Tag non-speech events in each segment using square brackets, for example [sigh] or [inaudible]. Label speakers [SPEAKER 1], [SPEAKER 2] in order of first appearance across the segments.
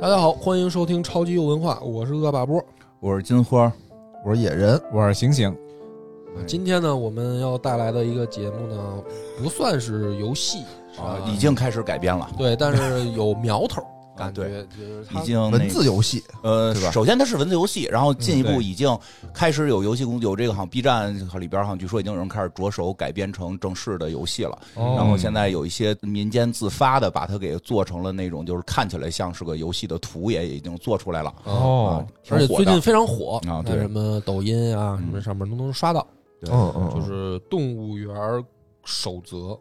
[SPEAKER 1] 大家好，欢迎收听超级优文化，我是恶霸波。
[SPEAKER 2] 我是金花，
[SPEAKER 3] 我是野人，
[SPEAKER 4] 我是醒醒，
[SPEAKER 2] 哎
[SPEAKER 1] 今天呢，我们要带来的一个节目呢，不算是游
[SPEAKER 2] [laughs]
[SPEAKER 1] 戏，是吧
[SPEAKER 2] 啊已经开始改编了，
[SPEAKER 1] 对，但是有苗头，感
[SPEAKER 2] 啊对
[SPEAKER 1] 觉就是
[SPEAKER 2] 已
[SPEAKER 1] 它
[SPEAKER 2] 经那
[SPEAKER 3] 文字游戏，
[SPEAKER 2] 呃
[SPEAKER 3] 对吧，
[SPEAKER 2] 首先它是文字游戏，然后进一
[SPEAKER 4] 嗯
[SPEAKER 2] 步
[SPEAKER 4] 对
[SPEAKER 2] 已经开始有游戏公有这个好像 B 站里边好像据说已经有人开始着手改编成正式的游戏了，
[SPEAKER 1] 哦
[SPEAKER 2] 然后现在有一些民间自发的把它给做成了那种就是看起来像是个游戏的图也已经做出来了，啊
[SPEAKER 4] 哦，
[SPEAKER 2] 挺
[SPEAKER 1] 而且
[SPEAKER 2] 火
[SPEAKER 1] 最
[SPEAKER 2] 的
[SPEAKER 1] 近非常火
[SPEAKER 2] 啊
[SPEAKER 1] 在
[SPEAKER 2] 对
[SPEAKER 1] 什么抖音啊什么
[SPEAKER 2] 嗯
[SPEAKER 1] 上面都能刷到，
[SPEAKER 2] 对
[SPEAKER 3] 嗯嗯，
[SPEAKER 1] 就
[SPEAKER 3] 嗯
[SPEAKER 1] 是动物园守则，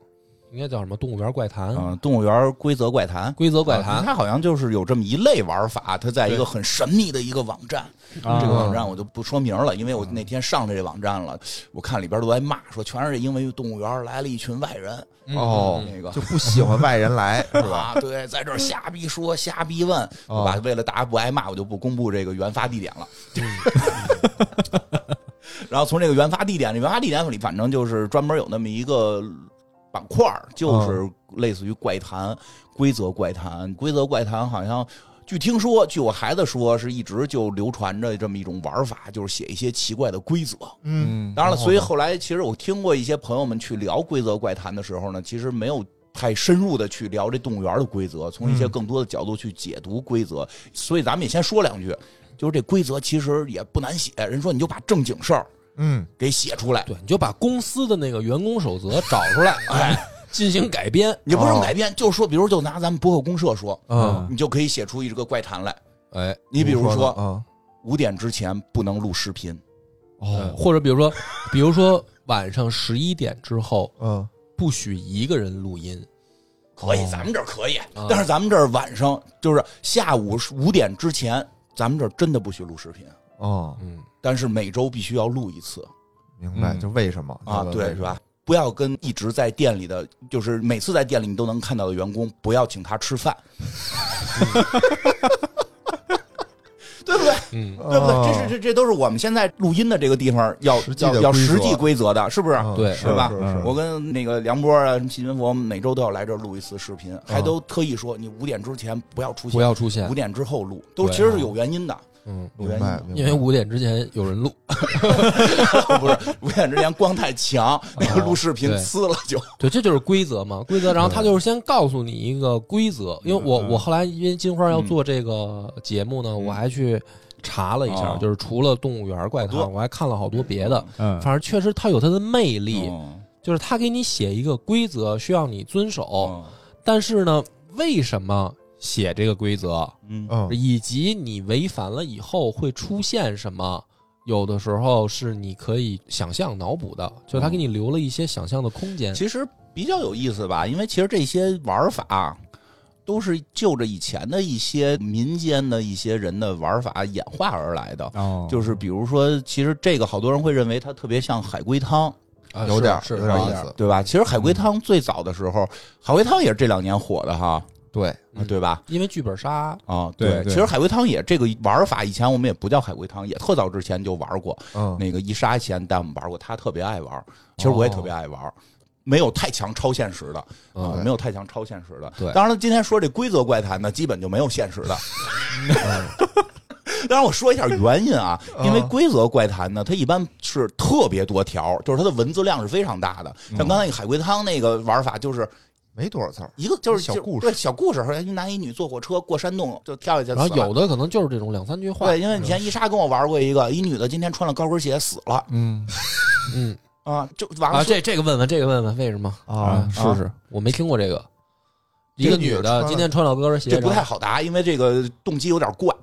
[SPEAKER 1] 应该叫什么动物园怪谈、
[SPEAKER 2] 嗯，动物园规则怪谈。
[SPEAKER 1] 规则怪
[SPEAKER 2] 啊
[SPEAKER 1] 谈。
[SPEAKER 2] 它好像就是有这么一类玩法，它在一个很神秘的一个网站，这个
[SPEAKER 3] 嗯啊
[SPEAKER 2] 网站我就不说名了，因为我那天上这网站了，我看里边都在骂，说全是因为动物园来了一群外人，
[SPEAKER 1] 嗯
[SPEAKER 3] 哦
[SPEAKER 1] 嗯
[SPEAKER 2] 那个
[SPEAKER 3] 就不喜欢外
[SPEAKER 2] [laughs]
[SPEAKER 3] 人来，是吧？哦
[SPEAKER 2] 啊，对，在这儿瞎逼说，瞎逼问，对吧？为了大家不挨骂，我就不公布这个原发地点了。 [laughs] 然后从这个原发地点，这原发地点里反正就是专门有那么一个板块儿，就是
[SPEAKER 3] 嗯
[SPEAKER 2] 类似于怪谈、规则怪谈、规则怪谈，好像。据听说，据我孩子说，是一直就流传着这么一种玩法，就是写一些奇怪的规则。
[SPEAKER 3] 嗯，
[SPEAKER 2] 当然了，所以后来其实我听过一些朋友们去聊规则怪谈的时候呢，其实没有太深入的去聊这动物园的规则，从一些更多的角度去解读规则。所以咱们也先说两句，就是这规则其实也不难写。人说你就把正经事儿
[SPEAKER 3] 嗯，
[SPEAKER 2] 给写出来，
[SPEAKER 1] 对，你就把公司的那个员工守则找出
[SPEAKER 2] [laughs]
[SPEAKER 1] 来，哎，进行改编，
[SPEAKER 2] 你不用改编，就说，比如就拿咱们博客公社说，
[SPEAKER 3] 哦
[SPEAKER 1] 嗯，
[SPEAKER 2] 你就可以写出一个怪谈来。
[SPEAKER 1] 哎，
[SPEAKER 2] 你比如
[SPEAKER 3] 说
[SPEAKER 2] 说
[SPEAKER 3] 呢，嗯啊，
[SPEAKER 2] 五点之前不能录视频，嗯哦
[SPEAKER 1] 呃，或者比如说，比如说晚上十一点之后
[SPEAKER 3] 嗯，
[SPEAKER 1] 不许一个人录音，
[SPEAKER 2] 可以，
[SPEAKER 4] 哦
[SPEAKER 2] 咱们这儿可以
[SPEAKER 1] 啊，
[SPEAKER 2] 但是咱们这儿晚上就是下午五点之前，咱们这儿真的不许录视频。
[SPEAKER 3] 哦，
[SPEAKER 1] 嗯，
[SPEAKER 2] 但是每周必须要录一次
[SPEAKER 3] 明白，
[SPEAKER 4] 嗯
[SPEAKER 3] 就为什么
[SPEAKER 2] 啊，
[SPEAKER 3] 知道
[SPEAKER 2] 对
[SPEAKER 3] 为
[SPEAKER 2] 是
[SPEAKER 3] 什么
[SPEAKER 2] 吧？不要跟一直在店里的，就是每次在店里你都能看到的员工，不要请他吃饭， [laughs] 对不对？
[SPEAKER 1] 嗯，
[SPEAKER 2] 对不对？
[SPEAKER 3] 哦
[SPEAKER 2] 这是这这都是我们现在录音的这个地方要
[SPEAKER 3] 实际的
[SPEAKER 2] 要要
[SPEAKER 3] 规则
[SPEAKER 2] 实际规则的，是不是？
[SPEAKER 3] 嗯
[SPEAKER 1] 对
[SPEAKER 3] 是
[SPEAKER 2] 对吧
[SPEAKER 3] 是
[SPEAKER 4] 嗯
[SPEAKER 3] 是
[SPEAKER 2] 我跟那个梁波啊、什么秦云佛，我们每周都要来这儿录一次视频，
[SPEAKER 3] 哦
[SPEAKER 2] 还都特意说你五点之前不要出
[SPEAKER 1] 不
[SPEAKER 2] 现，
[SPEAKER 1] 要出现
[SPEAKER 2] 五，点之后录，都
[SPEAKER 1] 对
[SPEAKER 2] 其实
[SPEAKER 3] 啊
[SPEAKER 2] 是有原因的。 [laughs]
[SPEAKER 1] 嗯，
[SPEAKER 2] 有
[SPEAKER 3] 明
[SPEAKER 2] 原因
[SPEAKER 3] 白
[SPEAKER 2] 的，
[SPEAKER 3] 明
[SPEAKER 1] 因
[SPEAKER 3] 白
[SPEAKER 1] 为五点之前有人录，
[SPEAKER 2] 不是五点之前光太强，
[SPEAKER 3] 哦
[SPEAKER 2] 那个录视频
[SPEAKER 1] 对
[SPEAKER 2] 呲了就。
[SPEAKER 1] 对，这就是规则嘛，规则。然后他就是先告诉你一个规则，因为我
[SPEAKER 4] 嗯
[SPEAKER 1] 我后来因为金花要做这个节目呢，我还去查了一下，
[SPEAKER 2] 哦
[SPEAKER 1] 就是除了动物园怪
[SPEAKER 2] 好多
[SPEAKER 1] 谈，我还看了好多别的，
[SPEAKER 4] 嗯
[SPEAKER 1] 反，正确实它有它的魅力，
[SPEAKER 2] 嗯
[SPEAKER 1] 就是它给你写一个规则需要你遵守，
[SPEAKER 2] 嗯
[SPEAKER 1] 但是呢，为什么写这个规则？
[SPEAKER 2] 嗯
[SPEAKER 3] 嗯
[SPEAKER 1] 以及你违反了以后会出现什么，有的时候是你可以想象脑补的，就他给你留了一些想象的空间。
[SPEAKER 2] 其实比较有意思吧，因为其实这些玩法啊都是就着以前的一些民间的一些人的玩法演化而来的。
[SPEAKER 4] 哦，
[SPEAKER 2] 就是比如说，其实这个好多人会认为它特别像海龟汤，
[SPEAKER 1] 啊
[SPEAKER 3] 有点儿
[SPEAKER 1] 是
[SPEAKER 3] 有
[SPEAKER 1] 是
[SPEAKER 3] 点
[SPEAKER 1] 是
[SPEAKER 3] 意思，
[SPEAKER 2] 对吧？其实海龟汤最早的时候，海龟汤也是这两年火的哈，
[SPEAKER 3] 对，
[SPEAKER 1] 嗯
[SPEAKER 2] 对吧？
[SPEAKER 1] 因为剧本杀，
[SPEAKER 2] 啊，
[SPEAKER 4] 对对
[SPEAKER 2] 其实海龟汤也这个玩法，以前我们也不叫海龟汤，也特早之前就玩过。
[SPEAKER 3] 嗯，
[SPEAKER 2] 那个伊莎以前带我们玩过，她特别爱玩，其实我也特别爱玩，没有太强超现实的，啊，
[SPEAKER 1] 哦嗯
[SPEAKER 2] 没有太强超现实的。
[SPEAKER 1] 对
[SPEAKER 2] 当然了，今天说这规则怪谈呢，基本就没有现实的。嗯当然，我说一下原因啊，因为
[SPEAKER 1] 嗯
[SPEAKER 2] 规则怪谈呢，它一般是特别多条，就是它的文字量是非常大的。
[SPEAKER 1] 嗯
[SPEAKER 2] 像刚才那个海龟汤那个玩法，就是
[SPEAKER 3] [laughs] 没多少字儿，
[SPEAKER 2] 一个就是
[SPEAKER 3] 小
[SPEAKER 2] 就
[SPEAKER 3] 故事
[SPEAKER 2] 对小故事，后来一男一女坐火车过山洞就跳下去死
[SPEAKER 1] 然
[SPEAKER 2] 了，
[SPEAKER 1] 后有的可能就是这种两三句话，嗯
[SPEAKER 2] 对，因为以前伊莎跟我玩过一个，一女的今天穿了高跟鞋死了
[SPEAKER 3] 嗯
[SPEAKER 1] 嗯
[SPEAKER 2] 啊，就完了
[SPEAKER 1] 啊，。这这个问问这个问问为什么
[SPEAKER 3] 啊，
[SPEAKER 1] 试试，我没听过这个。一
[SPEAKER 3] 这
[SPEAKER 1] 个
[SPEAKER 3] 个
[SPEAKER 1] 女
[SPEAKER 3] 女的穿
[SPEAKER 1] 的
[SPEAKER 3] 了
[SPEAKER 1] 今天穿了高跟鞋，
[SPEAKER 2] 这不太好答，因为这个动机有点怪，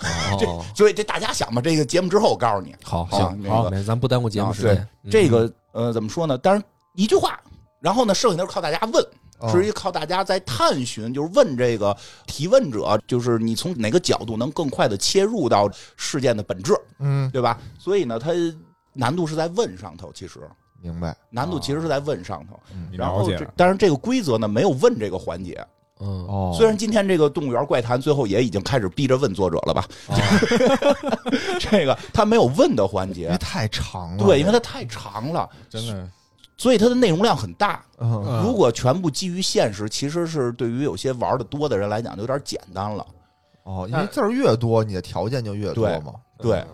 [SPEAKER 1] 然后哦
[SPEAKER 2] 所以这大家想吧。这个节目之后我告诉你，
[SPEAKER 1] 好
[SPEAKER 2] 好
[SPEAKER 1] 行
[SPEAKER 2] 那
[SPEAKER 1] 好，
[SPEAKER 2] 个
[SPEAKER 1] 没咱不耽误节目时间
[SPEAKER 2] 啊。
[SPEAKER 1] 嗯
[SPEAKER 2] 这个呃怎么说呢？当然一句话，然后呢剩下的是靠大家问，
[SPEAKER 3] 哦
[SPEAKER 2] 是一靠大家在探寻，就是问这个提问者，就是你从哪个角度能更快的切入到事件的本质，
[SPEAKER 3] 嗯，
[SPEAKER 2] 对吧？所以呢，它难度是在问上头，其实
[SPEAKER 3] 明白，嗯
[SPEAKER 2] 难度其实是在问上头。
[SPEAKER 4] 哦你
[SPEAKER 2] 然
[SPEAKER 4] 了
[SPEAKER 2] 后
[SPEAKER 4] 解
[SPEAKER 2] 这，但是这个规则呢没有问这个环节，
[SPEAKER 1] 嗯
[SPEAKER 3] 哦
[SPEAKER 2] 虽然今天这个动物园怪谈最后也已经开始逼着问作者了吧，
[SPEAKER 3] 哦
[SPEAKER 2] [laughs] 这个他没有问的环
[SPEAKER 3] 因为
[SPEAKER 2] 节，
[SPEAKER 3] 太长了，
[SPEAKER 2] 对，因为它太长了，
[SPEAKER 4] 真的
[SPEAKER 2] 所以它的内容量很大。
[SPEAKER 3] 嗯，
[SPEAKER 2] 如果全部基于现实，其实是对于有些玩的多的人来讲就有点简单了。
[SPEAKER 3] 哦，因
[SPEAKER 1] 但
[SPEAKER 3] 为
[SPEAKER 1] 是
[SPEAKER 3] 字儿越多，你的条件就越多嘛。
[SPEAKER 2] 对
[SPEAKER 1] 嗯。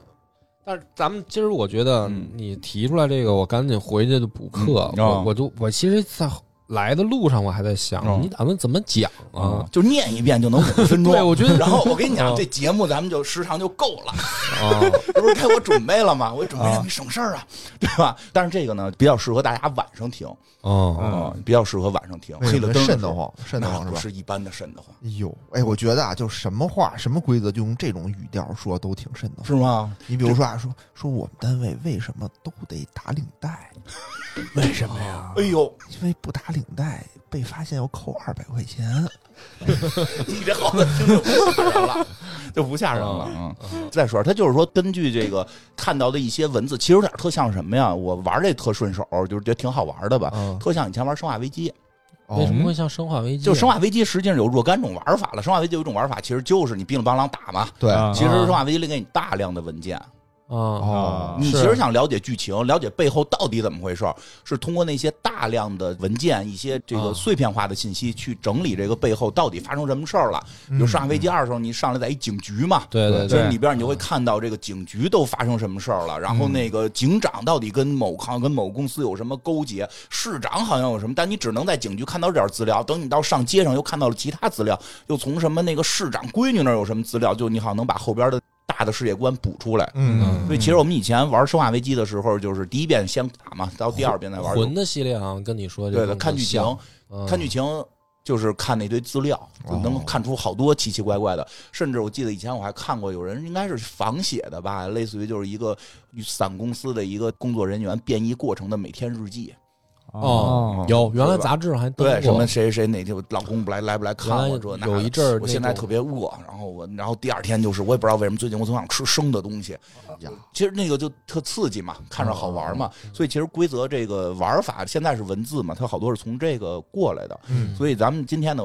[SPEAKER 1] 但是咱们今儿我觉得
[SPEAKER 2] 嗯
[SPEAKER 1] 你提出来这个，我赶紧回去就补课。
[SPEAKER 2] 嗯哦
[SPEAKER 1] 我我就我其实，在来的路上我还在想，
[SPEAKER 2] 嗯
[SPEAKER 1] 你打算怎么讲
[SPEAKER 3] 嗯
[SPEAKER 1] 啊？
[SPEAKER 2] 就念一遍就能五分钟。
[SPEAKER 1] 对我觉得
[SPEAKER 2] 然后我跟你讲，
[SPEAKER 1] 嗯
[SPEAKER 2] 这节目咱们就时长就够了，
[SPEAKER 1] 啊，
[SPEAKER 3] 哦
[SPEAKER 2] [laughs] 这不是该我准备了吗？我准备
[SPEAKER 3] 啊
[SPEAKER 2] 让你省事儿啊，对吧？但是这个呢，比较适合大家晚上听，
[SPEAKER 1] 哦，
[SPEAKER 2] 啊，比较适合晚上听，
[SPEAKER 3] 嗯
[SPEAKER 2] 黑
[SPEAKER 3] 为什
[SPEAKER 2] 了
[SPEAKER 3] 么
[SPEAKER 2] 灯的
[SPEAKER 3] 瘆
[SPEAKER 2] 时
[SPEAKER 3] 得
[SPEAKER 2] 候，
[SPEAKER 3] 慌，瘆得
[SPEAKER 2] 那
[SPEAKER 3] 慌
[SPEAKER 2] 不
[SPEAKER 3] 是吧？
[SPEAKER 2] 是一般的瘆得慌，
[SPEAKER 3] 哎呦，哎，我觉得啊，就是什么话、什么规则，就用这种语调说，都挺瘆得慌。
[SPEAKER 2] 是吗？
[SPEAKER 3] 你比如说啊，说说我们单位为什么都得打领带？为什么呀
[SPEAKER 2] [laughs] 哎呦，
[SPEAKER 3] 因为不打领带被发现要扣二百块钱。
[SPEAKER 2] 你这好的听着不吓人了， [laughs] 就不吓人了。嗯，再说他就是说，根据这个看到的一些文字，其实有点特像什么呀？我玩这特顺手，就是觉得挺好玩的吧。
[SPEAKER 3] 嗯，
[SPEAKER 2] 特像以前玩《生化危机
[SPEAKER 1] 为什
[SPEAKER 3] 哦
[SPEAKER 1] 么会像《生化危机》？
[SPEAKER 2] 就《生化危机》实际上有若干种玩法了，《生化危机》有一种玩法其实就是你乒里乓啷打嘛。
[SPEAKER 3] 对
[SPEAKER 4] 啊
[SPEAKER 2] 其实《生化危机》里给你大量的文件，
[SPEAKER 1] 啊，
[SPEAKER 3] 哦
[SPEAKER 2] 你
[SPEAKER 1] 是
[SPEAKER 2] 其实想了解剧情，了解背后到底怎么回事儿，是通过那些大量的文件、一些这
[SPEAKER 1] 啊
[SPEAKER 2] 个碎片化的信息去整理这个背后到底发生什么事儿了。比如《生化危机二》的时候，你上来在一警局嘛，
[SPEAKER 1] 嗯对对
[SPEAKER 2] 其
[SPEAKER 1] 对
[SPEAKER 2] 实里边你就会看到这个警局都发生什么事儿了，然后
[SPEAKER 1] 嗯
[SPEAKER 2] 那个警长到底跟某康跟某公司有什么勾结，市长好像有什么，但你只能在警局看到这点资料，等你到上街上又看到了其他资料，又从什么那个市长闺女那儿有什么资料，就你好像能把后边的大的世界观补出来。
[SPEAKER 3] 嗯，
[SPEAKER 2] 所以其实我们以前玩《生化危机》的时候，就是第一遍先打嘛，到第二遍再玩。
[SPEAKER 1] 魂的系列好像跟你说这
[SPEAKER 2] 对的，
[SPEAKER 1] 更
[SPEAKER 2] 看剧情
[SPEAKER 1] 像，，嗯哦
[SPEAKER 2] 看剧情就是看那堆资料，就能看出好多奇奇怪怪的。甚至我记得以前我还看过有人应该是仿写的吧，类似于就是一个伞公司的一个工作人员变异过程的每天日记。
[SPEAKER 1] 哦，有原来杂志还登
[SPEAKER 2] 对，什
[SPEAKER 1] 过
[SPEAKER 2] 么嗯谁谁哪天我老公不来来不来看我
[SPEAKER 1] 原来
[SPEAKER 2] 这那
[SPEAKER 1] 有
[SPEAKER 2] 的
[SPEAKER 1] 一阵儿
[SPEAKER 2] 我
[SPEAKER 1] 那
[SPEAKER 2] 现在
[SPEAKER 1] 种
[SPEAKER 2] 特别饿，然后我然后第二天就是我也不知道为什么最近我总想吃生的东西，
[SPEAKER 3] 哎呀，
[SPEAKER 2] 其实那个就特刺激
[SPEAKER 3] 嗯
[SPEAKER 2] 嘛，看着好玩嘛，所以其实规则这个玩法现在是文字嘛，它好多是从这个过来的，
[SPEAKER 3] 嗯
[SPEAKER 2] 所以咱们今天呢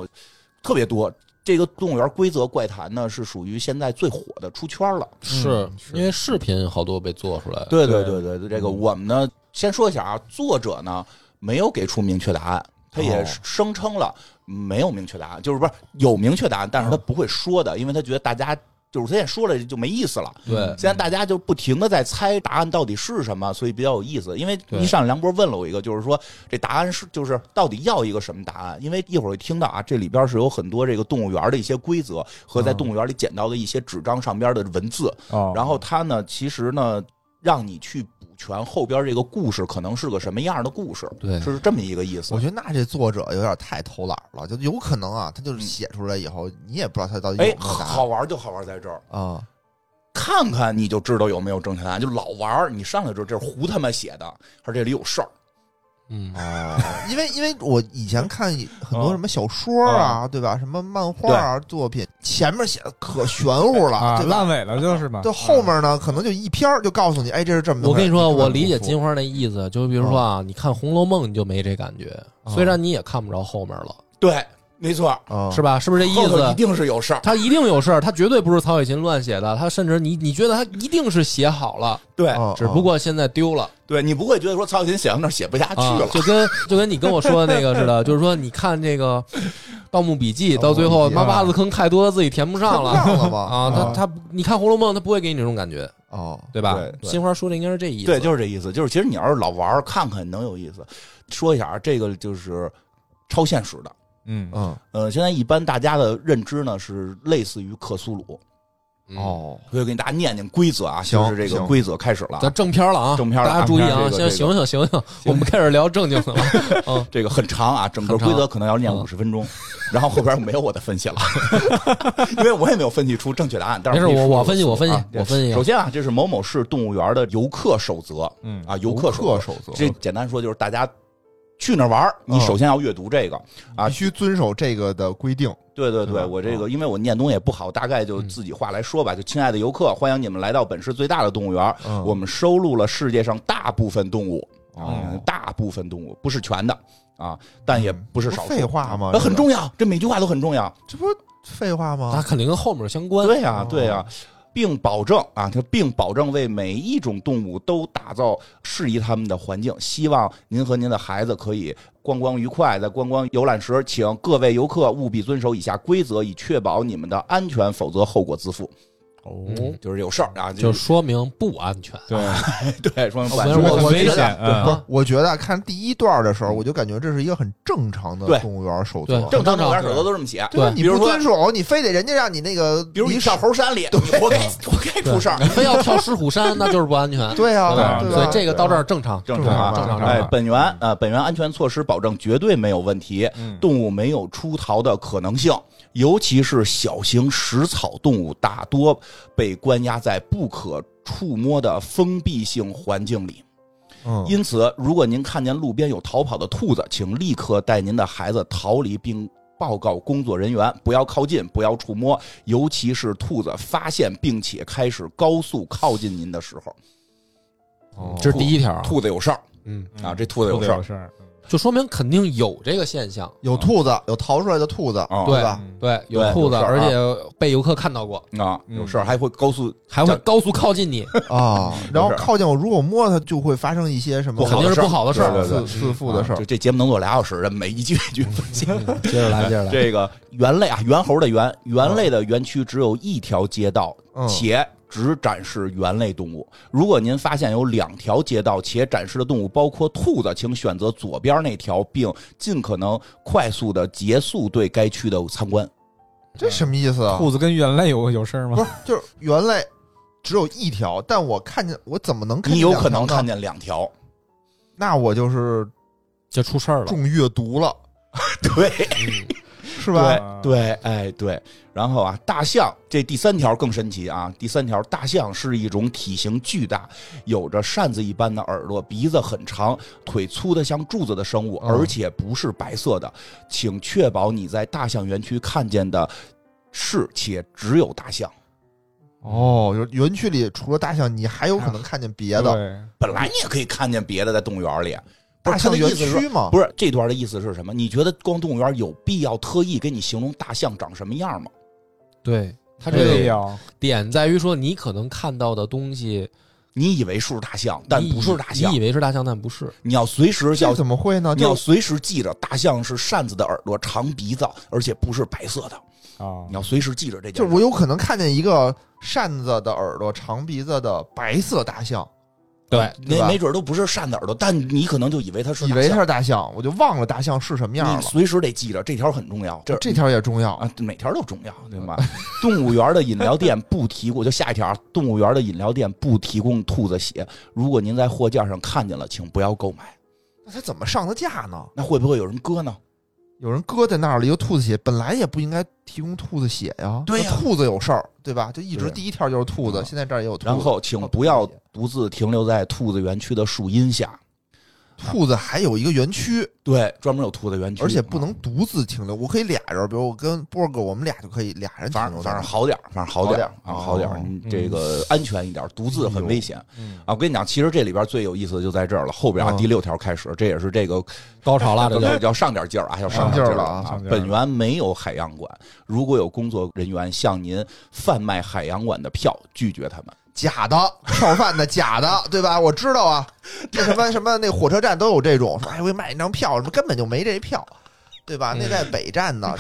[SPEAKER 2] 特别多。这个动物园规则怪谈呢，是属于现在最火的，出圈了。
[SPEAKER 1] 是
[SPEAKER 3] 嗯是
[SPEAKER 1] 因为视频好多被做出来，
[SPEAKER 2] 对
[SPEAKER 4] 对
[SPEAKER 2] 对对对，这
[SPEAKER 3] 嗯
[SPEAKER 2] 个我们呢，先说一下啊，作者呢没有给出明确答案，他也
[SPEAKER 3] 哦
[SPEAKER 2] 声称了没有明确答案，就是不是有明确答案，但
[SPEAKER 3] 哦
[SPEAKER 2] 是他不会说的，因为他觉得大家就是他也说了就没意思了。
[SPEAKER 1] 对
[SPEAKER 2] 现在大家就不停的在猜答案到底是什么，所以比较有意思。因为
[SPEAKER 1] 对
[SPEAKER 2] 一上梁波问了我一个，就是说这答案是就是到底要一个什么答案？因为一会儿会听到啊，这里边是有很多这个动物园的一些规则和
[SPEAKER 3] 嗯
[SPEAKER 2] 在动物园里捡到的一些纸张上边的文字。
[SPEAKER 4] 哦，
[SPEAKER 2] 然后它呢，其实呢，让你去补全后边这个故事可能是个什么样的故事，
[SPEAKER 1] 对
[SPEAKER 2] 是这么一个意思
[SPEAKER 3] 我。觉得那这作者有点太偷懒了，就有可能啊，他就是写出来以后，你也不知道他到底有没
[SPEAKER 2] 哎
[SPEAKER 3] 有，答
[SPEAKER 2] 好
[SPEAKER 3] 案
[SPEAKER 2] 玩就好玩在这儿，
[SPEAKER 3] 啊。
[SPEAKER 2] 看看你就知道有没有正确答案。就老玩儿，你上来就知道这是胡他妈写的，还是这里有事儿。
[SPEAKER 1] 嗯
[SPEAKER 3] [laughs] 哦，因为因为我以前看很多什么小说啊，对吧？什么漫画啊作品，前面写的可玄乎了，
[SPEAKER 4] 啊，
[SPEAKER 3] [laughs] 对吧？
[SPEAKER 4] 烂尾了嗯就是嘛，
[SPEAKER 3] 就后面呢，可能就一篇儿就告诉你，哎，这是这么回事。嗯
[SPEAKER 1] 我跟你说，
[SPEAKER 3] 看
[SPEAKER 1] 我理解
[SPEAKER 3] 不服
[SPEAKER 1] 金花那意思，就是比如说啊，你看《红楼梦》你就没这感觉，
[SPEAKER 2] 哦
[SPEAKER 3] 啊
[SPEAKER 1] 虽然你也看不着后面了，
[SPEAKER 2] 对，没错儿，
[SPEAKER 3] 啊，
[SPEAKER 1] 是吧？是不是这意
[SPEAKER 2] 哦后头一
[SPEAKER 1] 思？
[SPEAKER 2] 定是有事儿。
[SPEAKER 1] 他一定有事儿，他绝对不是曹雪芹乱写的，他甚至你你觉得他一定是写好了，
[SPEAKER 2] 对
[SPEAKER 3] 啊？
[SPEAKER 1] 哎只不过现在丢了
[SPEAKER 2] 对，你不会觉得说曹雪芹写到那儿写不下去
[SPEAKER 1] 啊
[SPEAKER 2] 了，，
[SPEAKER 1] 就跟就跟你跟我说的那个似的，就是说你看这个《盗墓笔记》，到最后
[SPEAKER 3] 盗墓笔记
[SPEAKER 1] 妈
[SPEAKER 3] 啊
[SPEAKER 1] 挖的坑太多，自己填不上 [laughs]
[SPEAKER 3] 上
[SPEAKER 1] 了。
[SPEAKER 3] 了吧？嗯
[SPEAKER 1] 啊，他他，你看《红楼梦》，他不会给你这种感觉，
[SPEAKER 3] 哦，
[SPEAKER 1] 对吧
[SPEAKER 2] 对？对
[SPEAKER 1] 新花说的应该是这意思。
[SPEAKER 2] 对，就是这意思。就是其实你要是老玩儿，看看能有意思。说一下啊，这个就是超现实的。
[SPEAKER 4] 嗯
[SPEAKER 3] 嗯，
[SPEAKER 2] 呃，现在一般大家的认知呢是类似于克苏鲁，
[SPEAKER 1] 嗯，
[SPEAKER 3] 哦，
[SPEAKER 2] 所以我给大家念念规则啊，
[SPEAKER 3] 行
[SPEAKER 2] 就是这个
[SPEAKER 3] 行
[SPEAKER 2] 规则开始了
[SPEAKER 1] 咱
[SPEAKER 2] 啊，
[SPEAKER 1] 正片了啊，
[SPEAKER 2] 正片了
[SPEAKER 1] 大家注意
[SPEAKER 2] 正
[SPEAKER 1] 啊，
[SPEAKER 2] 片这
[SPEAKER 1] 先醒
[SPEAKER 2] 个
[SPEAKER 1] 醒醒醒，我们开始聊正经的 [laughs] 了。
[SPEAKER 2] 这个很长啊，整个
[SPEAKER 1] 很长
[SPEAKER 2] 规则可能要念
[SPEAKER 1] 嗯
[SPEAKER 2] 五十分钟，然后后边没有我的分析了， [laughs] 因为我也没有分析出正确答案。但
[SPEAKER 1] 没
[SPEAKER 2] 是
[SPEAKER 1] 事，
[SPEAKER 2] 可以
[SPEAKER 1] 我
[SPEAKER 2] 说
[SPEAKER 1] 我分析，
[SPEAKER 2] 思
[SPEAKER 1] 我
[SPEAKER 2] 路
[SPEAKER 1] 分析
[SPEAKER 2] 啊，
[SPEAKER 1] 我分析
[SPEAKER 2] 首。先啊，这是某某市动物园的游客守则
[SPEAKER 4] 嗯
[SPEAKER 2] 啊，游
[SPEAKER 3] 游
[SPEAKER 2] 客守则
[SPEAKER 3] 客守则，
[SPEAKER 2] 这简单说就是大家去那儿玩儿，你
[SPEAKER 3] 嗯
[SPEAKER 2] 首先要阅读这个。啊
[SPEAKER 3] 必须遵守这个的规定。
[SPEAKER 2] 对对对，
[SPEAKER 3] 嗯
[SPEAKER 2] 我这个因为我念东西也不好，大概就自己话来说吧。就亲爱的游客，欢迎你们来到本市最大的动物园。
[SPEAKER 3] 嗯
[SPEAKER 2] 我们收录了世界上大部分动物，
[SPEAKER 3] 哦
[SPEAKER 2] 嗯大部分动物不是全的啊，但也不是少数。
[SPEAKER 3] 嗯不废话吗
[SPEAKER 2] 呃很重要，这每句话都很重要。
[SPEAKER 3] 这不废话
[SPEAKER 1] 它
[SPEAKER 3] 吗？
[SPEAKER 1] 肯定跟后面相关。
[SPEAKER 2] 对呀、
[SPEAKER 3] 哦
[SPEAKER 2] 对呀、并保证啊，它并保证为每一种动物都打造适宜它们的环境。希望您和您的孩子可以观光愉快，在观光游览时，请各位游客务必遵守以下规则，以确保你们的安全，否则后果自负。
[SPEAKER 4] 哦
[SPEAKER 1] 嗯
[SPEAKER 2] 就是有事儿啊，
[SPEAKER 1] 就
[SPEAKER 2] 就是 [laughs]
[SPEAKER 1] 说明不安全。
[SPEAKER 4] 对，
[SPEAKER 2] 对，说
[SPEAKER 1] 我
[SPEAKER 2] 管
[SPEAKER 1] 我
[SPEAKER 4] 说
[SPEAKER 1] 我
[SPEAKER 4] 很
[SPEAKER 1] 觉
[SPEAKER 4] 危
[SPEAKER 1] 得
[SPEAKER 4] 险，
[SPEAKER 3] 不
[SPEAKER 4] 嗯
[SPEAKER 3] 是，我觉得看第一段的时候，我就感觉这是一个很正常的
[SPEAKER 2] 对
[SPEAKER 3] 动物园手册
[SPEAKER 1] 对。
[SPEAKER 2] 正常的玩手则都这么写。
[SPEAKER 1] 对
[SPEAKER 2] 比
[SPEAKER 3] 你
[SPEAKER 2] 如
[SPEAKER 3] 不
[SPEAKER 2] 说
[SPEAKER 3] 遵守，你非得人家让你那个，
[SPEAKER 2] 比如你上猴山里，你活该活该出事儿。
[SPEAKER 1] 你非要跳狮虎山，那就是不安全。
[SPEAKER 3] 对啊，
[SPEAKER 1] 对吧
[SPEAKER 3] 对
[SPEAKER 1] 所以
[SPEAKER 3] 吧？
[SPEAKER 1] 这个到这儿正常，
[SPEAKER 2] 正
[SPEAKER 1] 常
[SPEAKER 2] 常
[SPEAKER 1] 啊，
[SPEAKER 2] 啊
[SPEAKER 1] 正
[SPEAKER 3] 正常
[SPEAKER 1] 正
[SPEAKER 2] 哎，
[SPEAKER 1] 常。
[SPEAKER 2] 本源啊、呃本源安全措施保证绝对没有问题，
[SPEAKER 4] 嗯
[SPEAKER 2] 动物没有出逃的可能性，尤其是小型食草动物大多被关押在不可触摸的封闭性环境里。
[SPEAKER 3] 嗯
[SPEAKER 2] 因此，如果您看见路边有逃跑的兔子，请立刻带您的孩子逃离并。报告工作人员，不要靠近，不要触摸，尤其是兔子发现并且开始高速靠近您的时候，
[SPEAKER 4] 哦
[SPEAKER 1] 这是第一条，
[SPEAKER 2] 兔子有事儿
[SPEAKER 1] 啊嗯，
[SPEAKER 2] 啊！这兔子
[SPEAKER 4] 都
[SPEAKER 2] 有
[SPEAKER 4] 得
[SPEAKER 2] 事儿
[SPEAKER 4] 有事儿，
[SPEAKER 1] 就说明肯定有这个现象。
[SPEAKER 3] 有兔子，有逃出来的兔子，
[SPEAKER 2] 啊！
[SPEAKER 1] 对
[SPEAKER 3] 吧
[SPEAKER 1] 对，有
[SPEAKER 2] 对
[SPEAKER 1] 兔子，
[SPEAKER 2] 有事儿啊
[SPEAKER 1] 而且被游客看到过，
[SPEAKER 2] 啊，
[SPEAKER 4] 嗯
[SPEAKER 2] 有事儿还会高速，
[SPEAKER 1] 还会高速靠近你，
[SPEAKER 3] 啊，
[SPEAKER 2] [laughs]
[SPEAKER 3] 然后
[SPEAKER 2] 有事儿
[SPEAKER 3] 靠近我，如果摸它，就会发生一些什么
[SPEAKER 2] 不
[SPEAKER 1] 肯
[SPEAKER 2] 好
[SPEAKER 1] 定
[SPEAKER 2] 的
[SPEAKER 1] 是
[SPEAKER 2] 事儿
[SPEAKER 1] 不好的事儿。
[SPEAKER 2] 对对对啊
[SPEAKER 3] 自自负的事
[SPEAKER 2] 就
[SPEAKER 3] 儿。
[SPEAKER 2] 这节目能做俩小时，每一句 [laughs] 一句分析。
[SPEAKER 1] 嗯接着来，接着
[SPEAKER 4] [laughs]
[SPEAKER 1] 来。
[SPEAKER 2] 这个猿类啊，猿猴的猿，猿类的园区只有一条街道，
[SPEAKER 3] 嗯
[SPEAKER 2] 且只展示猿类动物。如果您发现有两条街道且展示的动物包括兔子，请选择左边那条，并尽可能快速的结束对该区的参观。
[SPEAKER 3] 这什么意思啊？
[SPEAKER 4] 兔子跟猿类有有事儿吗
[SPEAKER 3] 不？是，就是原来只有一条，但我看见我怎么能看见
[SPEAKER 2] 你有可能
[SPEAKER 3] 两条
[SPEAKER 2] 看
[SPEAKER 3] 呢？
[SPEAKER 2] 见两条，
[SPEAKER 3] 那我就是
[SPEAKER 1] 就出事儿了，
[SPEAKER 3] 中阅读了，
[SPEAKER 2] 对。
[SPEAKER 4] 嗯
[SPEAKER 3] [laughs] 是吧？
[SPEAKER 4] 啊
[SPEAKER 2] 对对，哎对，然后啊，大象这第三条更神奇啊！第三条，大象是一种体型巨大、有着扇子一般的耳朵、鼻子很长、腿粗的像柱子的生物，
[SPEAKER 3] 嗯
[SPEAKER 2] 而且不是白色的。请确保你在大象园区看见的是且只有大象。
[SPEAKER 3] 哦，就是园区里除了大象，你还有可能看见别的。
[SPEAKER 4] 对
[SPEAKER 2] 本来你也可以看见别的在动物园里，不
[SPEAKER 3] 大
[SPEAKER 2] 是他
[SPEAKER 3] 象
[SPEAKER 2] 的
[SPEAKER 3] 园
[SPEAKER 2] 意思
[SPEAKER 3] 区
[SPEAKER 2] 是。
[SPEAKER 3] 嘛，
[SPEAKER 2] 不是这段的意思是什么？你觉得逛动物园有必要特意给你形容大象长什么样吗？
[SPEAKER 1] 对他这
[SPEAKER 4] 对
[SPEAKER 1] 个
[SPEAKER 4] 哎呀，
[SPEAKER 2] 啊
[SPEAKER 1] 点在于说，你可能看到的东西，
[SPEAKER 2] 你以为是大象，但
[SPEAKER 1] 你以
[SPEAKER 2] 不是大象
[SPEAKER 1] 你以。为是大象，但不是。
[SPEAKER 2] 你要随时
[SPEAKER 3] 这
[SPEAKER 2] 要
[SPEAKER 3] 怎么会呢？
[SPEAKER 2] 你要
[SPEAKER 3] 就
[SPEAKER 2] 随时记着，大象是扇子的耳朵，长鼻子，而且不是白色的。
[SPEAKER 4] 啊
[SPEAKER 2] 你，要随时记着这
[SPEAKER 3] 就
[SPEAKER 2] 件
[SPEAKER 3] 是
[SPEAKER 2] 事。
[SPEAKER 3] 我有可能看见一个扇子的耳朵、长鼻子的白色大象，
[SPEAKER 1] 对，
[SPEAKER 3] 对
[SPEAKER 2] 没
[SPEAKER 3] 吧
[SPEAKER 2] 没准都不是扇子耳朵，但你可能就以为它是大
[SPEAKER 3] 以
[SPEAKER 2] 象，
[SPEAKER 3] 为它是大象，我就忘了大象是什么样
[SPEAKER 2] 你
[SPEAKER 3] 了。
[SPEAKER 2] 随时得记着这条很重要。这
[SPEAKER 3] 这条也重要，
[SPEAKER 2] 啊，每条都重要，对吧？动物园的饮料店不提供，就下一条啊，动物园的饮料店不提供兔子血。如果您在货架上看见了，请不要购买。
[SPEAKER 3] 那它怎么上的架呢？
[SPEAKER 2] 那会不会有人割呢？
[SPEAKER 3] 有人搁在那儿了一个兔子血，本来也不应该提供兔子血呀。
[SPEAKER 2] 对呀
[SPEAKER 3] 那兔子有事儿，对吧？就一直
[SPEAKER 2] 对
[SPEAKER 3] 第一条就是兔子，
[SPEAKER 2] 嗯
[SPEAKER 3] 现在这儿也有兔子。
[SPEAKER 2] 然后，请不要独自停留在兔子园区的树荫下。
[SPEAKER 3] 兔子还有一个园区，
[SPEAKER 2] 对，专门有兔子园区，
[SPEAKER 3] 而且不能独自停留。我可以俩人，比如我跟波哥，我们俩就可以俩人停
[SPEAKER 2] 反正
[SPEAKER 3] 留在
[SPEAKER 2] 反正
[SPEAKER 3] 那儿。
[SPEAKER 2] 好点儿，反正好点儿啊，
[SPEAKER 3] 好
[SPEAKER 2] 好
[SPEAKER 3] 点
[SPEAKER 2] 点
[SPEAKER 3] 儿
[SPEAKER 2] 儿，
[SPEAKER 3] 哦
[SPEAKER 2] 你这个安全一点儿，独自很危险
[SPEAKER 4] 嗯
[SPEAKER 2] 啊！我跟你讲，其实这里边最有意思的就在这儿了，后边啊
[SPEAKER 3] 嗯
[SPEAKER 2] 第六条开始，这也是这个
[SPEAKER 1] 高潮了，这就
[SPEAKER 2] 要要上点劲儿啊，要上点
[SPEAKER 3] 上劲儿
[SPEAKER 2] 儿
[SPEAKER 3] 了啊
[SPEAKER 2] 啊
[SPEAKER 4] 上！劲儿了
[SPEAKER 2] 本园没有海洋馆，如果有工作人员向您贩卖海洋馆的票，拒绝他们。
[SPEAKER 3] 假的票贩子，假
[SPEAKER 1] [laughs]
[SPEAKER 3] 的，对吧？我知道啊，那什么什么那火车站都有这种，说哎，我给你卖一张票，什么根本就没这票，对
[SPEAKER 1] 嗯
[SPEAKER 3] 吧？那在北站
[SPEAKER 1] [laughs]
[SPEAKER 3] 呢，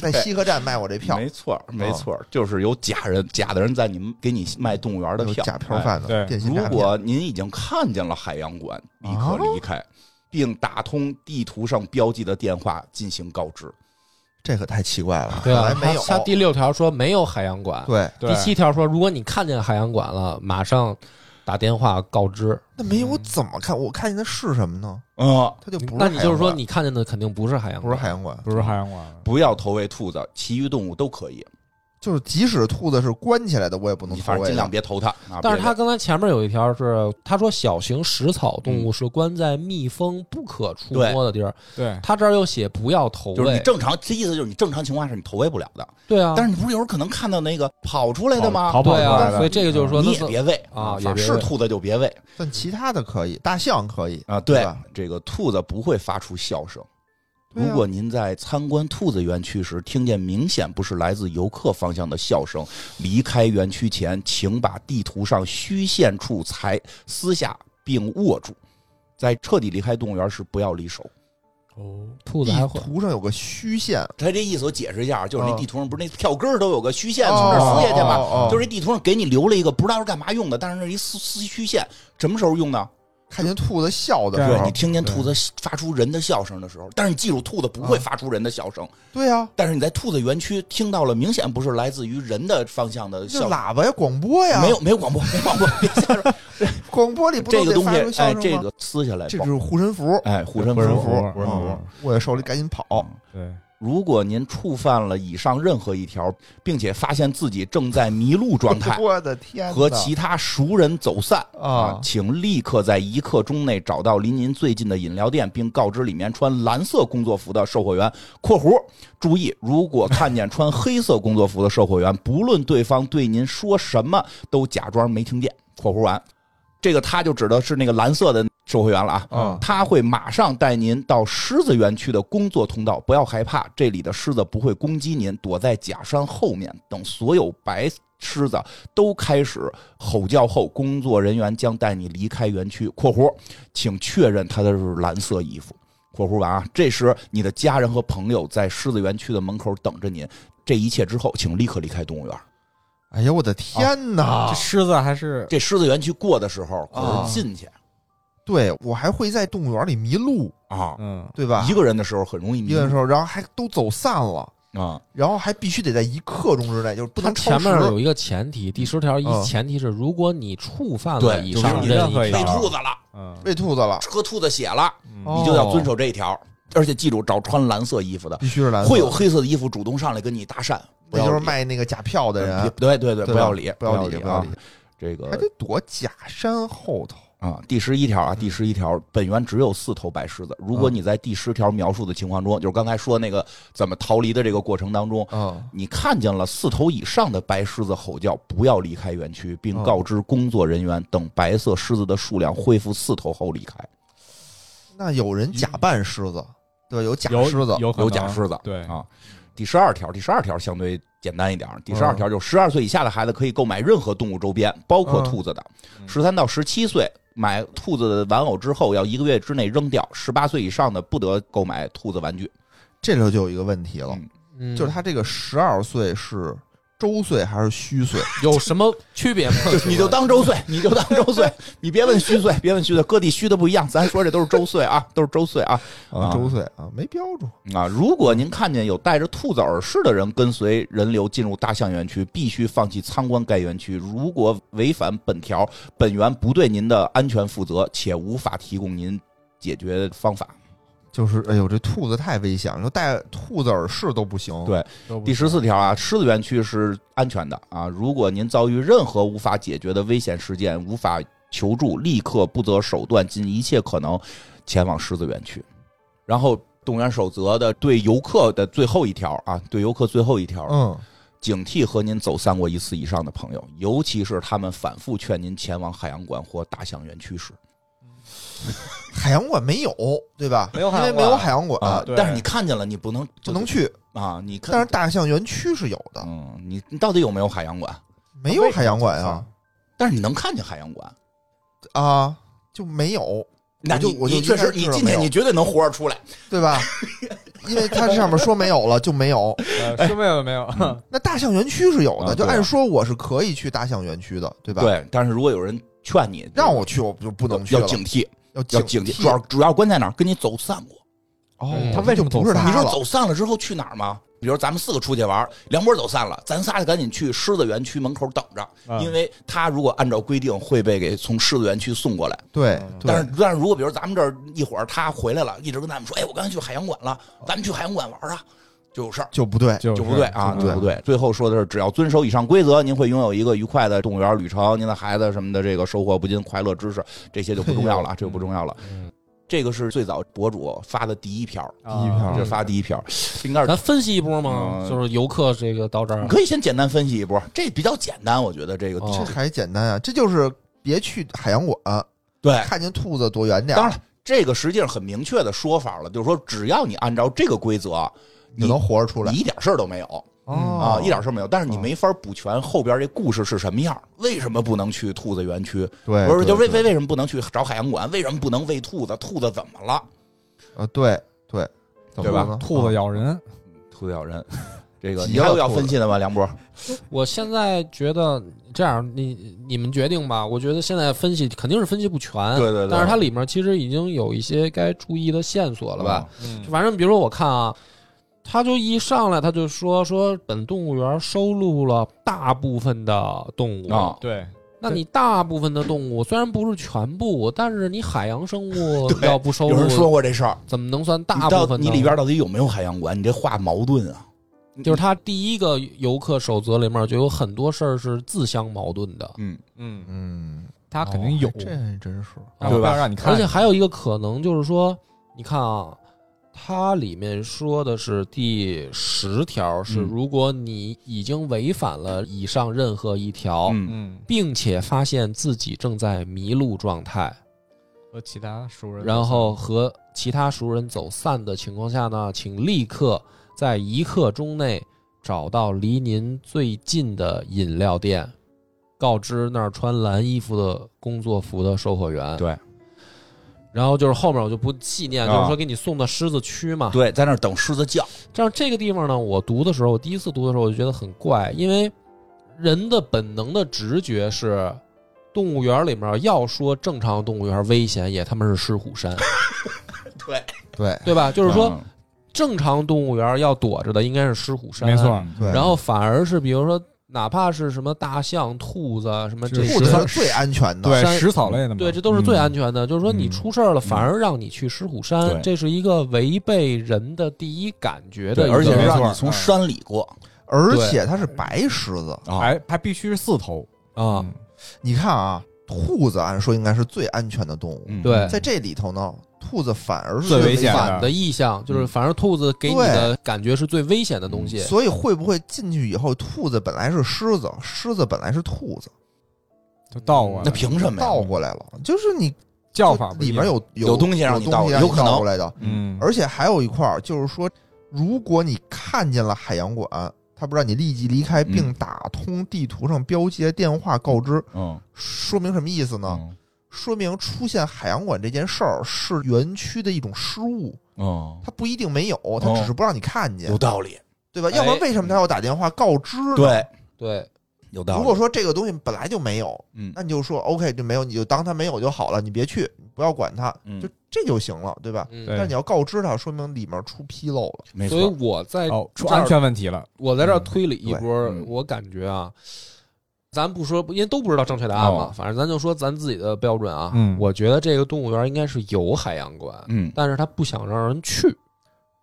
[SPEAKER 3] 在西河站卖我这票，
[SPEAKER 2] 没错儿，没错儿，就是有假人，假的人在你们给你卖动物园的
[SPEAKER 3] 有
[SPEAKER 2] 票，
[SPEAKER 3] 假票
[SPEAKER 1] 哎
[SPEAKER 3] 贩子，
[SPEAKER 4] 对
[SPEAKER 3] 电信
[SPEAKER 2] 如
[SPEAKER 3] 诈骗
[SPEAKER 2] 果您已经看见了海洋馆，立刻离开，并打通地图上标记的电话进行告知。
[SPEAKER 3] 这可太奇怪了，
[SPEAKER 1] 对
[SPEAKER 3] 本来
[SPEAKER 1] 啊，
[SPEAKER 3] 没有，
[SPEAKER 1] 他他第六条说没有海洋馆，
[SPEAKER 3] 对，
[SPEAKER 4] 对
[SPEAKER 1] 第七条说如果你看见海洋馆了，马上打电话告知。
[SPEAKER 3] 那没有我怎么看？我看见的是什么呢？
[SPEAKER 2] 嗯，
[SPEAKER 3] 它就不是海
[SPEAKER 1] 那
[SPEAKER 3] 洋馆，
[SPEAKER 1] 你就是说你看见的肯定不是海洋
[SPEAKER 3] 不是
[SPEAKER 1] 馆，
[SPEAKER 3] 海洋馆，
[SPEAKER 4] 不是海洋馆，
[SPEAKER 2] 不要投喂兔子，其余动物都可以，
[SPEAKER 3] 就是即使兔子是关起来的，我也不能
[SPEAKER 2] 你
[SPEAKER 3] 投
[SPEAKER 2] 反正
[SPEAKER 3] 喂
[SPEAKER 2] 尽量
[SPEAKER 3] 的。
[SPEAKER 2] 别投它。啊
[SPEAKER 1] 但是
[SPEAKER 2] 别
[SPEAKER 1] 他刚才前面有一条是，他说小型食草
[SPEAKER 2] 嗯
[SPEAKER 1] 动物是关在密封不可触摸的地儿，
[SPEAKER 4] 对，
[SPEAKER 1] 他这儿又写不要投
[SPEAKER 2] 哎就是你
[SPEAKER 1] 喂，
[SPEAKER 2] 正常，这意思就是你正常情况下是你投喂不了的。
[SPEAKER 1] 对啊，
[SPEAKER 2] 但是你不是有时候可能看到那个跑出来的吗？
[SPEAKER 4] 逃跑
[SPEAKER 1] 对
[SPEAKER 4] 出来
[SPEAKER 1] 啊，
[SPEAKER 4] 的
[SPEAKER 1] 所以这个就是说，
[SPEAKER 2] 你
[SPEAKER 1] 那
[SPEAKER 2] 也
[SPEAKER 1] 怎
[SPEAKER 2] 别喂
[SPEAKER 1] 啊也
[SPEAKER 2] 反
[SPEAKER 1] 别
[SPEAKER 2] 是
[SPEAKER 1] 喂
[SPEAKER 2] 兔子就别喂
[SPEAKER 3] 但其他的可以，大象可以，
[SPEAKER 2] 啊。对
[SPEAKER 3] 吧，
[SPEAKER 2] 这个兔子不会发出笑声。
[SPEAKER 3] 对啊
[SPEAKER 2] 如果您在参观兔子园区时听见明显不是来自游客方向的笑声，离开园区前，请把地图上虚线处裁撕下并握住。在彻底离开动物园时，不要离手。
[SPEAKER 1] 哦，兔子还
[SPEAKER 3] 地
[SPEAKER 1] 会
[SPEAKER 3] 图上有个虚线，
[SPEAKER 2] 他这意思我解释一下，啊就是那
[SPEAKER 3] 嗯
[SPEAKER 2] 地图上不是那跳根儿都有个虚线，从这儿撕下去
[SPEAKER 3] 哦
[SPEAKER 2] 吗？
[SPEAKER 3] 哦哦哦
[SPEAKER 2] 就是这地图上给你留了一个不知道是干嘛用的，但是那一撕撕虚线，什么时候用呢？
[SPEAKER 3] 看见兔子笑的时
[SPEAKER 4] 对
[SPEAKER 2] 对
[SPEAKER 3] 候
[SPEAKER 2] 你，听见兔子发出人的笑声的时候，但是你记住，兔子不会发出人的笑声，
[SPEAKER 3] 对啊呀、
[SPEAKER 2] 但是你在兔子园区听到了，明显不是来自于人的方向的
[SPEAKER 3] 就
[SPEAKER 2] 笑声。
[SPEAKER 3] 喇叭呀，广播呀，
[SPEAKER 2] 没有没有
[SPEAKER 3] [laughs]
[SPEAKER 2] 广播，没广播，别瞎说。
[SPEAKER 3] 广播里不
[SPEAKER 2] 这
[SPEAKER 3] 都
[SPEAKER 2] 个
[SPEAKER 3] 得
[SPEAKER 2] 东
[SPEAKER 3] 发出
[SPEAKER 2] 西，
[SPEAKER 3] 笑
[SPEAKER 2] 哎，
[SPEAKER 3] 声吗？
[SPEAKER 2] 这个撕下来，
[SPEAKER 3] 这就是护身符，
[SPEAKER 2] 哎，护身
[SPEAKER 4] 护身符
[SPEAKER 2] 符。
[SPEAKER 4] 护身符
[SPEAKER 3] 握在手里赶紧跑。，
[SPEAKER 4] 嗯对，
[SPEAKER 2] 嗯如果您触犯了以上任何一条，并且发现自己正在迷路状态
[SPEAKER 3] [laughs] 我的天哪！
[SPEAKER 2] 和其他熟人走散
[SPEAKER 3] 啊
[SPEAKER 2] 请立刻在一刻钟内找到离您最近的饮料店，并告知里面穿蓝色工作服的售货员（括弧注意，如果看见穿黑色工作服的售货员，不论对方对您说什么，都假装没听见）。括弧完，这个他就指的是那个蓝色的售货员了啊。
[SPEAKER 3] 啊
[SPEAKER 2] 他会马上带您到狮子园区的工作通道，不要害怕，这里的狮子不会攻击您，躲在假山后面。等所有白狮子都开始吼叫后，工作人员将带你离开园区（括弧），请确认他的是蓝色衣服。括弧完啊，这时你的家人和朋友在狮子园区的门口等着您。这一切之后，请立刻离开动物园。
[SPEAKER 3] 哎呀，我的
[SPEAKER 2] 啊
[SPEAKER 3] 天哪
[SPEAKER 4] 这！狮子还是
[SPEAKER 2] 这狮子园区过的时候，可
[SPEAKER 3] 啊
[SPEAKER 2] 是进去
[SPEAKER 3] 对我还会在动物园里迷路，
[SPEAKER 2] 啊，
[SPEAKER 4] 嗯，
[SPEAKER 3] 对吧
[SPEAKER 2] 一？个人的时候很容易迷
[SPEAKER 3] 一个
[SPEAKER 2] 路
[SPEAKER 3] 的时候，然后还都走散了，
[SPEAKER 2] 啊。
[SPEAKER 3] 然后还必须得在一刻钟之内，就是不
[SPEAKER 1] 它
[SPEAKER 3] 能超
[SPEAKER 1] 前面
[SPEAKER 3] 时
[SPEAKER 1] 有一个前提，第十条一
[SPEAKER 3] 嗯
[SPEAKER 1] 前提是，如果你触犯了
[SPEAKER 2] 对
[SPEAKER 1] 以
[SPEAKER 2] 就是
[SPEAKER 1] 上
[SPEAKER 2] 你
[SPEAKER 1] 任
[SPEAKER 4] 任何
[SPEAKER 1] 一
[SPEAKER 4] 一
[SPEAKER 2] 被
[SPEAKER 1] 条
[SPEAKER 4] 条，
[SPEAKER 2] 兔子了，
[SPEAKER 4] 嗯
[SPEAKER 3] 喂兔子了，
[SPEAKER 2] 喝兔子血了，
[SPEAKER 3] 哦
[SPEAKER 2] 你就要遵守这一条。而且记住，找穿蓝色衣服的，
[SPEAKER 3] 必须是蓝色，
[SPEAKER 2] 会有黑色的衣服主动上来跟你搭讪，不
[SPEAKER 3] 那
[SPEAKER 2] 要
[SPEAKER 3] 就是
[SPEAKER 2] 理嗯
[SPEAKER 3] 卖那个假票的人，
[SPEAKER 2] 对对对，
[SPEAKER 3] 对吧啊
[SPEAKER 2] 不要理，
[SPEAKER 3] 不
[SPEAKER 2] 要
[SPEAKER 3] 理，
[SPEAKER 2] 不
[SPEAKER 3] 不要理哎
[SPEAKER 2] 啊，这
[SPEAKER 3] 还
[SPEAKER 2] 个
[SPEAKER 3] 得躲假山后头。
[SPEAKER 2] 啊，第十一条啊，第十一条，本园只有四头白狮子。如果
[SPEAKER 3] 嗯
[SPEAKER 2] 你在第十条描述的情况中，就是刚才说那个怎么逃离的这个过程当中，
[SPEAKER 3] 嗯，
[SPEAKER 2] 你看见了四头以上的白狮子吼叫，不要离开园区，并
[SPEAKER 3] 哦
[SPEAKER 2] 告知工作人员，等白色狮子的数量恢复四头后离开。
[SPEAKER 3] 那有人假扮狮子，对吧？有假
[SPEAKER 4] 嗯有
[SPEAKER 3] 狮子，
[SPEAKER 4] 有可
[SPEAKER 2] 哦有
[SPEAKER 4] 能
[SPEAKER 2] 假狮子，
[SPEAKER 4] 对
[SPEAKER 2] 啊。第十二条，第十二条相对简单一点儿。第十二条就是十二岁以下的孩子可以购买任何动物周边，包括
[SPEAKER 3] 嗯
[SPEAKER 2] 兔子的。
[SPEAKER 4] 嗯
[SPEAKER 2] 十三到十七岁买兔子的玩偶之后，要一个月之内扔掉；十八岁以上的不得购买兔子玩 [laughs] 具。
[SPEAKER 3] 这里头就有一个问题了，
[SPEAKER 2] 嗯
[SPEAKER 1] 嗯
[SPEAKER 3] 就是他这个十二岁是周岁还是虚岁？
[SPEAKER 1] 有什么区别吗？
[SPEAKER 2] [laughs] 你就当周岁，你就当周岁，你别问虚岁，别问虚岁，各地虚的不一样。咱说这都是周岁啊，都是周岁啊啊
[SPEAKER 3] 周岁啊，没标注。
[SPEAKER 2] 啊！如果您看见有带着兔子耳饰的人跟随人流进入大象园区，必须放弃参观该园区。如果违反本条，本园不对您的安全负责，且无法提供您解决方法。
[SPEAKER 3] 就是，哎呦，这兔子太危险了，就戴兔子耳饰都不行。
[SPEAKER 2] 对第十四条啊，狮子园区是安全的啊。如果您遭遇任何无法解决的危险事件，无法求助，立刻不择手段，尽一切可能前往狮子园区。然后动物园守则的对游客的最后一条啊，对游客最后一条，
[SPEAKER 3] 嗯，
[SPEAKER 2] 警惕和您走散过一次以上的朋友，尤其是他们反复劝您前往海洋馆或大象园区时
[SPEAKER 3] 海洋馆没有，对吧？
[SPEAKER 4] 没有海
[SPEAKER 3] 因为
[SPEAKER 4] 洋馆啊
[SPEAKER 3] 没有海洋馆，
[SPEAKER 4] 对
[SPEAKER 2] 啊但是你看见了，你不能
[SPEAKER 3] 啊不能去。
[SPEAKER 2] 啊！你看，
[SPEAKER 3] 但是大象园区是有的，
[SPEAKER 2] 嗯，你你到底有没有海洋馆？
[SPEAKER 3] 没有海洋馆啊
[SPEAKER 2] 但是你能看见海洋馆，
[SPEAKER 3] 啊，就没有，
[SPEAKER 2] 那
[SPEAKER 3] 就
[SPEAKER 2] 你
[SPEAKER 3] 我就
[SPEAKER 2] 你确实，
[SPEAKER 3] 应
[SPEAKER 2] 你
[SPEAKER 3] 该知道
[SPEAKER 2] 今
[SPEAKER 3] 没
[SPEAKER 2] 天
[SPEAKER 3] 有
[SPEAKER 2] 你绝对能活着出来。
[SPEAKER 3] 对
[SPEAKER 4] [laughs]
[SPEAKER 3] 吧？因为它上面说没有了就没有。
[SPEAKER 4] 呃是为了没有？
[SPEAKER 3] 那大象园区是有
[SPEAKER 2] 啊
[SPEAKER 3] 的，就
[SPEAKER 2] 对啊
[SPEAKER 3] 按说我是可以去大象园区的，对吧？，
[SPEAKER 2] 对，但是如果有人劝你，
[SPEAKER 3] 让我去我就不
[SPEAKER 2] 不
[SPEAKER 3] 能去
[SPEAKER 2] 要
[SPEAKER 3] 了，
[SPEAKER 2] 警惕，
[SPEAKER 3] 要
[SPEAKER 2] 要警
[SPEAKER 3] 警
[SPEAKER 2] 惕。主要主要关在哪儿？跟你走散过，
[SPEAKER 3] 哦
[SPEAKER 1] 嗯，
[SPEAKER 3] 他为什么不是他
[SPEAKER 2] 你说
[SPEAKER 3] 了？
[SPEAKER 2] 走散了之后去哪儿吗？比如咱们四个出去玩，梁波走散了，咱仨赶紧去狮子园区门口等着，
[SPEAKER 4] 嗯
[SPEAKER 2] [laughs] 因为他如果按照规定会被给从狮子园区送过来。
[SPEAKER 3] 对，对
[SPEAKER 2] 但是但是如果比如咱们这儿一会儿他回来了，一直跟咱们说，哎，我刚才去海洋馆了，咱们去海洋馆玩啊，就有事儿。
[SPEAKER 3] 就不对，
[SPEAKER 4] 嗯就
[SPEAKER 2] 就不对啊，
[SPEAKER 4] 是
[SPEAKER 2] 就
[SPEAKER 3] 对
[SPEAKER 2] 不对。最后说的是，只要遵守以上规则，您会拥有一个愉快的动物园旅程，您的孩子什么的，这个收获不尽快乐知识，这些就不重要了啊，这就不重要了。
[SPEAKER 1] 嗯
[SPEAKER 2] 这个是最早博主发的第一条，
[SPEAKER 4] 啊
[SPEAKER 3] 一条
[SPEAKER 2] 这是发第一条，应该是。
[SPEAKER 1] 咱分析一波嘛，
[SPEAKER 2] 嗯
[SPEAKER 1] 就是游客这个到这儿
[SPEAKER 2] 你，可以先简单分析一波，这比较简单，我觉得这个
[SPEAKER 1] 嗯哦
[SPEAKER 3] 这还简单啊，这就是别去海洋馆，
[SPEAKER 2] 对。
[SPEAKER 3] 看见兔子躲远点儿，
[SPEAKER 2] 当然了，这个实际上很明确的说法了，就是说，只要你按照这个规则，
[SPEAKER 3] 你就能活着出来
[SPEAKER 2] 你一点事儿都没有
[SPEAKER 3] 哦
[SPEAKER 2] 啊，一点事儿没有。但是你没法补全后边这故事是什么样，为什么不能去兔子园区？
[SPEAKER 3] 哎对，
[SPEAKER 2] 不是，就
[SPEAKER 3] 对
[SPEAKER 2] 为为为什么不能去找海洋馆？为什么不能喂兔子？兔子怎么了？
[SPEAKER 3] 呃对怎
[SPEAKER 2] 对
[SPEAKER 3] 么
[SPEAKER 2] 吧
[SPEAKER 3] 了呢？啊
[SPEAKER 4] 兔子咬人，
[SPEAKER 2] 兔子咬人，这个
[SPEAKER 3] 急
[SPEAKER 2] 你还有
[SPEAKER 3] 了
[SPEAKER 2] 要
[SPEAKER 3] 兔子
[SPEAKER 2] 分析的吗？梁博，
[SPEAKER 1] 我现在觉得这样，你你们决定吧。我觉得现在分析肯定是分析不全，
[SPEAKER 2] 对对对
[SPEAKER 1] 但是它里面其实已经有一些该注意的线索了吧？
[SPEAKER 4] 嗯
[SPEAKER 1] 反正比如说我看啊，他就一上来他就说说本动物园收录了大部分的动物，
[SPEAKER 2] 啊？
[SPEAKER 4] 对，
[SPEAKER 1] 那你大部分的动物虽然不是全部，但是你海洋生
[SPEAKER 2] [laughs]
[SPEAKER 1] 物要不收
[SPEAKER 2] 有人说
[SPEAKER 1] 录，
[SPEAKER 2] 过这事儿，
[SPEAKER 1] 怎么能算
[SPEAKER 2] 你
[SPEAKER 1] 哦大
[SPEAKER 2] 到
[SPEAKER 1] 部分呢？
[SPEAKER 2] 你里边到底有没有海洋馆？你这话矛盾啊！
[SPEAKER 1] 就是他第一个游客守则里面就有很多事儿是自相矛盾的，
[SPEAKER 2] 嗯，
[SPEAKER 4] 嗯，
[SPEAKER 3] 嗯，
[SPEAKER 4] 他肯定有，啊
[SPEAKER 2] 哦
[SPEAKER 3] 这还真是
[SPEAKER 4] 但我
[SPEAKER 2] 对
[SPEAKER 4] 不
[SPEAKER 2] 吧
[SPEAKER 4] 要让你看，
[SPEAKER 1] 而且还有一个可能就是说，你看啊，它里面说的是第十条是，
[SPEAKER 2] 嗯
[SPEAKER 1] 如果你已经违反了以上任何一条，
[SPEAKER 2] 嗯，
[SPEAKER 4] 嗯
[SPEAKER 1] 并且发现自己正在迷路状态，
[SPEAKER 4] 和其他熟人，
[SPEAKER 1] 然后和其他熟人走散的情况下呢，请立刻在一刻钟内找到离您最近的饮料店，告知那儿穿蓝衣服的工作服的售货员。
[SPEAKER 2] 对。
[SPEAKER 1] 然后就是后面我就不细念，
[SPEAKER 2] 啊
[SPEAKER 1] 就是说给你送到狮子区嘛。
[SPEAKER 2] 对，在那儿等狮子叫，
[SPEAKER 1] 这样这个地方呢，我读的时候，我第一次读的时候，我就觉得很怪，因为人的本能的直觉是，动物园里面要说正常动物园危险，也他妈是狮虎山，
[SPEAKER 2] 对，
[SPEAKER 3] 对
[SPEAKER 1] 对
[SPEAKER 2] [laughs]
[SPEAKER 1] 吧？就是说，
[SPEAKER 2] 嗯
[SPEAKER 1] 正常动物园要躲着的应该是狮虎山，
[SPEAKER 4] 没错。，
[SPEAKER 3] 对，
[SPEAKER 1] 然后反而是比如说，哪怕是什么大象、兔子啊什么这
[SPEAKER 4] 是
[SPEAKER 1] 些，
[SPEAKER 3] 兔子是最安全的，
[SPEAKER 4] 对
[SPEAKER 1] 山
[SPEAKER 4] 食草类的嘛，
[SPEAKER 1] 对，这都是最安
[SPEAKER 4] 全。
[SPEAKER 1] 全的。就是说，你
[SPEAKER 4] 嗯
[SPEAKER 1] 出事儿了，反而让你去狮虎山
[SPEAKER 2] 对，
[SPEAKER 1] 这是一个违背人的第一感觉的
[SPEAKER 2] 对，
[SPEAKER 1] 一个。
[SPEAKER 2] 而且
[SPEAKER 4] 没
[SPEAKER 2] 让
[SPEAKER 4] 错
[SPEAKER 2] 你从
[SPEAKER 4] 嗯
[SPEAKER 2] 山里过
[SPEAKER 3] 而且它是白狮子。
[SPEAKER 2] 啊，
[SPEAKER 4] 还还必须是四头
[SPEAKER 1] 啊，
[SPEAKER 4] 嗯
[SPEAKER 3] 你看啊，兔子按说应该是最安全的动物，
[SPEAKER 2] 嗯
[SPEAKER 1] 对
[SPEAKER 3] 在这里头呢，兔子反而是
[SPEAKER 4] 哎最危
[SPEAKER 3] 危
[SPEAKER 4] 险
[SPEAKER 3] 险
[SPEAKER 1] 反的意象，
[SPEAKER 4] 嗯
[SPEAKER 1] 就是反而兔子给你的感觉是最危险的东西。
[SPEAKER 3] 所以会不会进去以后，兔子本来是狮子，狮子本来是兔子，
[SPEAKER 4] 就倒过来，
[SPEAKER 2] 那凭什么呀？
[SPEAKER 3] 倒过来了？就是你
[SPEAKER 4] 叫法不一
[SPEAKER 3] 里
[SPEAKER 4] 样
[SPEAKER 3] 面有有
[SPEAKER 2] 有东西让你
[SPEAKER 3] 你
[SPEAKER 2] 倒有可能
[SPEAKER 3] 倒过来的。
[SPEAKER 4] 嗯，
[SPEAKER 3] 而且还有一块儿就是说，如果你看见了海洋馆，他不让你立即离开，
[SPEAKER 2] 嗯
[SPEAKER 3] 并打通地图上标记的电话告知，
[SPEAKER 2] 嗯，
[SPEAKER 3] 说明什么意思呢？
[SPEAKER 2] 嗯
[SPEAKER 3] 说明出现海洋馆这件事儿是园区的一种失误，
[SPEAKER 2] 哦，
[SPEAKER 3] 它不一定没有，它
[SPEAKER 2] 哦
[SPEAKER 3] 只是不让你看见，
[SPEAKER 2] 有道理，
[SPEAKER 3] 对吧？要
[SPEAKER 4] 哎
[SPEAKER 3] 不然为什么他要打电话告知呢？
[SPEAKER 2] 对，
[SPEAKER 1] 对，
[SPEAKER 2] 有道理。
[SPEAKER 3] 如果说这个东西本来就没有，
[SPEAKER 2] 嗯
[SPEAKER 3] 那你就说 OK，这没有，你就当它没有就好了，你别去，不要管它，
[SPEAKER 2] 嗯
[SPEAKER 3] 就这就行了，对吧？
[SPEAKER 1] 嗯
[SPEAKER 4] 对
[SPEAKER 3] 但你要告知他，说明里面出纰漏了。
[SPEAKER 2] 没
[SPEAKER 1] 所以
[SPEAKER 2] 错，
[SPEAKER 1] 我在
[SPEAKER 4] 哦，出
[SPEAKER 1] 这儿
[SPEAKER 4] 安全问题了，
[SPEAKER 1] 我在这儿推理一
[SPEAKER 3] 嗯
[SPEAKER 1] 波
[SPEAKER 2] 对嗯，
[SPEAKER 1] 我感觉啊，咱不说，因为都不知道正确答案嘛
[SPEAKER 2] 哦，
[SPEAKER 1] 反正咱就说咱自己的标准啊
[SPEAKER 4] 嗯。
[SPEAKER 1] 我觉得这个动物园应该是有海洋馆，
[SPEAKER 2] 嗯，
[SPEAKER 1] 但是他不想让人去。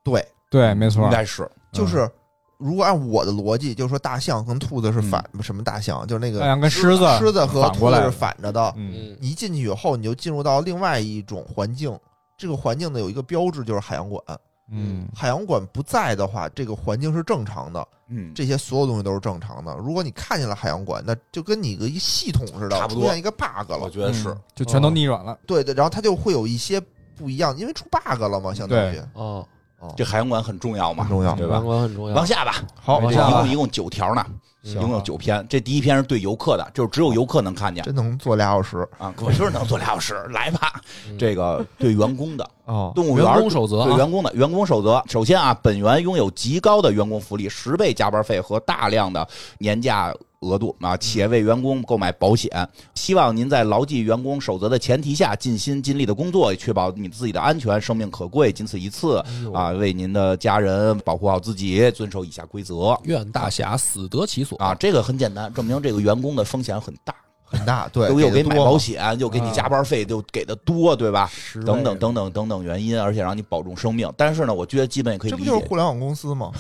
[SPEAKER 3] 对，
[SPEAKER 4] 对，没错
[SPEAKER 2] 应，该是
[SPEAKER 4] 嗯
[SPEAKER 3] 就是如果按我的逻辑，就是说大象跟兔子是反、什么大象，啊就是那
[SPEAKER 4] 哎
[SPEAKER 3] 个
[SPEAKER 4] 呀嗯跟狮子
[SPEAKER 3] 狮子和
[SPEAKER 4] 反
[SPEAKER 3] 兔
[SPEAKER 4] 过
[SPEAKER 3] 子
[SPEAKER 4] 来
[SPEAKER 3] 是反着的。
[SPEAKER 4] 嗯，
[SPEAKER 1] 嗯，
[SPEAKER 3] 你一进去以后，你就进入到另外一种环境，这个环境呢有一个标志就是海洋馆。
[SPEAKER 4] 嗯
[SPEAKER 3] 海洋馆不在的话，这个环境是正常的，
[SPEAKER 2] 嗯，
[SPEAKER 3] 这些所有东西都是正常的。如果你看见了海洋馆，那就跟你个一系统似的，
[SPEAKER 2] 差不多
[SPEAKER 3] 出现一个 bug
[SPEAKER 2] 我
[SPEAKER 3] 了。
[SPEAKER 2] 觉得是
[SPEAKER 4] 嗯，就全都逆转了，
[SPEAKER 3] 对对，然后它就会有一些不一样，因为出 bug 了嘛，相当于
[SPEAKER 4] 对
[SPEAKER 1] 哦，
[SPEAKER 3] 哦
[SPEAKER 2] 这海洋馆很重要嘛
[SPEAKER 3] 很，重要
[SPEAKER 2] 对
[SPEAKER 1] 海
[SPEAKER 2] 吧
[SPEAKER 1] 洋？馆很重
[SPEAKER 2] 往
[SPEAKER 1] 要。
[SPEAKER 2] 下吧，
[SPEAKER 3] 好
[SPEAKER 1] 嗯往
[SPEAKER 2] 这
[SPEAKER 1] 下
[SPEAKER 2] 一
[SPEAKER 1] 吧
[SPEAKER 2] 共一共九条呢，一
[SPEAKER 1] 行
[SPEAKER 2] 共有九篇。这第一篇是对游客的，就是只有游客能看见
[SPEAKER 3] 真能做俩小时
[SPEAKER 2] 啊。我就是能做俩小时，来吧。
[SPEAKER 1] 嗯
[SPEAKER 2] 这个对员工的，
[SPEAKER 3] 哦
[SPEAKER 2] 动物园
[SPEAKER 1] 员
[SPEAKER 2] 儿
[SPEAKER 1] 工守则
[SPEAKER 2] 对
[SPEAKER 1] 啊，
[SPEAKER 2] 员工的员工守则，首先啊，本园拥有极高的员工福利，十倍加班费和大量的年假额度啊，
[SPEAKER 3] 嗯
[SPEAKER 2] 且为员工购买保险。希望您在牢记员工守则的前提下，尽心尽力的工作，确保你自己的安全。生命可贵，仅此一次
[SPEAKER 1] 哎呦
[SPEAKER 2] 啊！为您的家人保护好自己，遵守以下规则
[SPEAKER 1] 愿大侠死得其所
[SPEAKER 2] 啊！！这个很简单，证明这个员工的风险很大，
[SPEAKER 3] 很大，对，
[SPEAKER 2] 又又给
[SPEAKER 3] 得
[SPEAKER 2] 买
[SPEAKER 3] 多嗯
[SPEAKER 2] 保
[SPEAKER 3] 嘛
[SPEAKER 2] 险，又给你
[SPEAKER 4] 啊
[SPEAKER 2] 加班费，又给的多，对吧？
[SPEAKER 4] 十
[SPEAKER 2] 等等等等等等原因，而且让你保重生命。但是呢，我觉得基本也可以
[SPEAKER 3] 这
[SPEAKER 2] 理
[SPEAKER 3] 不
[SPEAKER 2] 解
[SPEAKER 3] 就是。互联网公司吗？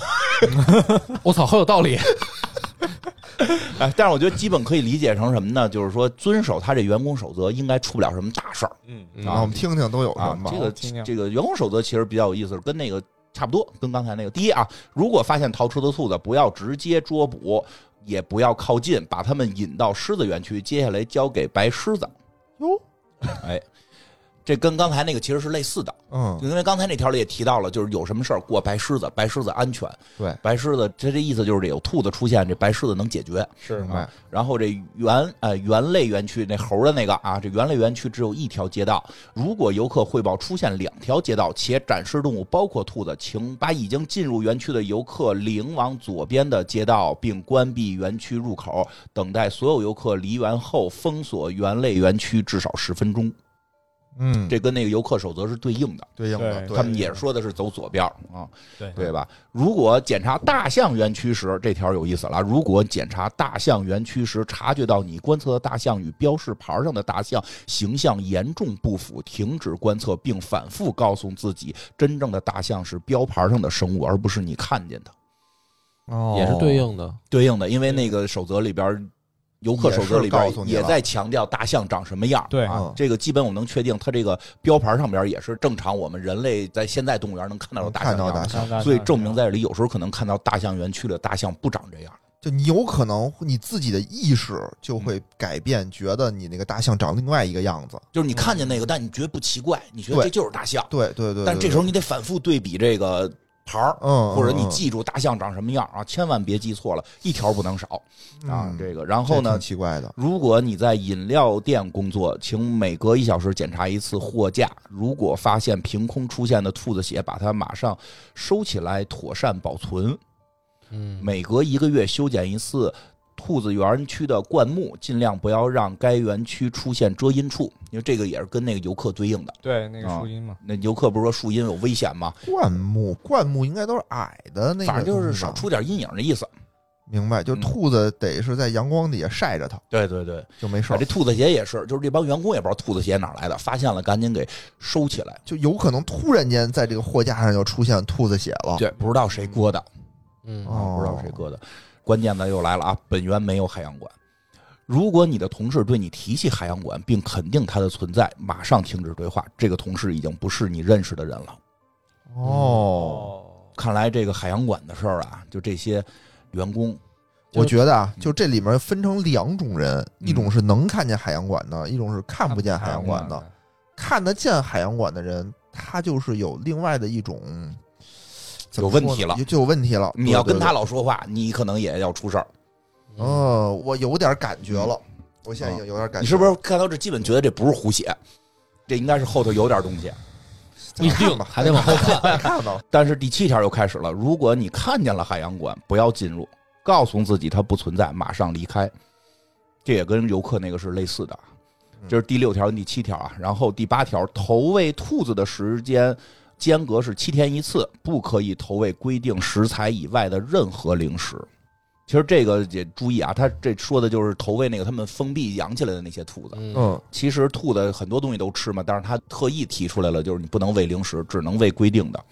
[SPEAKER 1] 我操，好有道理。
[SPEAKER 2] 哎，但是我觉得基本可以理解成什么呢？就是说遵守他这员工守则，应该出不了什么大事儿
[SPEAKER 4] 嗯
[SPEAKER 1] 嗯
[SPEAKER 3] 然后我们听听都有什
[SPEAKER 2] 啊
[SPEAKER 3] 么。吧
[SPEAKER 2] 这。个
[SPEAKER 4] 听听
[SPEAKER 2] 这个员工守则其实比较有意思，跟那个差不多，跟刚才那个。第一啊，如果发现逃出的兔子，不要直接捉捕，也不要靠近，把它们引到狮子园区，接下来交给白狮子。
[SPEAKER 3] 哟，
[SPEAKER 2] [laughs] 哎，这跟刚才那个其实是类似的，
[SPEAKER 3] 嗯，
[SPEAKER 2] 因为刚才那条里也提到了，就是有什么事儿过白狮子，白狮子安全，
[SPEAKER 3] 对，
[SPEAKER 2] 白狮子这这意思就是有兔子出现，这白狮子能解决。
[SPEAKER 1] 是
[SPEAKER 3] 明白，
[SPEAKER 2] 然后这猿呃猿类园区那猴的那个啊，这猿类园区只有一条街道，如果游客汇报出现两条街道且展示动物包括兔子，请把已经进入园区的游客领往左边的街道，并关闭园区入口，等待所有游客离园后封锁猿类园区至少十分钟。
[SPEAKER 3] 嗯，
[SPEAKER 2] 这跟那个游客守则是对应的。
[SPEAKER 3] 对应的，
[SPEAKER 4] 对
[SPEAKER 2] 他们也说的是走左边儿啊，
[SPEAKER 1] 对
[SPEAKER 2] 对吧？如果检查大象园区时，这条有意思了。如果检查大象园区时察觉到你观测的大象与标示牌上的大象形象严重不符，停止观测并反复告诉自己，真正的大象是标牌上的生物，而不是你看见的。
[SPEAKER 3] 哦
[SPEAKER 1] 也是对，应的。
[SPEAKER 2] 对应的，因为那个守则里边儿，游客守则里边
[SPEAKER 3] 也
[SPEAKER 2] 儿
[SPEAKER 3] 是告诉你了
[SPEAKER 2] 也在强调大象长什么样儿。
[SPEAKER 4] 对
[SPEAKER 2] 啊
[SPEAKER 3] 嗯，
[SPEAKER 2] 这个基本我能确定，它这个标牌上边儿也是正常我们人类在现在动物园能看到的大象
[SPEAKER 3] 能看到
[SPEAKER 2] 样
[SPEAKER 3] 大
[SPEAKER 2] 儿
[SPEAKER 3] 象。
[SPEAKER 4] 啊
[SPEAKER 2] 所以证明在这里，有时候可能看到大象园区的大象不长这样。
[SPEAKER 3] 就你有可能你自己的意识就会
[SPEAKER 2] 嗯
[SPEAKER 3] 改变，觉得你那个大象长另外一个样子，
[SPEAKER 2] 就是你看见那个，但你觉得不奇怪，你觉得
[SPEAKER 3] 对
[SPEAKER 2] 这就是大象。
[SPEAKER 3] 对对对，
[SPEAKER 2] 但这时候你得反复对比这个牌儿，
[SPEAKER 3] 嗯，
[SPEAKER 2] 或者你记住大象长什么样啊，千万别记错了，一条不能少
[SPEAKER 3] 嗯
[SPEAKER 2] 啊。这个，然
[SPEAKER 3] 然
[SPEAKER 2] 后呢，
[SPEAKER 3] 嗯奇怪的，
[SPEAKER 2] 如果你在饮料店工作，请每隔一小时检查一次货架。如果发现凭空出现的兔子血，把它马上收起来，妥善保存。
[SPEAKER 1] 嗯，
[SPEAKER 2] 每隔一个月修剪一次兔子园区的灌木，尽量不要让该园区出现遮阴处，因为这个也是跟那个游客对应的。
[SPEAKER 4] 对那个树荫嘛，
[SPEAKER 2] 那游客不是说树荫有危险吗？
[SPEAKER 3] 灌木灌木应该都是矮的那个，
[SPEAKER 2] 反正就是少出点阴影的意思。
[SPEAKER 3] 明白，就是
[SPEAKER 2] 嗯
[SPEAKER 3] 兔子得是在阳光底下晒着它
[SPEAKER 2] 对对对，
[SPEAKER 3] 就没事
[SPEAKER 2] 啊，
[SPEAKER 3] 儿
[SPEAKER 2] 这，兔子鞋也是，就是这帮员工也不知道兔子鞋哪儿来的，发现了赶紧给收起来。
[SPEAKER 3] 就有可能突然间在这个货架上就出现兔子血了，
[SPEAKER 2] 对，不知道谁割的。
[SPEAKER 1] 嗯
[SPEAKER 3] 哦
[SPEAKER 2] 不知道谁割的。关键的又来了啊！本园没有海洋馆。如果你的同事对你提起海洋馆，并肯定它的存在，马上停止对话。这个同事已经不是你认识的人了。
[SPEAKER 3] 哦，
[SPEAKER 2] 看来这个海洋馆的事儿啊，就这些员工，
[SPEAKER 3] 我觉得啊，
[SPEAKER 2] 嗯
[SPEAKER 3] 就这里面分成两种人，一种是能看见海洋馆的，一种是看不见海洋馆的。，看得见海洋馆的人，他就是有另外的一种怎么
[SPEAKER 2] 有问
[SPEAKER 3] 说呢
[SPEAKER 2] 题了
[SPEAKER 3] 就就有问题了。
[SPEAKER 2] 你要跟他
[SPEAKER 3] 了，
[SPEAKER 2] 老说话，你可能也要出事儿。
[SPEAKER 3] 嗯、
[SPEAKER 2] 哦
[SPEAKER 3] 我有点感觉了，我现在已经有点感觉了，
[SPEAKER 2] 嗯你是不是看到这，基本觉得这不是胡写，这应该是后头有点东西。
[SPEAKER 1] 不一定还得往后看。
[SPEAKER 3] 看看
[SPEAKER 2] [laughs]
[SPEAKER 3] 到了？
[SPEAKER 2] 但是第七条又开始了，如果你看见了海洋馆，不要进入，告诉自己它不存在，马上离开。这也跟游客那个是类似的啊，
[SPEAKER 3] 嗯
[SPEAKER 2] 这是第六条跟第七条啊。然后第八条，投喂兔子的时间间隔是七天一次，不可以投喂规定食材以外的任何零食。其实这个也注意啊，他这说的就是投喂那个他们封闭养起来的那些兔子。
[SPEAKER 1] 嗯，
[SPEAKER 3] 嗯，
[SPEAKER 2] 其实兔子很多东西都吃嘛，但是他特意提出来了，就是你不能喂零食，只能喂规定的。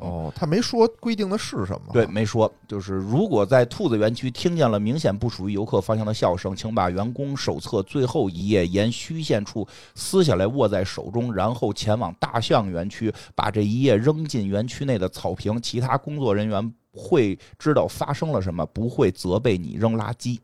[SPEAKER 3] 哦，他没说规定的是什么，
[SPEAKER 2] 嗯对，，没说，就是如果在兔子园区听见了明显不属于游客方向的笑声，请把员工手册最后一页沿虚线处撕下来握在手中，然后前往大象园区，把这一页扔进园区内的草坪。其他工作人员会知道发生了什么，不会责备你扔垃圾。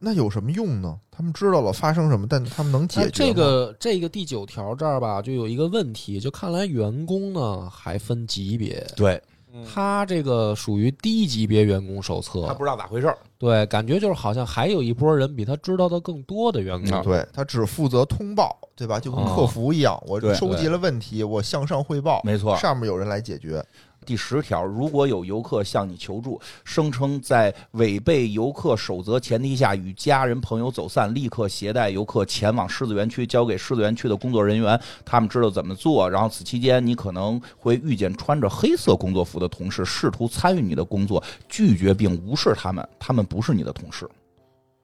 [SPEAKER 3] 那有什么用呢？他们知道了发生什么，但他们能解决
[SPEAKER 1] 那这
[SPEAKER 3] 吗
[SPEAKER 1] 个这个第九条这儿吧，就有一个问题，就看来员工呢还分级别，
[SPEAKER 2] 对
[SPEAKER 4] 嗯
[SPEAKER 1] 他这个属于低级别员工手
[SPEAKER 2] 嗯他
[SPEAKER 1] 册
[SPEAKER 2] 不，知道咋回事儿，
[SPEAKER 1] 对，感觉就是好像还有一波人比他知道的更多的员
[SPEAKER 2] 啊嗯
[SPEAKER 1] 工，
[SPEAKER 3] 嗯对他只负责通报，对吧？就跟
[SPEAKER 1] 哦
[SPEAKER 3] 客服一样，我
[SPEAKER 2] 对
[SPEAKER 3] 收集了问题，我向上汇报，
[SPEAKER 2] 没错
[SPEAKER 3] 上面有人来解决。
[SPEAKER 2] 第十条，如果有游客向你求助，声称在违背游客守则前提下与家人朋友走散，立刻携带游客前往狮子园区，交给狮子园区的工作人员，他们知道怎么做。然后此期间，你可能会遇见穿着黑色工作服的同事，试图参与你的工作，拒绝并无视他们，他们不是你的同事。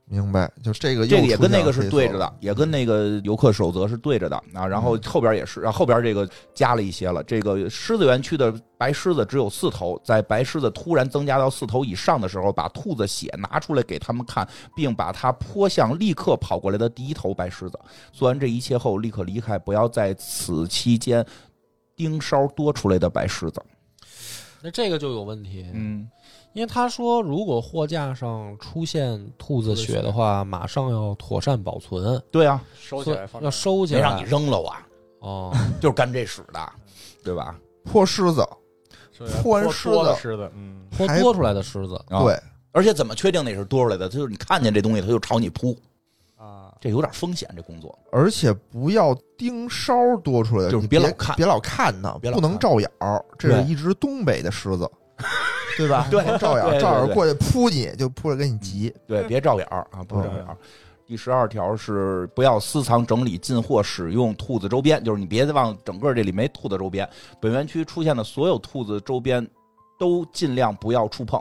[SPEAKER 3] 明白，就这个又
[SPEAKER 2] 这个也
[SPEAKER 3] 出
[SPEAKER 2] 跟
[SPEAKER 3] 现
[SPEAKER 2] 那个
[SPEAKER 3] 了嗯
[SPEAKER 2] 是
[SPEAKER 3] 黑
[SPEAKER 2] 对
[SPEAKER 3] 色
[SPEAKER 2] 着的，也跟那个游客守则是对着的啊。然后后边也是，然后后边这个加了一些了。这个狮子园区的白狮子只有四头，在白狮子突然增加到四头以上的时候，把兔子血拿出来给他们看，并把它泼向立刻跑过来的第一头白狮子。做完这一切后，立刻离开，不要在此期间盯梢多出来的白狮子。
[SPEAKER 1] 那这个就有问题，
[SPEAKER 2] 嗯，
[SPEAKER 1] 因为他说如果货架上出现兔子血的话，马上要妥善保存，
[SPEAKER 2] 对啊，
[SPEAKER 4] 收起来放
[SPEAKER 1] 要收起
[SPEAKER 2] 别
[SPEAKER 1] 来，
[SPEAKER 2] 让你扔了我。啊
[SPEAKER 1] 哦，
[SPEAKER 2] 就是干这使的，对吧？
[SPEAKER 3] 泼狮子，
[SPEAKER 4] 泼
[SPEAKER 3] 泼完狮子，
[SPEAKER 4] 狮子，嗯，
[SPEAKER 1] 多
[SPEAKER 3] 还
[SPEAKER 1] 多出来的狮子，
[SPEAKER 2] 啊
[SPEAKER 3] 对，
[SPEAKER 2] 而且怎么确定那是多出来的？就是你看见这东西，它就朝你扑，
[SPEAKER 4] 啊，
[SPEAKER 2] 这有点风险。这工作
[SPEAKER 3] 而且不要盯梢多出来的，
[SPEAKER 2] 就是
[SPEAKER 3] 你
[SPEAKER 2] 别
[SPEAKER 3] 别
[SPEAKER 2] 老看
[SPEAKER 3] 别老看它，
[SPEAKER 2] 别老
[SPEAKER 3] 不能
[SPEAKER 2] 看
[SPEAKER 3] 照眼儿。这
[SPEAKER 2] 对
[SPEAKER 3] 是一只东北的
[SPEAKER 2] [laughs]
[SPEAKER 3] 狮子，对吧？
[SPEAKER 2] 对
[SPEAKER 3] 不能照眼儿，
[SPEAKER 2] 对对
[SPEAKER 3] 照眼儿
[SPEAKER 2] 对
[SPEAKER 3] 过去嗯扑你就扑着跟你急。
[SPEAKER 2] 对，别照眼儿啊，不照眼儿。第十二条是呃不要私藏、整理、进货、使用兔子周边，就是你别往整个这里没兔子周边。本园区出现的所有兔子周边都尽量不要触碰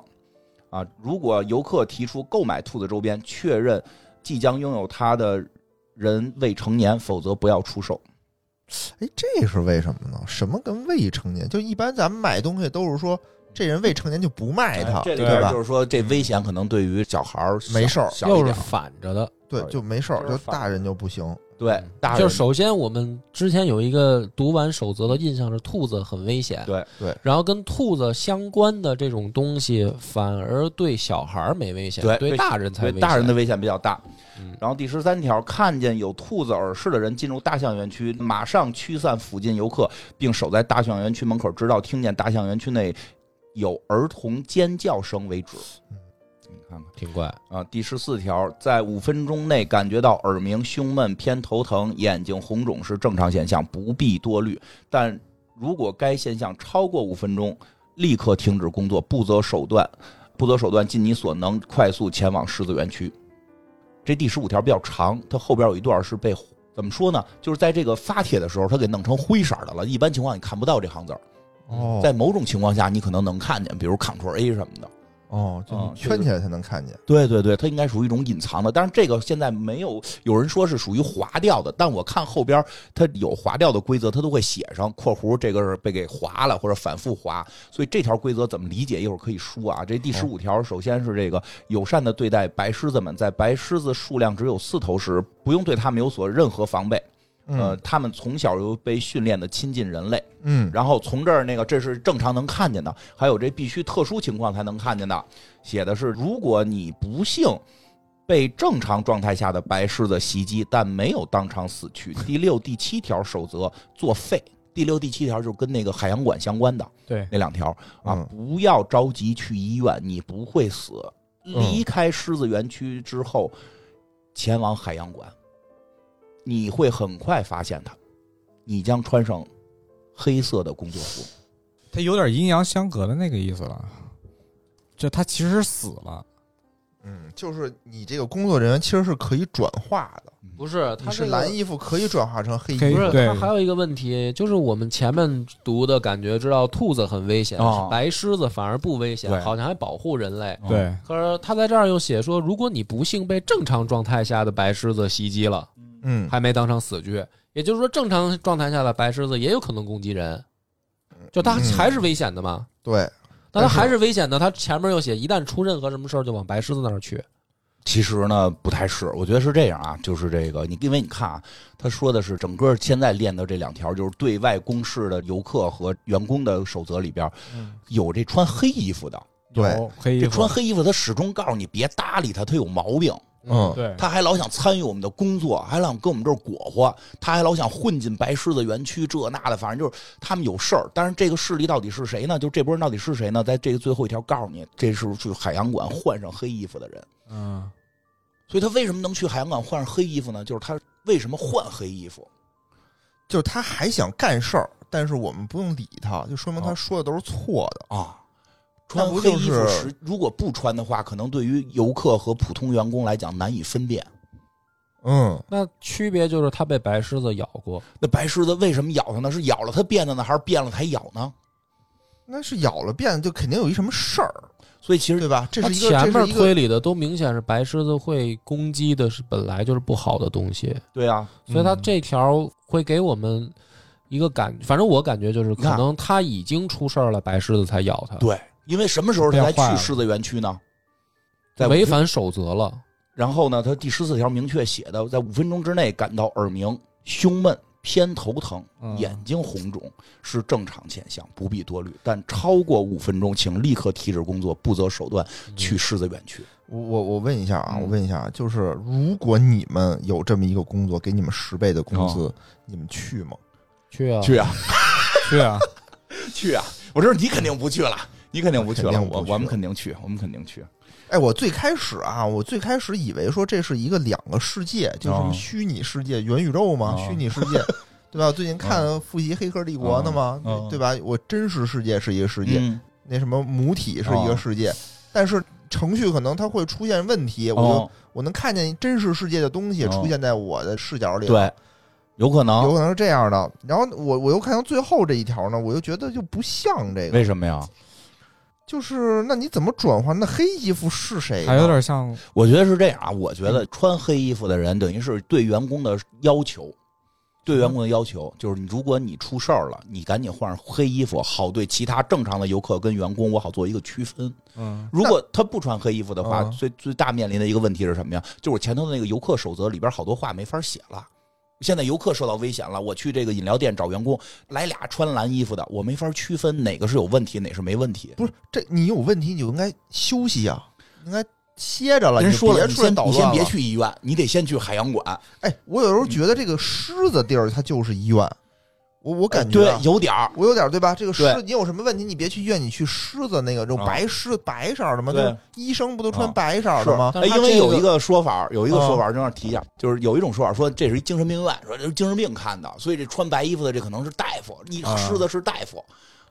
[SPEAKER 2] 啊！如果游客提出购买兔子周边，确认即将拥有它的人未成年，否则不要出售。
[SPEAKER 3] 哎，这是为什么呢？什么跟未成年？就一般咱们买东西都是说，这人未成年就不卖它，
[SPEAKER 2] 哎这里
[SPEAKER 3] 对
[SPEAKER 2] 边
[SPEAKER 3] 吧
[SPEAKER 2] 就？是说，这危险可能对于小孩儿小
[SPEAKER 3] 没事儿
[SPEAKER 2] 小一
[SPEAKER 1] 又是
[SPEAKER 2] 点儿
[SPEAKER 1] 反着的。
[SPEAKER 3] 对，就没事儿，
[SPEAKER 4] 就是
[SPEAKER 3] 就
[SPEAKER 4] 反
[SPEAKER 3] 大人就不行。
[SPEAKER 2] 对
[SPEAKER 1] 嗯，
[SPEAKER 2] 大人
[SPEAKER 1] 就是首先我们之前有一个读完守则的印象是兔子很危险，
[SPEAKER 2] 对
[SPEAKER 3] 对
[SPEAKER 1] 然后跟兔子相关的这种东西反而对小孩儿没危险，
[SPEAKER 2] 对对
[SPEAKER 1] 大人才
[SPEAKER 2] 对
[SPEAKER 1] 危险。
[SPEAKER 2] 大人的危险比较大。
[SPEAKER 1] 嗯
[SPEAKER 2] 然后第十三条，看见有兔子耳饰的人进入大象园区，马上驱散附近游客，并守在大象园区门口，直到听见大象园区内有儿童尖叫声为止。
[SPEAKER 3] 嗯
[SPEAKER 2] 你看看
[SPEAKER 1] 挺怪，
[SPEAKER 2] 啊，第十四条，在五分钟内感觉到耳鸣、胸闷、偏头疼、眼睛红肿是正常现象，不必多虑。但如果该现象超过五分钟，立刻停止工作，不择手段，不择手段，尽你所能，快速前往狮子园区。这第十五条比较长，它后边有一段是被怎么说呢？就是在这个发帖的时候，它给弄成灰色的了。一般情况你看不到这行字儿，
[SPEAKER 3] 哦
[SPEAKER 2] 在某种情况下你可能能看见，比如 Ctrl A 什么的。
[SPEAKER 3] 哦，就
[SPEAKER 2] 啊
[SPEAKER 3] 你圈起来才能看见。
[SPEAKER 2] 对对对，它应该属于一种隐藏的，但是这个现在没有，有人说是属于划掉的，但我看后边它有划掉的规则，它都会写上括弧，这个是被给划了或者反复划，所以这条规则怎么理解？一会儿可以说啊。这第十五条，首先是这个友善的对待白狮子们，在白狮子数量只有四头时，不用对它们有所任何防备，呃，
[SPEAKER 3] 嗯
[SPEAKER 2] 它们从小就被训练的亲近人类。
[SPEAKER 3] 嗯，
[SPEAKER 2] 然后从这儿那个，这是正常能看见的，还有这必须特殊情况才能看见的，写的是如果你不幸被正常状态下的白狮子袭击，但没有当场死去，第六、第七条守则作废。第六、第七条就是跟那个海洋馆相关的
[SPEAKER 4] 对，
[SPEAKER 2] 那两条啊
[SPEAKER 3] 嗯，
[SPEAKER 2] 不要着急去医院，你不会死。
[SPEAKER 4] 嗯
[SPEAKER 2] 离开狮子园区之后，前往海洋馆，你会很快发现它，你将穿上黑色的工作服。
[SPEAKER 4] 它有点阴阳相隔的那个意思了。就它其实死了，
[SPEAKER 3] 嗯，就是你这个工作人员其实是可以转化的，
[SPEAKER 1] 不是他
[SPEAKER 3] 你
[SPEAKER 1] 这
[SPEAKER 3] 是
[SPEAKER 1] 个
[SPEAKER 3] 蓝衣服可以转化成黑衣
[SPEAKER 4] 黑
[SPEAKER 3] 服
[SPEAKER 1] 不。是，
[SPEAKER 4] 对
[SPEAKER 1] 它还有一个问题，就是我们前面读的感觉知道兔子很危险，
[SPEAKER 2] 哦
[SPEAKER 1] 白狮子反而不危险
[SPEAKER 2] 对，
[SPEAKER 1] 好像还保护人类。
[SPEAKER 2] 嗯
[SPEAKER 4] 对，
[SPEAKER 1] 可是他在这儿又写说，如果你不幸被正常状态下的白狮子袭击了，
[SPEAKER 3] 嗯，
[SPEAKER 1] 还没当场死去，也就是说，正常状态下的白狮子也有可能攻击人，就它
[SPEAKER 3] 嗯
[SPEAKER 1] 还是危险的嘛。
[SPEAKER 3] 对，
[SPEAKER 1] 那它
[SPEAKER 3] 嗯但是
[SPEAKER 1] 还是危险的，它前面又写，一旦出任何什么事儿就往白狮子那儿去。
[SPEAKER 2] 其实呢，不太是，我觉得是这样啊，就是这个，你因为你看啊，他说的是整个现在练的这两条，就是对外公示的游客和员工的守则里边
[SPEAKER 4] 嗯，
[SPEAKER 2] 有这穿黑衣服的，
[SPEAKER 3] 对
[SPEAKER 4] 有黑衣
[SPEAKER 2] 这
[SPEAKER 4] 服
[SPEAKER 2] 穿黑衣服他始终告诉你别搭理他，他有毛病，
[SPEAKER 3] 嗯，
[SPEAKER 4] 对，
[SPEAKER 2] 他还老想参与我们的工作，还老想跟我们这儿裹和，他还老想混进白狮子园区这那的，反正就是他们有事儿。但是这个势力到底是谁呢？就这波人到底是谁呢？在这个最后一条告诉你，这是去海洋馆换上黑衣服的人。
[SPEAKER 4] 嗯，
[SPEAKER 2] 所以他为什么能去海洋馆换上黑衣服呢？就是他为什么换黑衣服？
[SPEAKER 3] 就是他还想干事儿，但是我们不用理他，就说明他
[SPEAKER 2] 哦
[SPEAKER 3] 说的都是错的。
[SPEAKER 2] 啊，穿
[SPEAKER 3] 那不
[SPEAKER 2] 黑
[SPEAKER 3] 就是
[SPEAKER 2] 衣服时，如果不穿的话，可能对于游客和普通员工来讲难以分辨。
[SPEAKER 3] 嗯，
[SPEAKER 1] 那区别就是它被白狮子咬过，
[SPEAKER 2] 那白狮子为什么咬它呢？是咬了它变的呢，还是变了它咬呢？
[SPEAKER 3] 那是咬了辫子，就肯定有一什么事儿，
[SPEAKER 2] 所以其实
[SPEAKER 3] 对吧？这
[SPEAKER 1] 它
[SPEAKER 3] 是一个，
[SPEAKER 1] 前
[SPEAKER 3] 这
[SPEAKER 1] 面
[SPEAKER 3] 是一个
[SPEAKER 1] 推理的都明显是白狮子会攻击的是本来就是不好的东西，
[SPEAKER 2] 对啊，
[SPEAKER 1] 所以它
[SPEAKER 4] 嗯
[SPEAKER 1] 这条会给我们一个感，反正我感觉就是
[SPEAKER 2] 你
[SPEAKER 1] 可
[SPEAKER 2] 看
[SPEAKER 1] 能它已经出事儿了，白狮子才咬它，
[SPEAKER 2] 对，因为什么时候他才
[SPEAKER 4] 变坏
[SPEAKER 2] 去
[SPEAKER 4] 了
[SPEAKER 2] 狮子园区呢？在
[SPEAKER 1] 违
[SPEAKER 2] 五分。
[SPEAKER 1] 反守则了。
[SPEAKER 2] 然后呢，他第十四条明确写的，在五分钟之内感到耳鸣、胸闷、偏头疼、
[SPEAKER 4] 嗯
[SPEAKER 2] 眼睛红肿是正常现象，不必多虑。但超过五分钟，请立刻停止工作，不择手段去狮子园区。
[SPEAKER 3] 我我我问一下啊，
[SPEAKER 2] 嗯
[SPEAKER 3] 我问一下啊，就是
[SPEAKER 2] 哦
[SPEAKER 3] 如果你们有这么一个工作，给你们十倍的工资，你们去吗？
[SPEAKER 1] 去啊，
[SPEAKER 2] 去啊，
[SPEAKER 4] 去啊，
[SPEAKER 2] 去啊！我知道你肯定不去了，你肯定不去了，
[SPEAKER 3] 肯定不
[SPEAKER 2] 我
[SPEAKER 3] 去
[SPEAKER 2] 我们肯定去，我们肯定去。
[SPEAKER 3] 哎，我最开始啊，我最开始以为说这是一个两个世界，就是什么
[SPEAKER 2] 哦
[SPEAKER 3] 虚拟世界、元宇宙嘛，
[SPEAKER 2] 哦
[SPEAKER 3] 虚拟世
[SPEAKER 2] [laughs]
[SPEAKER 3] 界，对吧？最近看复习《黑客帝国》呢嘛，
[SPEAKER 2] 哦
[SPEAKER 3] 对吧？我真实世界是一个世界，
[SPEAKER 2] 嗯，哦
[SPEAKER 3] 那什么母体是一个世界，但是程序可能它会出现问题，我就、
[SPEAKER 2] 哦，
[SPEAKER 3] 我能看见真实世界的东西
[SPEAKER 2] 哦
[SPEAKER 3] 出现在我的视角里，
[SPEAKER 2] 对，有可
[SPEAKER 3] 有
[SPEAKER 2] 能。
[SPEAKER 3] 可能是这样的。然后我我又看到最后这一条呢，我又觉得就不像这个，
[SPEAKER 2] 为什么呀？
[SPEAKER 3] 就是那你怎么转换？那黑衣服是谁呢？
[SPEAKER 4] 还有点像
[SPEAKER 2] 我觉得是这样啊，我觉得穿黑衣服的人等于是对员工的要求，对员工的要求就是，你如果你出事儿了，你赶紧换上黑衣服，好对其他正常的游客跟员工，我好做一个区分。
[SPEAKER 4] 嗯
[SPEAKER 2] 如果他不穿黑衣服的话，
[SPEAKER 3] 嗯
[SPEAKER 2] 最最大面临的一个问题是什么呀？就是前头的那个游客守则里边好多话没法写了。现在游客受到危险了，我去这个饮料店找员工，来俩穿蓝衣服的，我没法区分哪个是有问题，哪是没问题。
[SPEAKER 3] 不是这你有问题，你就应该休息啊，应该歇着了。
[SPEAKER 2] 人
[SPEAKER 3] 你
[SPEAKER 2] 说了，
[SPEAKER 3] 别
[SPEAKER 2] 你
[SPEAKER 3] 出来
[SPEAKER 2] 先
[SPEAKER 3] 捣
[SPEAKER 2] 你
[SPEAKER 3] 乱
[SPEAKER 2] 先别
[SPEAKER 3] 了。
[SPEAKER 2] 去嗯医院，你得先去海洋馆。
[SPEAKER 3] 哎，我有时候觉得这个狮子地儿它就是医院，我我感觉、
[SPEAKER 2] 哎对
[SPEAKER 3] 啊，
[SPEAKER 2] 有点儿，
[SPEAKER 3] 我有点对吧？这个狮
[SPEAKER 2] 对
[SPEAKER 3] 子，你有什么问题，你别去医院，你去狮子那个就
[SPEAKER 2] 啊
[SPEAKER 3] 白狮、白色的吗？
[SPEAKER 2] 对
[SPEAKER 3] 那医生不都穿
[SPEAKER 2] 啊
[SPEAKER 3] 白色的吗？
[SPEAKER 1] 但是
[SPEAKER 2] 哎，
[SPEAKER 1] 他
[SPEAKER 2] 因为
[SPEAKER 1] 这
[SPEAKER 2] 有
[SPEAKER 1] 个嗯
[SPEAKER 2] 一个说法，有一个
[SPEAKER 3] 啊
[SPEAKER 2] 说法，正要提一下，就是有一种说法说这是一精神病院，说这是精神病看的，所以这穿白衣服的这可能是大夫，你
[SPEAKER 3] 嗯
[SPEAKER 4] 啊
[SPEAKER 2] 狮子是大夫，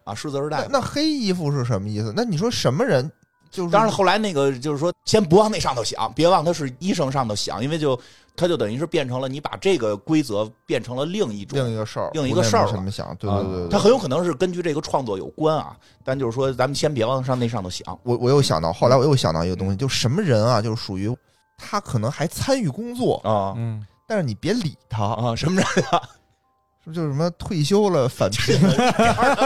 [SPEAKER 2] 啊，狮子是大
[SPEAKER 3] 那
[SPEAKER 1] 嗯
[SPEAKER 2] 夫。
[SPEAKER 3] 那黑衣服是什么意思？那你说什么人就是？
[SPEAKER 2] 当然，后来那个就是说，先不往那上头想，别往他是医生上头想，因为就他就等于是变成了你把这个规则变成了另一种
[SPEAKER 3] 另一个事儿，
[SPEAKER 2] 另一个事儿
[SPEAKER 3] 我也没
[SPEAKER 2] 了
[SPEAKER 3] 什么想？对
[SPEAKER 2] 啊
[SPEAKER 3] 对对对，
[SPEAKER 2] 它很有可能是根据这个创作有关啊，但就是说，咱们先别往上那上头想。
[SPEAKER 3] 我我又想到，
[SPEAKER 2] 嗯
[SPEAKER 3] 后来我又想到一个东西，就什么人啊，就是属于他可能还参与工作，
[SPEAKER 2] 啊
[SPEAKER 4] 嗯，
[SPEAKER 3] 但是你别理他啊。
[SPEAKER 2] 啊，什么人？
[SPEAKER 3] 是不是就是什么退休了返聘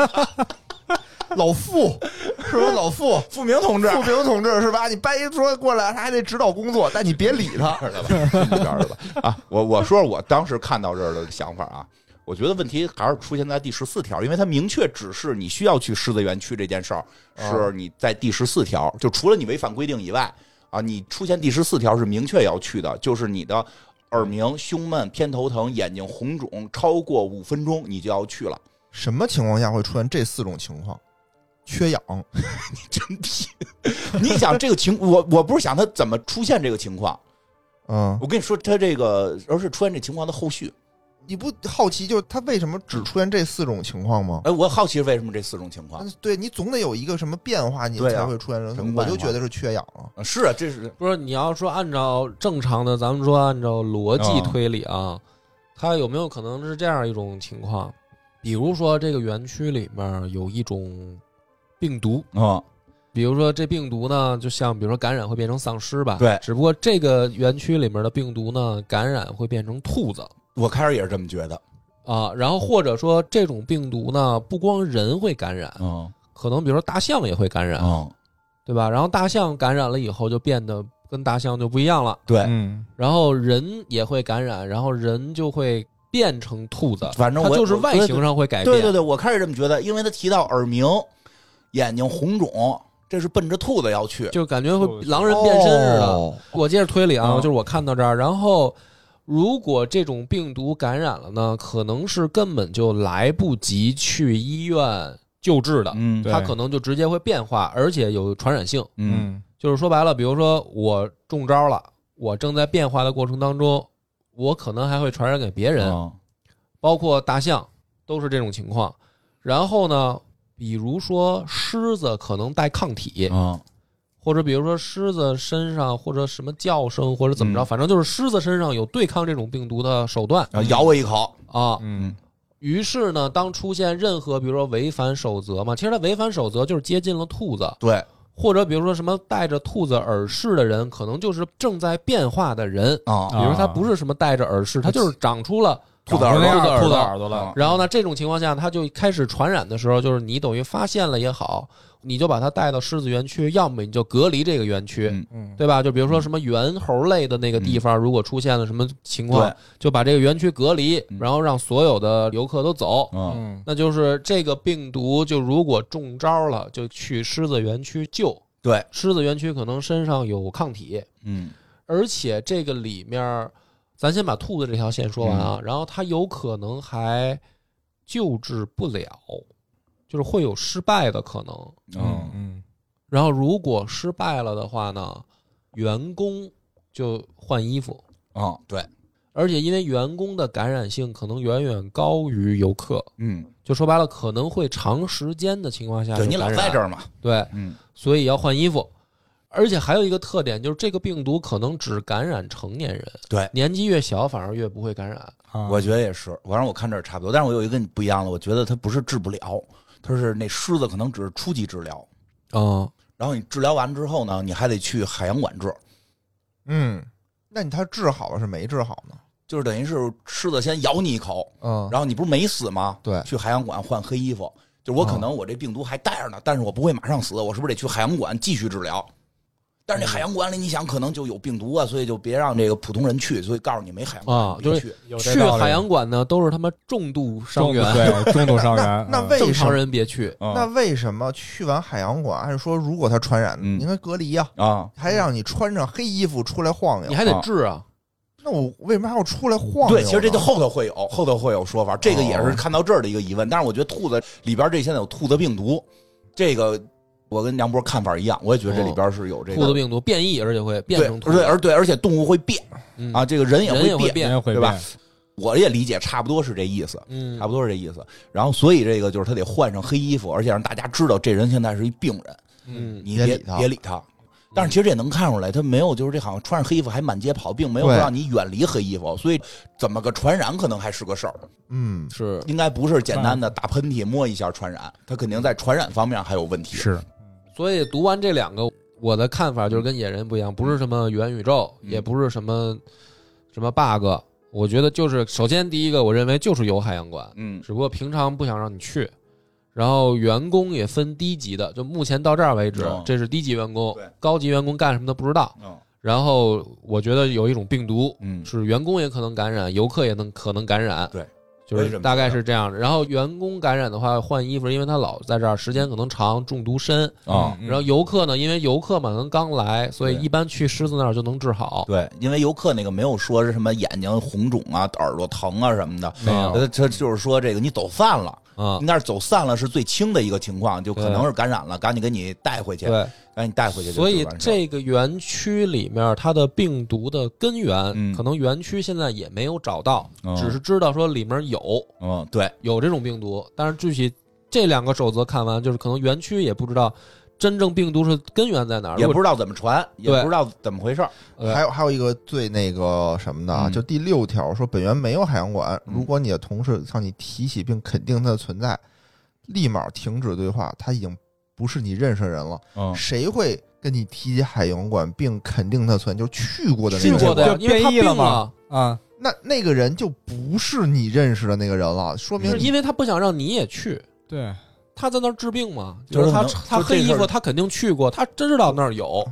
[SPEAKER 2] [laughs]
[SPEAKER 3] 老傅是不是老傅？
[SPEAKER 2] 傅明同志，
[SPEAKER 3] 傅平同志是吧？你掰一桌过来，他还得指导工作，但你别理他。
[SPEAKER 2] 儿的吧，一边儿的吧。 [laughs] 啊，我我说说我当时看到这儿的想法啊，我觉得问题还是出现在第十四条，因为它明确指示你需要去狮子园区这件事儿，是你在第十四条，就除了你违反规定以外啊，你出现第十四条是明确要去的，就是你的耳鸣、胸闷、偏头疼、眼睛红肿超过五分钟，你就要去了。
[SPEAKER 3] 什么情况下会出现这四种情况？缺氧，
[SPEAKER 2] 真皮，你想这个情，我我不是想他怎么出现这个情况，
[SPEAKER 3] 嗯，
[SPEAKER 2] 我跟你说，他这个而是出现这情况的后续。
[SPEAKER 3] 你不好奇就是他为什么只出现这四种情况吗？
[SPEAKER 2] 哎，我好奇为什么这四种情况。
[SPEAKER 3] 对你总得有一个什么变化，
[SPEAKER 2] 啊
[SPEAKER 3] 你
[SPEAKER 2] 对啊
[SPEAKER 3] 才会出现这
[SPEAKER 2] 什么变化
[SPEAKER 3] 我就觉得是缺氧了。
[SPEAKER 2] 啊是啊，这是
[SPEAKER 1] 不是你要说按照正常的，咱们说按照逻辑推理啊，它有没有可能是这样一种情况？比如说这个园区里面有一种病毒，
[SPEAKER 2] 啊，
[SPEAKER 1] 比如说这病毒呢，就像比如说感染会变成丧尸吧，
[SPEAKER 2] 对
[SPEAKER 1] 只不过这个园区里面的病毒呢，感染会变成兔子
[SPEAKER 2] 我开始也是这么觉得。
[SPEAKER 1] 啊，然后或者说这种病毒呢，不光人会感染，
[SPEAKER 2] 嗯
[SPEAKER 1] 可能比如说大象也会感染，
[SPEAKER 2] 嗯，
[SPEAKER 1] 对吧？然后大象感染了以后，就变得跟大象就不一样了。
[SPEAKER 2] 对，
[SPEAKER 4] 嗯，
[SPEAKER 1] 然后人也会感染，然后人就会变成兔子，
[SPEAKER 2] 反正
[SPEAKER 1] 它
[SPEAKER 2] 我
[SPEAKER 1] 就是外形。上会
[SPEAKER 2] 我
[SPEAKER 1] 改变。
[SPEAKER 2] 对对对，我开始这么觉得，因为他提到耳鸣、眼睛红肿，这是奔着兔子要去。
[SPEAKER 1] 就感觉会
[SPEAKER 4] 兔子
[SPEAKER 1] 狼人变身似的。
[SPEAKER 3] 哦
[SPEAKER 1] 我接着推理啊，
[SPEAKER 4] 嗯
[SPEAKER 1] 就是我看到这儿，然后如果这种病毒感染了呢，可能是根本就来不及去医院救治的，
[SPEAKER 2] 嗯
[SPEAKER 4] 对
[SPEAKER 1] 它可能就直接会变化，而且有传染性。
[SPEAKER 4] 嗯
[SPEAKER 1] 就是说白了，比如说我中招了，我正在变化的过程当中，我可能还会传染给别人。
[SPEAKER 2] 嗯
[SPEAKER 1] 包括大象都是这种情况。然后呢，比如说狮子可能带抗体，
[SPEAKER 2] 嗯
[SPEAKER 1] 或者比如说狮子身上或者什么叫声或者怎么着，
[SPEAKER 2] 嗯
[SPEAKER 1] 反正就是狮子身上有对抗这种病毒的手段
[SPEAKER 2] 然后咬我一口。
[SPEAKER 1] 啊。
[SPEAKER 4] 嗯
[SPEAKER 1] 于是呢，当出现任何比如说违反守则嘛，其实它违反守则就是接近了兔子，
[SPEAKER 2] 对，
[SPEAKER 1] 或者比如说什么戴着兔子耳饰的人，可能就是正在变化的人。
[SPEAKER 2] 啊
[SPEAKER 1] 比如他不是什么戴着耳饰，他就是长出了
[SPEAKER 2] 兔子
[SPEAKER 4] 长
[SPEAKER 2] 耳
[SPEAKER 4] 成那
[SPEAKER 2] 朵，
[SPEAKER 4] 样
[SPEAKER 1] 兔子耳
[SPEAKER 4] 兔
[SPEAKER 1] 朵
[SPEAKER 4] 子耳朵了，
[SPEAKER 1] 然后呢，这种情况下，它就开始传染的时候，就是你等于发现了也好，你就把它带到狮子园区，要么你就隔离这个园区，
[SPEAKER 2] 嗯
[SPEAKER 4] 嗯，
[SPEAKER 1] 对吧？就比如说什么猿猴类的那个地方，如果出现了什么情况
[SPEAKER 2] 对，
[SPEAKER 1] 就把这个园区隔离，
[SPEAKER 2] 嗯
[SPEAKER 1] 然后让所有的游客都走。
[SPEAKER 2] 嗯
[SPEAKER 4] 嗯
[SPEAKER 1] 那就是这个病毒，就如果中招了，就去狮子园区救。
[SPEAKER 2] 对，
[SPEAKER 1] 狮子园区可能身上有抗体，
[SPEAKER 2] 嗯
[SPEAKER 1] 而且这个
[SPEAKER 2] 嗯
[SPEAKER 1] 里面儿，咱先把兔子这条线说完啊，然后它有可能还救治不了，就是会有失败的可能。
[SPEAKER 4] 嗯嗯
[SPEAKER 1] 然后如果失败了的话呢，员工就换衣服，
[SPEAKER 2] 啊，对，
[SPEAKER 1] 而且因为员工的感染性可能远远高于游客，
[SPEAKER 2] 嗯，
[SPEAKER 1] 就说白了可能会长时间的情况下
[SPEAKER 2] 对你
[SPEAKER 1] 就
[SPEAKER 2] 老
[SPEAKER 1] 感
[SPEAKER 2] 在
[SPEAKER 1] 染
[SPEAKER 2] 这儿嘛，
[SPEAKER 1] 对，
[SPEAKER 2] 嗯
[SPEAKER 1] 所以要换衣服。而且还有一个特点就是这个病毒可能只感染成年人，
[SPEAKER 2] 对
[SPEAKER 1] 年纪越小反而越不会感染。
[SPEAKER 4] 啊，
[SPEAKER 2] 我觉得也是，反正我看这儿差不多，但是我有一个不一样的，我觉得它不是治不了，它是那虱子可能只是初级治疗，
[SPEAKER 1] 嗯，
[SPEAKER 2] 然后你治疗完之后呢，你还得去海洋馆治，
[SPEAKER 3] 嗯，那你他治好了是没治好呢？
[SPEAKER 2] 就是等于是虱子先咬你一口，
[SPEAKER 3] 嗯，
[SPEAKER 2] 然后你不是没死吗？
[SPEAKER 3] 对
[SPEAKER 2] 去海洋馆换黑衣服，就是
[SPEAKER 1] 嗯
[SPEAKER 2] 我可能我这病毒还带着呢，但是我不会马上死，我是不是得去海洋馆继续治疗？但
[SPEAKER 1] 嗯
[SPEAKER 2] 是那海洋馆里，你想可能就有病毒啊，所以就别让这个普通人去，所以告诉你没海洋馆
[SPEAKER 1] 啊
[SPEAKER 2] 别
[SPEAKER 1] 就是
[SPEAKER 2] 去。
[SPEAKER 4] 有这
[SPEAKER 1] 去
[SPEAKER 4] 道理
[SPEAKER 1] 海洋馆呢都是他妈重度伤
[SPEAKER 4] 重度
[SPEAKER 1] 员，
[SPEAKER 4] 对重度伤
[SPEAKER 3] 那 [laughs]
[SPEAKER 4] 员，
[SPEAKER 3] 那
[SPEAKER 4] 嗯
[SPEAKER 3] 为
[SPEAKER 1] 正
[SPEAKER 3] 什
[SPEAKER 1] 常
[SPEAKER 3] 么？
[SPEAKER 1] 人别去。
[SPEAKER 2] 嗯
[SPEAKER 3] 那为什么去完海洋馆，按说如果他传染，
[SPEAKER 2] 嗯
[SPEAKER 3] 你应该隔离啊，
[SPEAKER 2] 啊，
[SPEAKER 3] 还让你穿上黑衣服出来晃
[SPEAKER 1] 你
[SPEAKER 3] 悠。
[SPEAKER 1] 还得治啊，
[SPEAKER 3] 那我为什么还要出来晃悠
[SPEAKER 2] 对，
[SPEAKER 3] 呢？
[SPEAKER 2] 其实这就后头会有，后头会有说法，这个也
[SPEAKER 1] 哦
[SPEAKER 2] 是看到这儿的一个疑问。但是我觉得兔子里边这现在有兔子病毒，这个我跟梁波看法一样，我也觉得这里边是有这个
[SPEAKER 1] 哦兔子病毒变异，而且会变
[SPEAKER 2] 对
[SPEAKER 1] 成兔
[SPEAKER 2] 对，
[SPEAKER 1] 子
[SPEAKER 2] 而对，而且动物会变
[SPEAKER 1] 嗯
[SPEAKER 2] 啊，这个人也
[SPEAKER 1] 人也
[SPEAKER 2] 会
[SPEAKER 1] 会
[SPEAKER 2] 变，
[SPEAKER 1] 变
[SPEAKER 4] 人会
[SPEAKER 2] 对吧
[SPEAKER 4] 变？
[SPEAKER 2] 我也理解，差不多是这意思。
[SPEAKER 1] 嗯
[SPEAKER 2] 差不多是这意思。然后，所以这个就是他得换上黑衣服，而且让大家知道这人现在是一病人，
[SPEAKER 1] 嗯，
[SPEAKER 2] 你
[SPEAKER 3] 别
[SPEAKER 2] 别
[SPEAKER 3] 理他
[SPEAKER 2] 别理他。但是其实这也能看出来，他没有就是这好像穿上黑衣服还满街跑，并没有说
[SPEAKER 3] 对
[SPEAKER 2] 让你远离黑衣服，所以怎么个传染可能还是个事儿，
[SPEAKER 3] 嗯，
[SPEAKER 1] 是
[SPEAKER 2] 应该不是简单的打喷嚏摸一下传染，他肯定在传染方面还有问题。
[SPEAKER 4] 是
[SPEAKER 1] 所以读完这两个，我的看法就是跟野人不一样，不是什么元宇宙，
[SPEAKER 2] 嗯
[SPEAKER 1] 也不是什么什么 bug。我觉得就是，首先第一个，我认为就是有海洋馆，
[SPEAKER 2] 嗯
[SPEAKER 1] 只不过平常不想让你去。然后员工也分低级的，就目前到这儿为止
[SPEAKER 2] 哦，
[SPEAKER 1] 这是低级员工
[SPEAKER 2] 对，
[SPEAKER 1] 高级员工干什么的不知道。
[SPEAKER 2] 嗯
[SPEAKER 1] 然后我觉得有一种病毒，
[SPEAKER 2] 嗯
[SPEAKER 1] 是员工也可能感染，游客也能可能感染。
[SPEAKER 2] 对，
[SPEAKER 1] 就
[SPEAKER 2] 我也这
[SPEAKER 1] 是
[SPEAKER 2] 么
[SPEAKER 1] 大概
[SPEAKER 2] 觉得
[SPEAKER 1] 是这样的。然后员工感染的话，换衣服，因为他老在这儿，时间可能长，中毒深。
[SPEAKER 2] 啊，
[SPEAKER 1] 然后游客呢，因为游客嘛，可能刚来，所以
[SPEAKER 2] 对
[SPEAKER 1] 一般去狮子那儿就能治好。
[SPEAKER 2] 对，因为游客那个没有说是什么眼睛红肿啊、耳朵疼啊什么的，
[SPEAKER 4] 没
[SPEAKER 1] 啊
[SPEAKER 2] 他
[SPEAKER 4] 有
[SPEAKER 2] 他就是说这个你走散了。
[SPEAKER 1] 啊，
[SPEAKER 2] 那儿走散了是最轻的一个情况，就可能是感染了，赶紧给你带回去，
[SPEAKER 1] 对，
[SPEAKER 2] 赶紧带回去就
[SPEAKER 1] 所
[SPEAKER 2] 完事儿
[SPEAKER 1] 以
[SPEAKER 2] 了。
[SPEAKER 1] 这个园区里面，它的病毒的根源，
[SPEAKER 2] 嗯
[SPEAKER 1] 可能园区现在也没有找到，
[SPEAKER 2] 哦
[SPEAKER 1] 只是知道说里面有
[SPEAKER 2] 嗯，对，
[SPEAKER 1] 有这种病毒，但是具体这两个守则看完，就是可能园区也不知道真正病毒是根源在哪儿，呃
[SPEAKER 2] 也
[SPEAKER 1] 如
[SPEAKER 2] 不
[SPEAKER 1] 果
[SPEAKER 2] 知道怎么传，也
[SPEAKER 1] 对
[SPEAKER 2] 不知道怎么回事儿。
[SPEAKER 1] 对
[SPEAKER 3] 还有还有一个最那个什么的啊，
[SPEAKER 2] 嗯
[SPEAKER 3] 就第六条说，本源没有海洋馆，
[SPEAKER 2] 嗯
[SPEAKER 3] 如果你的同事向你提起并肯定它的存在，立马停止对话，他已经不是你认识的人了。
[SPEAKER 2] 嗯
[SPEAKER 3] 谁会跟你提起海洋馆并肯定它的存在？就是去过的那
[SPEAKER 1] 去
[SPEAKER 3] 个
[SPEAKER 1] 过
[SPEAKER 3] 人，
[SPEAKER 1] 的呀，
[SPEAKER 4] 就
[SPEAKER 1] 因为他
[SPEAKER 4] 变异
[SPEAKER 1] 病
[SPEAKER 4] 了嘛，啊，
[SPEAKER 3] 那那个人就不是你认识的那个人了，说
[SPEAKER 2] 嗯
[SPEAKER 3] 明
[SPEAKER 1] 是因为他不想让你也去。
[SPEAKER 4] 对，
[SPEAKER 1] 他在那儿治病嘛，
[SPEAKER 2] 就是
[SPEAKER 1] 他
[SPEAKER 2] 可能
[SPEAKER 1] 他
[SPEAKER 2] 就
[SPEAKER 1] 黑
[SPEAKER 2] 这
[SPEAKER 1] 衣
[SPEAKER 2] 事儿
[SPEAKER 1] 服，他肯定去过，他知道那儿有，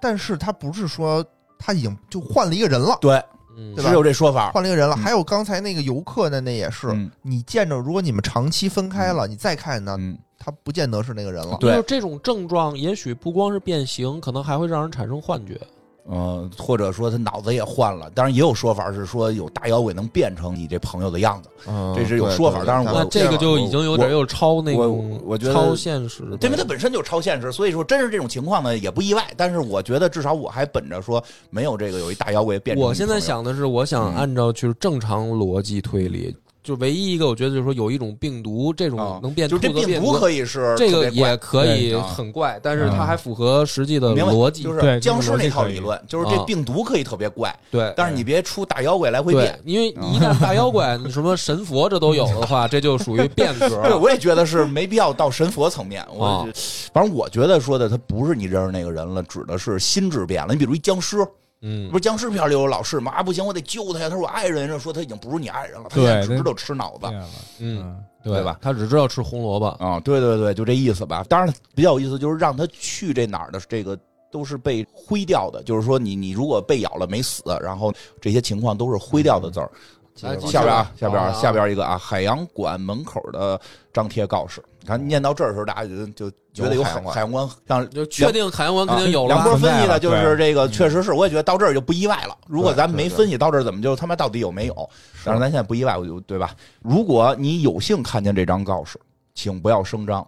[SPEAKER 3] 但是他不是说他已经就换了一个人了，
[SPEAKER 2] 对，
[SPEAKER 1] 嗯，
[SPEAKER 3] 对吧
[SPEAKER 2] 是有这说法。
[SPEAKER 3] 换了一个人了。
[SPEAKER 2] 嗯
[SPEAKER 3] 还有刚才那个游客的那也是，
[SPEAKER 2] 嗯
[SPEAKER 3] 你见着，如果你们长期分开了，你再看呢，
[SPEAKER 2] 嗯，
[SPEAKER 3] 他不见得是那个人了。
[SPEAKER 2] 对
[SPEAKER 1] 就是这种症状，也许不光是变形，可能还会让人产生幻觉。
[SPEAKER 2] 呃，或者说他脑子也换了，当然也有说法是说有大妖怪能变成你这朋友的样子，
[SPEAKER 3] 嗯
[SPEAKER 2] 这是有说法
[SPEAKER 3] 对对
[SPEAKER 2] 当然我
[SPEAKER 1] 那这个就已经有点
[SPEAKER 2] 我
[SPEAKER 1] 又超那
[SPEAKER 2] 我
[SPEAKER 1] 种
[SPEAKER 2] 我觉得
[SPEAKER 1] 超现实的，
[SPEAKER 2] 因为它本身就超现实，所以说真是这种情况呢也不意外。但是我觉得至少我还本着说没有这个有一大妖怪变成你
[SPEAKER 1] 我现在
[SPEAKER 2] 朋友
[SPEAKER 1] 想的是，我想
[SPEAKER 2] 嗯
[SPEAKER 1] 按照就是正常逻辑推理，就唯一一个我觉得就是说有一种病毒，这种
[SPEAKER 2] 啊
[SPEAKER 1] 能变
[SPEAKER 2] 就
[SPEAKER 1] 兔
[SPEAKER 2] 是这
[SPEAKER 1] 子的
[SPEAKER 2] 病
[SPEAKER 1] 病
[SPEAKER 2] 毒可以是
[SPEAKER 1] 这
[SPEAKER 2] 特
[SPEAKER 1] 个
[SPEAKER 2] 别怪
[SPEAKER 1] 也可以
[SPEAKER 2] 对啊
[SPEAKER 1] 很怪，但是
[SPEAKER 4] 嗯
[SPEAKER 1] 它还符合实际的
[SPEAKER 2] 明白
[SPEAKER 1] 呃逻辑
[SPEAKER 2] 就。
[SPEAKER 4] 对
[SPEAKER 2] 是僵尸那套
[SPEAKER 4] 这个逻辑可以
[SPEAKER 2] 理论，就是这
[SPEAKER 1] 啊
[SPEAKER 2] 病毒可以特别怪，
[SPEAKER 1] 对，
[SPEAKER 2] 但是你别出大妖怪来回
[SPEAKER 1] 对
[SPEAKER 2] 变。，嗯
[SPEAKER 1] 因为你一旦大妖怪，你什么神佛这都有的话，这就属于变格
[SPEAKER 2] [laughs] 对，
[SPEAKER 1] 了。
[SPEAKER 2] 我也觉得是没必要到神佛层面。我、
[SPEAKER 1] 啊
[SPEAKER 2] 反正我觉得说的他不是你认识那个人了，指的是心智变了。你比如一僵尸，
[SPEAKER 1] 嗯
[SPEAKER 2] 不，是僵尸片里有老是吗？啊，不行，我得救他呀！他是我爱人，啊人家说他已经不是你爱人了，他
[SPEAKER 4] 对
[SPEAKER 2] 现在只
[SPEAKER 4] 对
[SPEAKER 2] 知道吃脑子
[SPEAKER 4] 变。了，
[SPEAKER 1] 嗯，
[SPEAKER 4] 嗯，
[SPEAKER 1] 对
[SPEAKER 2] 对吧？
[SPEAKER 1] 他只知道吃红萝卜，
[SPEAKER 2] 啊、对对对，就这意思吧。当然比较有意思就是让他去这哪儿的这个都是被灰掉的，就是说你你如果被咬了没死，然后这些情况都是灰掉的字儿。
[SPEAKER 1] 接着往
[SPEAKER 2] 下边啊，
[SPEAKER 1] 下
[SPEAKER 2] 下
[SPEAKER 1] 边
[SPEAKER 2] 边
[SPEAKER 1] 啊
[SPEAKER 2] 啊，下边一个啊，海洋馆门口的张贴告示。你看念到这儿的时候，大家就就觉得有
[SPEAKER 3] 有
[SPEAKER 2] 海
[SPEAKER 3] 海洋馆
[SPEAKER 2] 海洋馆让
[SPEAKER 1] 就确定海洋馆肯定有了
[SPEAKER 2] 啊
[SPEAKER 1] 啊
[SPEAKER 2] 两
[SPEAKER 1] 吧，
[SPEAKER 2] 波
[SPEAKER 4] 存
[SPEAKER 2] 分
[SPEAKER 4] 在
[SPEAKER 2] 析
[SPEAKER 4] 了
[SPEAKER 2] 了，就
[SPEAKER 4] 对
[SPEAKER 2] 是这个
[SPEAKER 4] 嗯
[SPEAKER 2] 确实是，我也觉得到这儿就不意外了。如果
[SPEAKER 3] 对
[SPEAKER 2] 咱没
[SPEAKER 3] 对对
[SPEAKER 2] 分析到这儿，怎么就他妈到底有没有？但是咱现在不意外，我就对吧？如果你有幸看见这张告示，请不要声张，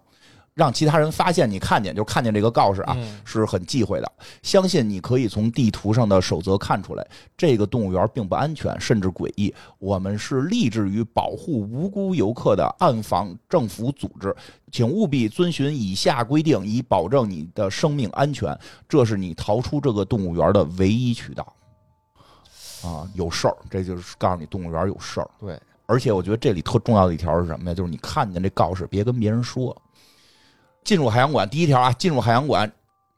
[SPEAKER 2] 让其他人发现你看见，就看见这个告示啊，
[SPEAKER 4] 嗯
[SPEAKER 2] 是很忌讳的。相信你可以从地图上的守则看出来，这个动物园并不安全，甚至诡异。我们是立志于保护无辜游客的暗访政府组织，请务必遵循以下规定，以保证你的生命安全。这是你逃出这个动物园的唯一渠道。啊，有事儿，这就是告诉你动物园有事儿。
[SPEAKER 1] 对，
[SPEAKER 2] 而且我觉得这里特重要的一条是什么呀？就是你看见这告示，别跟别人说。进入海洋馆，第一条啊，进入海洋馆，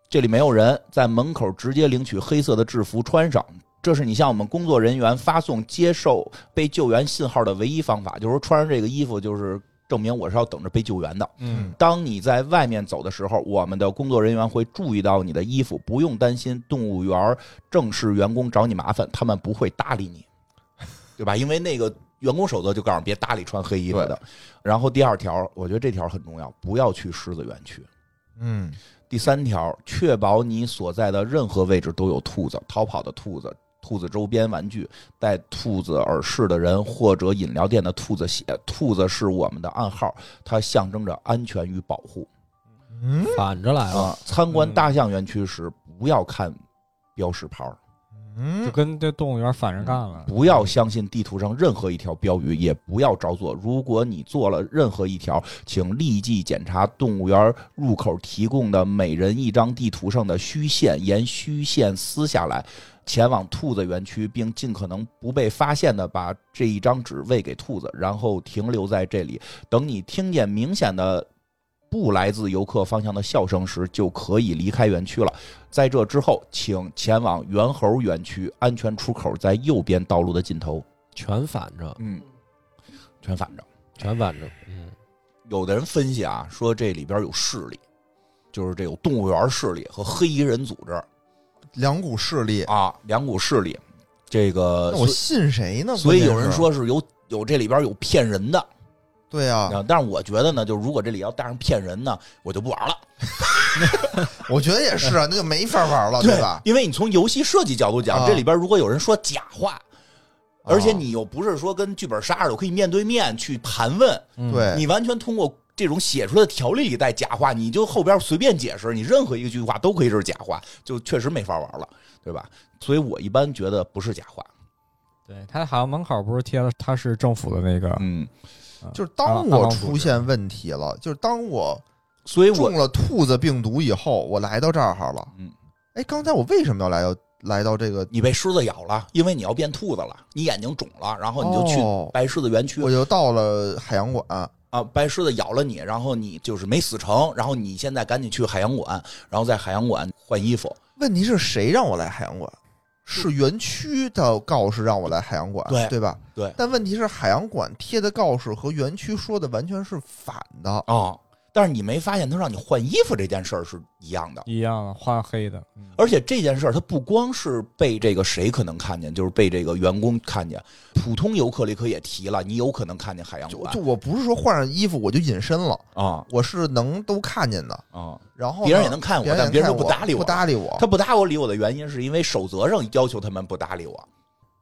[SPEAKER 2] 这里没有人，在门口直接领取黑色的制服穿上。这是你向我们工作人员发送接受被救援信号的唯一方法，就是说穿上这个衣服，就是证明我是要等着被救援的。
[SPEAKER 4] 嗯
[SPEAKER 2] 当你在外面走的时候，我们的工作人员会注意到你的衣服，不用担心动物园正式员工找你麻烦，他们不会搭理你，对吧？因为那个员工守则就告诉你别搭理穿黑衣服的。然后第二条，我觉得这条很重要，不要去狮子园区。
[SPEAKER 4] 嗯，
[SPEAKER 2] 第三条，确保你所在的任何位置都有兔子，逃跑的兔子、兔子周边玩具、戴兔子耳饰的人或者饮料店的兔子血。兔子是我们的暗号，它象征着安全与保护。
[SPEAKER 4] 嗯
[SPEAKER 1] 反着来了。
[SPEAKER 2] 啊，参观大象园区时不要看标识牌儿，
[SPEAKER 4] 就
[SPEAKER 3] 嗯，
[SPEAKER 4] 跟这动物园反着干了。
[SPEAKER 2] 嗯
[SPEAKER 4] 嗯
[SPEAKER 2] 不要相信地图上任何一条标语，也不要照做。如果你做了任何一条，请立即检查动物园入口提供的每人一张地图上的虚线，沿虚线撕下来。前往兔子园区，并尽可能不被发现的把这一张纸喂给兔子，然后停留在这里。等你听见明显的不来自游客方向的笑声时，就可以离开园区了。在这之后，请前往猿猴园区，安全出口在右边道路的尽头。
[SPEAKER 1] 全反着，
[SPEAKER 2] 嗯，全反着。
[SPEAKER 1] 全反着，嗯，
[SPEAKER 2] 有的人分析啊，说这里边有势力，就是这有动物园势力和黑衣人组
[SPEAKER 3] 啊
[SPEAKER 2] 织
[SPEAKER 3] 两股势力，
[SPEAKER 2] 啊，两股势力。这个
[SPEAKER 3] 那，我信谁呢？
[SPEAKER 2] 所以
[SPEAKER 3] 关键是
[SPEAKER 2] 有人，说是有有这里边有骗人的
[SPEAKER 3] 对啊，
[SPEAKER 2] 啊，但是我觉得呢，就如果这里要带上骗人呢，我就不玩了。
[SPEAKER 3] 我觉得也是啊，那就没法玩
[SPEAKER 2] [laughs]
[SPEAKER 3] 了，吧？
[SPEAKER 2] 因为你从游戏设计角度讲，
[SPEAKER 3] 啊
[SPEAKER 2] 这里边如果有人说假话，
[SPEAKER 3] 啊
[SPEAKER 2] 而且你又不是说跟剧本杀似的，我可以面对面去盘问，
[SPEAKER 4] 嗯，
[SPEAKER 3] 对，
[SPEAKER 2] 你完全通过这种写出来的条例里带假话，你就后边随便解释，你任何一个句话都可以是假话，就确实没法玩了，对吧？所以我一般觉得不是假话，
[SPEAKER 4] 对，他好像门口不是贴了，他是政府的那个，
[SPEAKER 2] 嗯，
[SPEAKER 3] 就是当我出现问题了，就是当我
[SPEAKER 2] 所以我
[SPEAKER 3] 中了兔子病毒以后，我来到这儿哈了。
[SPEAKER 2] 嗯，
[SPEAKER 3] 哎，刚才我为什么要来到来到这个？
[SPEAKER 2] 你被狮子咬了，因为你要变兔子了，你眼睛肿了，然后你就去
[SPEAKER 3] 哦，
[SPEAKER 2] 白狮子园区
[SPEAKER 3] 我就到了海洋馆。
[SPEAKER 2] 啊，白狮子咬了你，然后你就是没死成，然后你现在赶紧去海洋馆，然后在海洋馆换衣服。
[SPEAKER 3] 问题是谁让我来海洋馆？是园区的告示让我来海洋馆，
[SPEAKER 2] 对
[SPEAKER 3] 吧？
[SPEAKER 2] 对
[SPEAKER 3] 但问题是，海洋馆贴的告示和园区说的完全是反的。
[SPEAKER 2] 哦，但是你没发现他让你换衣服这件事儿是一样的，
[SPEAKER 4] 一样的画黑的，嗯
[SPEAKER 2] 而且这件事儿它不光是被这个谁可能看见，就是被这个员工看见，普通游客里可也提了，你有可能看见海洋
[SPEAKER 3] 就
[SPEAKER 2] 馆
[SPEAKER 3] 就我不是说换上衣服我就隐身了，
[SPEAKER 2] 啊
[SPEAKER 3] 我是能都看见的。
[SPEAKER 2] 啊，
[SPEAKER 3] 然后呢
[SPEAKER 2] 别人也能看我，
[SPEAKER 3] 哦别人也
[SPEAKER 2] 但别人
[SPEAKER 3] 看
[SPEAKER 2] 都不搭理
[SPEAKER 3] 不
[SPEAKER 2] 我。
[SPEAKER 3] 搭理我。
[SPEAKER 2] 他不搭我理我的原因是因为守则上要求他们不搭理我，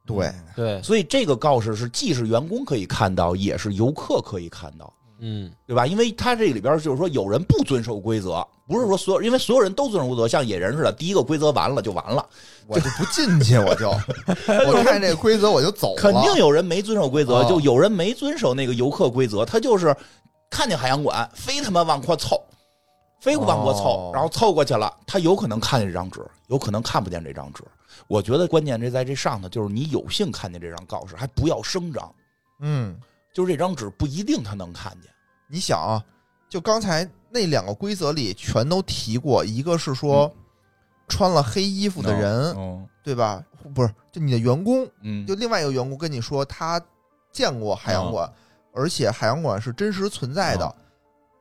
[SPEAKER 3] 对，
[SPEAKER 4] 嗯
[SPEAKER 1] 对，
[SPEAKER 2] 所以这个告示是既是员工可以看到，也是游客可以看到。
[SPEAKER 1] 嗯，
[SPEAKER 2] 对吧？因为他这里边就是说，有人不遵守规则，不是说所有，因为所有人都遵守规则，像野人似的，第一个规则完了就完
[SPEAKER 3] 啊
[SPEAKER 2] 了，
[SPEAKER 3] 我就不进去，我
[SPEAKER 2] [laughs]
[SPEAKER 3] 就我看这规则我就走了。
[SPEAKER 2] 肯定有人没遵守规则，
[SPEAKER 3] 啊
[SPEAKER 2] 就有人没遵守那个游客规则，他就是看见海洋馆，非他妈往过凑，非往过凑，
[SPEAKER 3] 哦
[SPEAKER 2] 然后凑过去了，他有可能看见这张纸，有可能看不见这张纸。我觉得关键这在这上头，就是你有幸看见这张告示，还不要声张，
[SPEAKER 3] 嗯，
[SPEAKER 2] 就是这张纸不一定他能看见。
[SPEAKER 3] 你想啊，就刚才那两个规则里全都提过，一个是说穿了黑衣服的人，
[SPEAKER 2] 嗯
[SPEAKER 3] 对吧？不是，就你的员工，
[SPEAKER 2] 嗯
[SPEAKER 3] 就另外一个员工跟你说他见过海洋馆，而且海洋馆是真实存在的，
[SPEAKER 2] 哦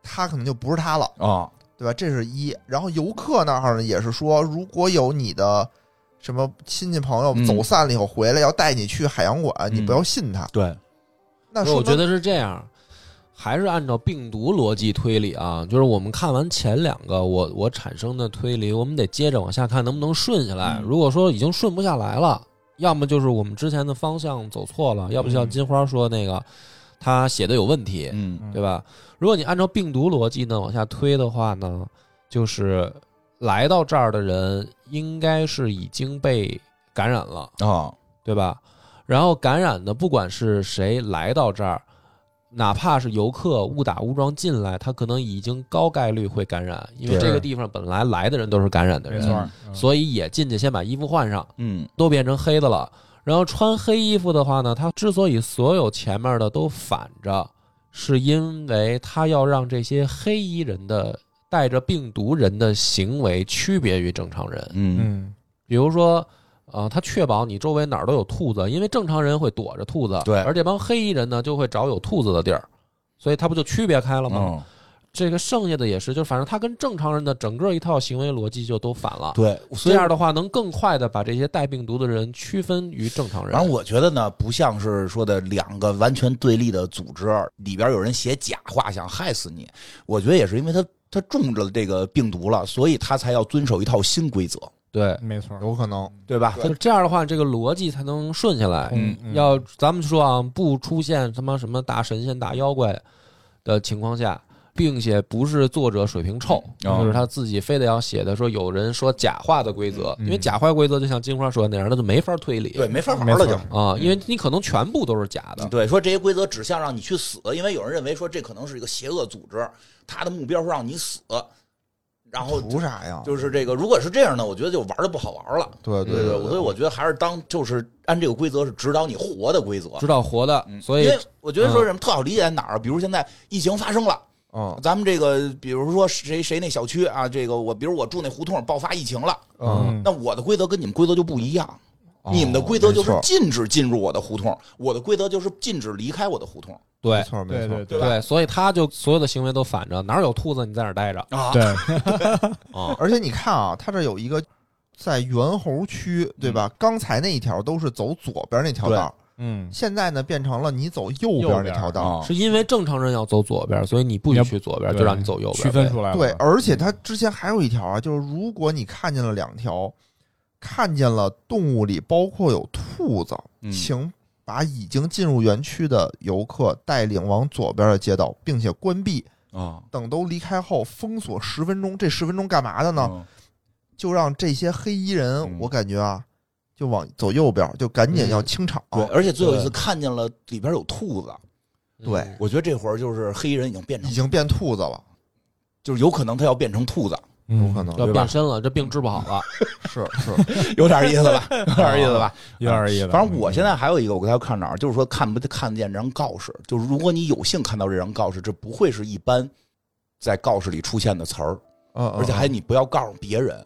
[SPEAKER 3] 他可能就不是他了。
[SPEAKER 2] 啊
[SPEAKER 3] 对吧？这是一。然后游客那儿呢也是说，如果有你的什么亲戚朋友
[SPEAKER 2] 嗯
[SPEAKER 3] 走散了以后回来要带你去海洋馆，你
[SPEAKER 2] 嗯
[SPEAKER 3] 不要信他。
[SPEAKER 2] 对，
[SPEAKER 3] 那
[SPEAKER 1] 不是
[SPEAKER 3] 说
[SPEAKER 1] 我
[SPEAKER 3] 明
[SPEAKER 1] 觉得是这样，还是按照病毒逻辑推理啊，就是我们看完前两个，我我产生的推理，我们得接着往下看能不能顺下来。
[SPEAKER 2] 嗯
[SPEAKER 1] 如果说已经顺不下来了，要么就是我们之前的方向走错了，要不像
[SPEAKER 2] 嗯
[SPEAKER 1] 金花说那个，他写的有问题，
[SPEAKER 2] 嗯
[SPEAKER 1] 对吧？如果你按照病毒逻辑呢往下推的话呢，就是来到这儿的人应该是已经被感染了。
[SPEAKER 2] 啊，
[SPEAKER 1] 对吧？然后感染的不管是谁来到这儿，哪怕是游客误打误撞进来，他可能已经高概率会感染，因为
[SPEAKER 2] 是
[SPEAKER 1] 这个地方本来来的人都是感染的
[SPEAKER 4] 没
[SPEAKER 1] 人，
[SPEAKER 4] 错，嗯以
[SPEAKER 1] 所以也进去先把衣服换上，
[SPEAKER 2] 嗯
[SPEAKER 1] 都变成黑的了。然后穿黑衣服的话呢，他之所以所有前面的都反着，是因为他要让这些黑衣人的带着病毒人的行为区别于正常人。
[SPEAKER 2] 嗯
[SPEAKER 4] 嗯，
[SPEAKER 1] 比如说，呃，他确保你周围哪儿都有兔子，因为正常人会躲着兔子，
[SPEAKER 2] 对
[SPEAKER 1] 而这帮黑衣人呢就会找有兔子的地儿，所以他不就区别开了吗？
[SPEAKER 2] 嗯，
[SPEAKER 1] 这个剩下的也是，就反正他跟正常人的整个一套行为逻辑就都反了。
[SPEAKER 2] 对，
[SPEAKER 1] 啊这
[SPEAKER 2] 所以
[SPEAKER 1] 样的话，能更快的把这些带病毒的人区分于正常人。
[SPEAKER 2] 反正我觉得呢，不像是说的两个完全对立的组织里边有人写假话想害死你，我觉得也是因为他他中了这个病毒了，所以他才要遵守一套新规则，
[SPEAKER 1] 对，
[SPEAKER 4] 没错，
[SPEAKER 3] 有可能，
[SPEAKER 2] 对吧？
[SPEAKER 1] 就这样的话，这个逻辑才能顺下来。
[SPEAKER 4] 嗯嗯
[SPEAKER 1] 要咱们说啊，不出现他妈什么大神仙、大妖怪的情况下，并且不是作者水平臭，
[SPEAKER 4] 嗯
[SPEAKER 2] 哦
[SPEAKER 1] 就是他自己非得要写的说有人说假话的规则，
[SPEAKER 4] 嗯
[SPEAKER 1] 因为假话规则就像金花说的那样，那就没法推理。
[SPEAKER 2] 对，没法玩了
[SPEAKER 4] 没
[SPEAKER 2] 就嗯
[SPEAKER 4] 错。
[SPEAKER 1] 啊，因为你可能全部都是假
[SPEAKER 4] 嗯
[SPEAKER 1] 的。
[SPEAKER 2] 对，说这些规则指向让你去死，因为有人认为说这可能是一个邪恶组织，他的目标是让你死。然后
[SPEAKER 3] 图啥呀？
[SPEAKER 2] 就是这个，如果是这样呢，我觉得就玩的不好玩了。
[SPEAKER 3] 对
[SPEAKER 2] 对
[SPEAKER 3] 对，
[SPEAKER 2] 所以我觉得还是当就是按这个规则是指导你活的规则。
[SPEAKER 1] 知道活的，
[SPEAKER 4] 嗯
[SPEAKER 1] 所以
[SPEAKER 2] 嗯因为我觉得说什么特好理解在哪儿，比如现在疫情发生了，
[SPEAKER 3] 嗯
[SPEAKER 2] 咱们这个比如说谁谁那小区啊，这个我比如我住那胡同爆发疫情了，
[SPEAKER 3] 嗯，
[SPEAKER 2] 那我的规则跟你们规则就不一样，
[SPEAKER 1] 哦
[SPEAKER 2] 你们的规则就是
[SPEAKER 3] 没错
[SPEAKER 2] 禁止进入我的胡同，我的规则就是禁止离开我的胡同
[SPEAKER 1] 对
[SPEAKER 3] 没错没
[SPEAKER 4] 对
[SPEAKER 3] 错
[SPEAKER 2] [laughs]
[SPEAKER 4] 对，
[SPEAKER 2] 对吧
[SPEAKER 1] 对，所以他就所有的行为都反着，哪儿有兔子你在哪儿待着
[SPEAKER 2] 啊。
[SPEAKER 4] 对，
[SPEAKER 1] 啊。
[SPEAKER 3] 而且你看啊，它这有一个在猿猴区，对吧？
[SPEAKER 2] 嗯
[SPEAKER 3] 刚才那一条都是走左边那条道，
[SPEAKER 4] 嗯，
[SPEAKER 3] 现在呢变成了你走右边那条道。
[SPEAKER 2] 啊
[SPEAKER 1] 是因为正常人要走左边，所以你不
[SPEAKER 4] 也
[SPEAKER 1] 许
[SPEAKER 4] 不
[SPEAKER 1] 去左边，就让你走右边呗。
[SPEAKER 4] 区分出来
[SPEAKER 2] 嗯
[SPEAKER 4] 了，
[SPEAKER 3] 对，而且它之前还有一条啊，就是如果你看见了两条，看见了动物里包括有兔子，
[SPEAKER 2] 嗯
[SPEAKER 3] 请把已经进入园区的游客带领往左边的街道，并且关闭。
[SPEAKER 2] 啊
[SPEAKER 3] 等都离开后，封锁十分钟。这十分钟干嘛的呢？
[SPEAKER 2] 嗯
[SPEAKER 3] 就让这些黑衣人，
[SPEAKER 2] 嗯
[SPEAKER 3] 我感觉啊，就往走右边，就赶紧要清场。
[SPEAKER 2] 对，而且最后一次看见了里边有兔子，
[SPEAKER 3] 对
[SPEAKER 1] 嗯
[SPEAKER 2] 我觉得这会儿就是黑衣人已经变成
[SPEAKER 3] 已，经变兔子了，
[SPEAKER 2] 就是有可能他要变成兔子，
[SPEAKER 4] 嗯
[SPEAKER 3] 有可能
[SPEAKER 1] 要
[SPEAKER 2] 对吧
[SPEAKER 1] 变身了，这病治不好了。
[SPEAKER 3] 是是，
[SPEAKER 2] 有点意思
[SPEAKER 3] [laughs]
[SPEAKER 2] 吧？有点意思吧？
[SPEAKER 4] 嗯有点意思。
[SPEAKER 2] 反正我现在还有一个，我刚才看哪儿，就是说看不看得见这张告示，就是如果你有幸看到这张告示，这不会是一般在告示里出现的词儿，
[SPEAKER 3] 嗯，
[SPEAKER 2] [laughs] 而且还你不要告诉别人。
[SPEAKER 3] 嗯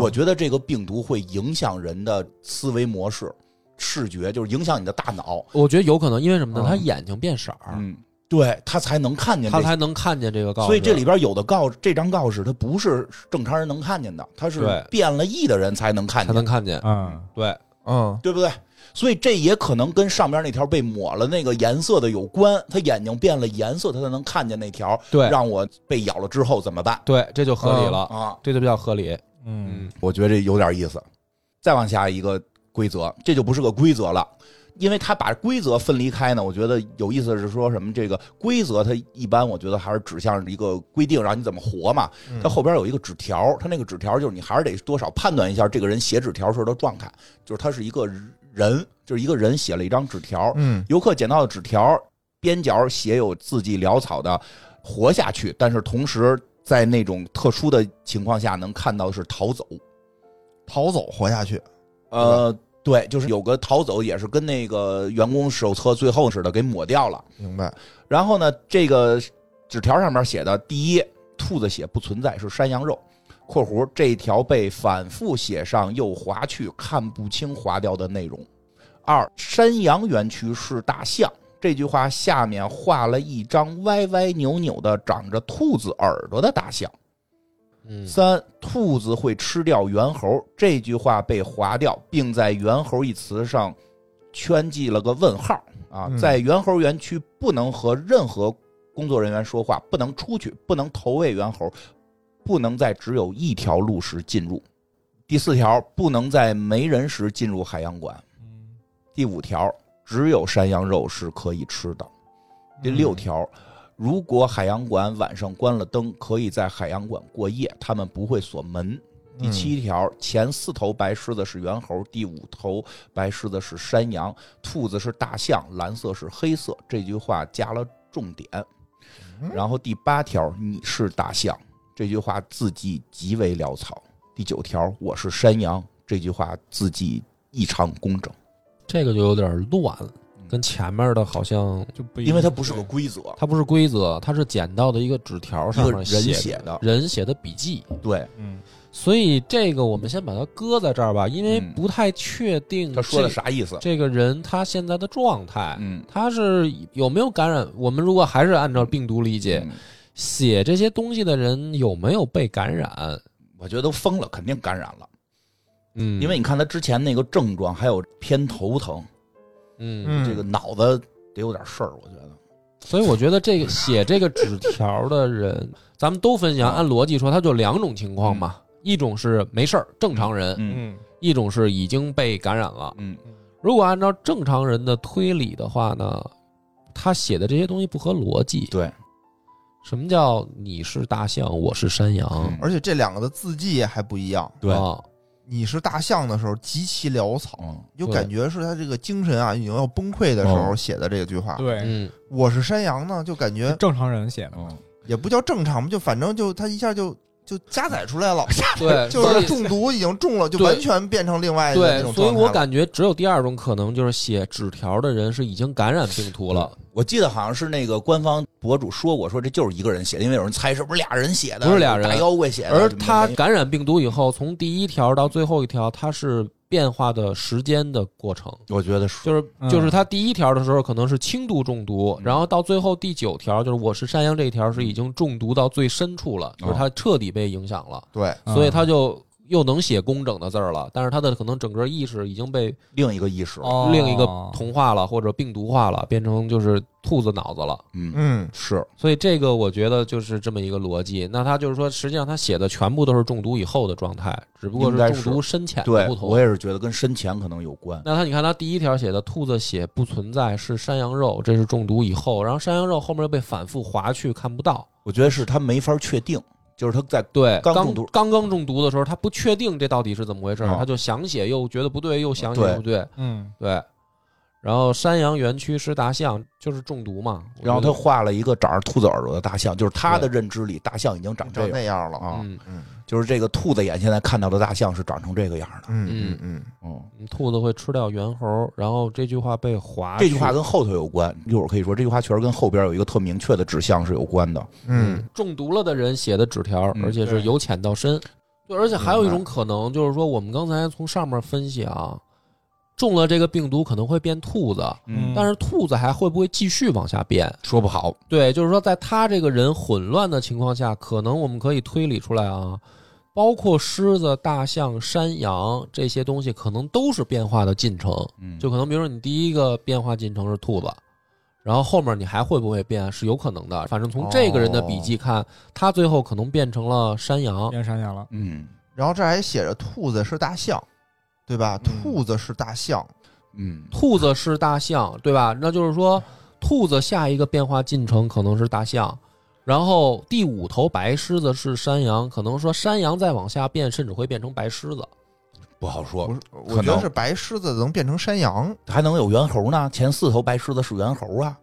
[SPEAKER 2] 我觉得这个病毒会影响人的思维模式、视觉，就是影响你的大脑。
[SPEAKER 1] 我觉得有可能，因为什么呢？
[SPEAKER 3] 嗯
[SPEAKER 1] 他眼睛变色儿，
[SPEAKER 2] 嗯，对他才能看见这
[SPEAKER 1] 他
[SPEAKER 2] 些。
[SPEAKER 1] 才能看见这个告啊示。
[SPEAKER 2] 所以这里边有的告这张告示，它不是正常人能看见的，它是
[SPEAKER 1] 对
[SPEAKER 2] 变了异的人才能看
[SPEAKER 1] 才
[SPEAKER 2] 见，
[SPEAKER 1] 能看见。
[SPEAKER 4] 嗯，
[SPEAKER 1] 对，
[SPEAKER 3] 嗯
[SPEAKER 2] 对不对？所以这也可能跟上边那条被抹了那个颜色的有关，他眼睛变了颜色，他才能看见那条。
[SPEAKER 1] 对
[SPEAKER 2] 让我被咬了之后怎么办
[SPEAKER 1] 对，这就合理了，
[SPEAKER 2] 啊？
[SPEAKER 1] 这就比较合理。
[SPEAKER 4] 嗯，，
[SPEAKER 2] 我觉得这有点意思。再往下一个规则，这就不是个规则了，因为他把规则分离开呢。我觉得有意思的是说什么这个规则，它一般我觉得还是指向一个规定，让你怎么活嘛。
[SPEAKER 3] 嗯
[SPEAKER 2] 它后边有一个纸条，它那个纸条就是你还是得多少判断一下这个人写纸条时候的状态，就是他是一个人，就是一个人写了一张纸条，
[SPEAKER 3] 嗯
[SPEAKER 2] 游客捡到的纸条边角写有字迹潦草的“活下去”，但是同时在那种特殊的情况下能看到的是逃走。
[SPEAKER 3] 逃走活下去，
[SPEAKER 2] 呃，对，就是有个逃走也是跟那个员工手册最后似的给抹掉了。
[SPEAKER 3] 明白？
[SPEAKER 2] 然后呢，这个纸条上面写的第一，兔子血不存在，是山羊肉。（括弧这条被反复写上又划去，看不清划掉的内容）。二，山羊园区是大象。这句话下面画了一张歪歪扭扭的、长着兔子耳朵的大象。
[SPEAKER 1] 嗯
[SPEAKER 2] 三，兔子会吃掉猿猴这句话被划掉，并在“猿猴”一词上圈记了个问号啊！
[SPEAKER 4] 嗯
[SPEAKER 2] 在猿猴园区不能和任何工作人员说话，不能出去，不能投喂猿猴，不能在只有一条路时进入。第四条，不能在没人时进入海洋馆。
[SPEAKER 4] 嗯
[SPEAKER 2] 第五条，只有山羊肉是可以吃的。第六条，如果海洋馆晚上关了灯，可以在海洋馆过夜，他们不会锁门。
[SPEAKER 1] 嗯
[SPEAKER 2] 第七条，前四头白狮子是猿猴，第五头白狮子是山羊，兔子是大象，蓝色是黑色。这句话加了重点。
[SPEAKER 1] 嗯
[SPEAKER 2] 然后第八条，你是大象，这句话字迹极为潦草。第九条，我是山羊，这句话字迹异常工整，
[SPEAKER 1] 这个就有点乱，跟前面的好像
[SPEAKER 4] 嗯就不一
[SPEAKER 2] 因为它不是个规则，
[SPEAKER 1] 它不是规则，它是捡到的一个纸条
[SPEAKER 2] 一
[SPEAKER 1] 上
[SPEAKER 2] 个
[SPEAKER 1] 面
[SPEAKER 2] 人
[SPEAKER 1] 写
[SPEAKER 2] 写的，
[SPEAKER 1] 人写的笔记，
[SPEAKER 2] 对，
[SPEAKER 4] 嗯
[SPEAKER 1] 所以这个我们先把它搁在这儿吧，因为
[SPEAKER 2] 嗯
[SPEAKER 1] 不太确定
[SPEAKER 2] 他说
[SPEAKER 1] 嗯
[SPEAKER 2] 的
[SPEAKER 1] 这
[SPEAKER 2] 啥意思？
[SPEAKER 1] 这个人他现在的状态，
[SPEAKER 2] 嗯，
[SPEAKER 1] 他是有没有感染？我们如果还是按照病毒理解，
[SPEAKER 2] 嗯
[SPEAKER 1] 写这些东西的人有没有被感染？
[SPEAKER 2] 我觉得都疯了，肯定感染了，
[SPEAKER 1] 嗯，
[SPEAKER 2] 因为你看他之前那个症状，还有偏头疼，
[SPEAKER 1] 嗯，
[SPEAKER 4] 嗯
[SPEAKER 2] 这个脑子得有点事儿，我觉得。
[SPEAKER 1] 所以我觉得这个写这个纸条的人，咱们都分享，按逻辑说，他就两种情况嘛，一种是没事儿正常人，
[SPEAKER 2] 嗯
[SPEAKER 4] 嗯
[SPEAKER 1] 一种是已经被感染了。
[SPEAKER 2] 嗯
[SPEAKER 1] 如果按照正常人的推理的话呢，他写的这些东西不合逻辑。
[SPEAKER 2] 对，
[SPEAKER 1] 什么叫你是大象，我是山
[SPEAKER 2] 嗯
[SPEAKER 1] 羊？
[SPEAKER 3] 而且这两个的字迹还不一样。
[SPEAKER 2] 对，
[SPEAKER 1] 啊，
[SPEAKER 3] 你是大象的时候极其潦草，
[SPEAKER 2] 嗯
[SPEAKER 3] 就
[SPEAKER 1] 对哦
[SPEAKER 3] 感觉是他这个精神啊已经要崩溃的时候
[SPEAKER 2] 嗯
[SPEAKER 3] 写的这句话。
[SPEAKER 4] 对，
[SPEAKER 1] 嗯，
[SPEAKER 3] 我是山羊呢，就感觉
[SPEAKER 4] 正常人写的嘛，
[SPEAKER 2] 嗯，
[SPEAKER 3] 也不叫正常，就反正就他一下就就加载出来了，
[SPEAKER 1] 对，
[SPEAKER 3] 就
[SPEAKER 1] 所
[SPEAKER 3] 是
[SPEAKER 1] 以
[SPEAKER 3] 中毒已经中了，就
[SPEAKER 1] 对
[SPEAKER 3] 完全变成另外的那
[SPEAKER 1] 对，
[SPEAKER 3] 种
[SPEAKER 1] 所以
[SPEAKER 3] 状态
[SPEAKER 1] 我
[SPEAKER 3] 了。
[SPEAKER 1] 感觉只有第二种可能，就是写纸条的人是已经感染病毒了，
[SPEAKER 2] 我记得好像是那个官方博主说过，说这就是一个人写的，因为有人猜是不是俩人写的，
[SPEAKER 1] 不是俩人
[SPEAKER 2] 大妖怪写的，
[SPEAKER 1] 而
[SPEAKER 2] 就没
[SPEAKER 1] 他
[SPEAKER 2] 没
[SPEAKER 1] 感染病毒以后，从第一条到最后一条，它是变化的时间的过程。
[SPEAKER 2] 我觉得是，
[SPEAKER 1] 就是
[SPEAKER 4] 嗯
[SPEAKER 1] 就是他第一条的时候可能是轻度中毒，
[SPEAKER 3] 嗯
[SPEAKER 1] 然后到最后第九条就是我是山羊这一条是已经中毒到最深处了，
[SPEAKER 3] 哦
[SPEAKER 1] 就是他彻底被影响了，
[SPEAKER 3] 对，
[SPEAKER 4] 嗯
[SPEAKER 1] 所以他就又能写工整的字儿了，但是他的可能整个意识已经被
[SPEAKER 2] 另一个意识，
[SPEAKER 4] 哦
[SPEAKER 1] 另一个同化了或者病毒化了，变成就是兔子脑子了。
[SPEAKER 2] 嗯，
[SPEAKER 3] 嗯，
[SPEAKER 2] 是，
[SPEAKER 1] 所以这个我觉得就是这么一个逻辑。那他就是说，实际上他写的全部都是中毒以后的状态，只不过
[SPEAKER 2] 应该
[SPEAKER 1] 中
[SPEAKER 2] 是
[SPEAKER 1] 毒深浅的
[SPEAKER 2] 对
[SPEAKER 1] 哎不，
[SPEAKER 2] 我
[SPEAKER 1] 同。
[SPEAKER 2] 也是觉得跟深浅可能有关，
[SPEAKER 1] 那他你看他第一条写的兔子血不存在是山羊肉，这是中毒以后，然后山羊肉后面又被反复划去看不到。
[SPEAKER 2] 我觉得是他没法确定，就是他在
[SPEAKER 1] 对，
[SPEAKER 2] 刚
[SPEAKER 1] 刚
[SPEAKER 2] 中毒
[SPEAKER 1] 刚刚中毒的时候，他不确定这到底是怎么回事，
[SPEAKER 2] 嗯
[SPEAKER 1] 他就想写又觉得不对，又想写
[SPEAKER 2] 对
[SPEAKER 1] 不对，
[SPEAKER 4] 嗯
[SPEAKER 1] 对。然后山羊园区吃大象就是中毒嘛，我
[SPEAKER 2] 然后
[SPEAKER 1] 觉得
[SPEAKER 2] 他画了一个长着兔子耳朵的大象，就是他的认知里，大象已经长这
[SPEAKER 3] 长
[SPEAKER 2] 样
[SPEAKER 3] 那样了。
[SPEAKER 2] 啊，
[SPEAKER 1] 嗯
[SPEAKER 3] 嗯
[SPEAKER 2] 就是这个兔子眼现在看到的大象是长成这个样的。
[SPEAKER 3] 嗯嗯嗯，
[SPEAKER 2] 嗯，
[SPEAKER 1] 兔子会吃掉猿猴，然后这句话被划
[SPEAKER 2] 这句话
[SPEAKER 1] 去
[SPEAKER 2] 跟后头有关，一会儿可以说这句话确实跟后边有一个特明确的指向是有关的。
[SPEAKER 3] 嗯，
[SPEAKER 1] 中毒了的人写的纸条，
[SPEAKER 2] 嗯
[SPEAKER 1] 而且是
[SPEAKER 4] 对
[SPEAKER 1] 由浅到深。对，而且还有一种可能就是说，我们刚才从上面分析啊，中了这个病毒可能会变兔子，
[SPEAKER 4] 嗯
[SPEAKER 1] 但是兔子还会不会继续往下变？
[SPEAKER 2] 说不好，
[SPEAKER 1] 对，就是说，在他这个人混乱的情况下，可能我们可以推理出来啊，包括狮子、大象、山羊这些东西，可能都是变化的进程。
[SPEAKER 2] 嗯
[SPEAKER 1] 就可能比如说你第一个变化进程是兔子，然后后面你还会不会变是有可能的。反正从这个人的笔记看，他最后可能变成了山羊。
[SPEAKER 4] 变山羊了，
[SPEAKER 2] 嗯
[SPEAKER 3] 然后这还写着兔子是大象，对吧？
[SPEAKER 4] 嗯
[SPEAKER 3] 兔子是大象，
[SPEAKER 2] 嗯，
[SPEAKER 1] 兔子是大象，对吧？那就是说，兔子下一个变化进程可能是大象，然后第五头白狮子是山羊，可能说山羊再往下变，甚至会变成白狮子。
[SPEAKER 2] 不好说
[SPEAKER 3] 我，是
[SPEAKER 2] 可
[SPEAKER 3] 我觉
[SPEAKER 2] 能
[SPEAKER 3] 得是白狮子能变成山羊，
[SPEAKER 2] 还能有猿猴呢？前四头白狮子是猿猴啊，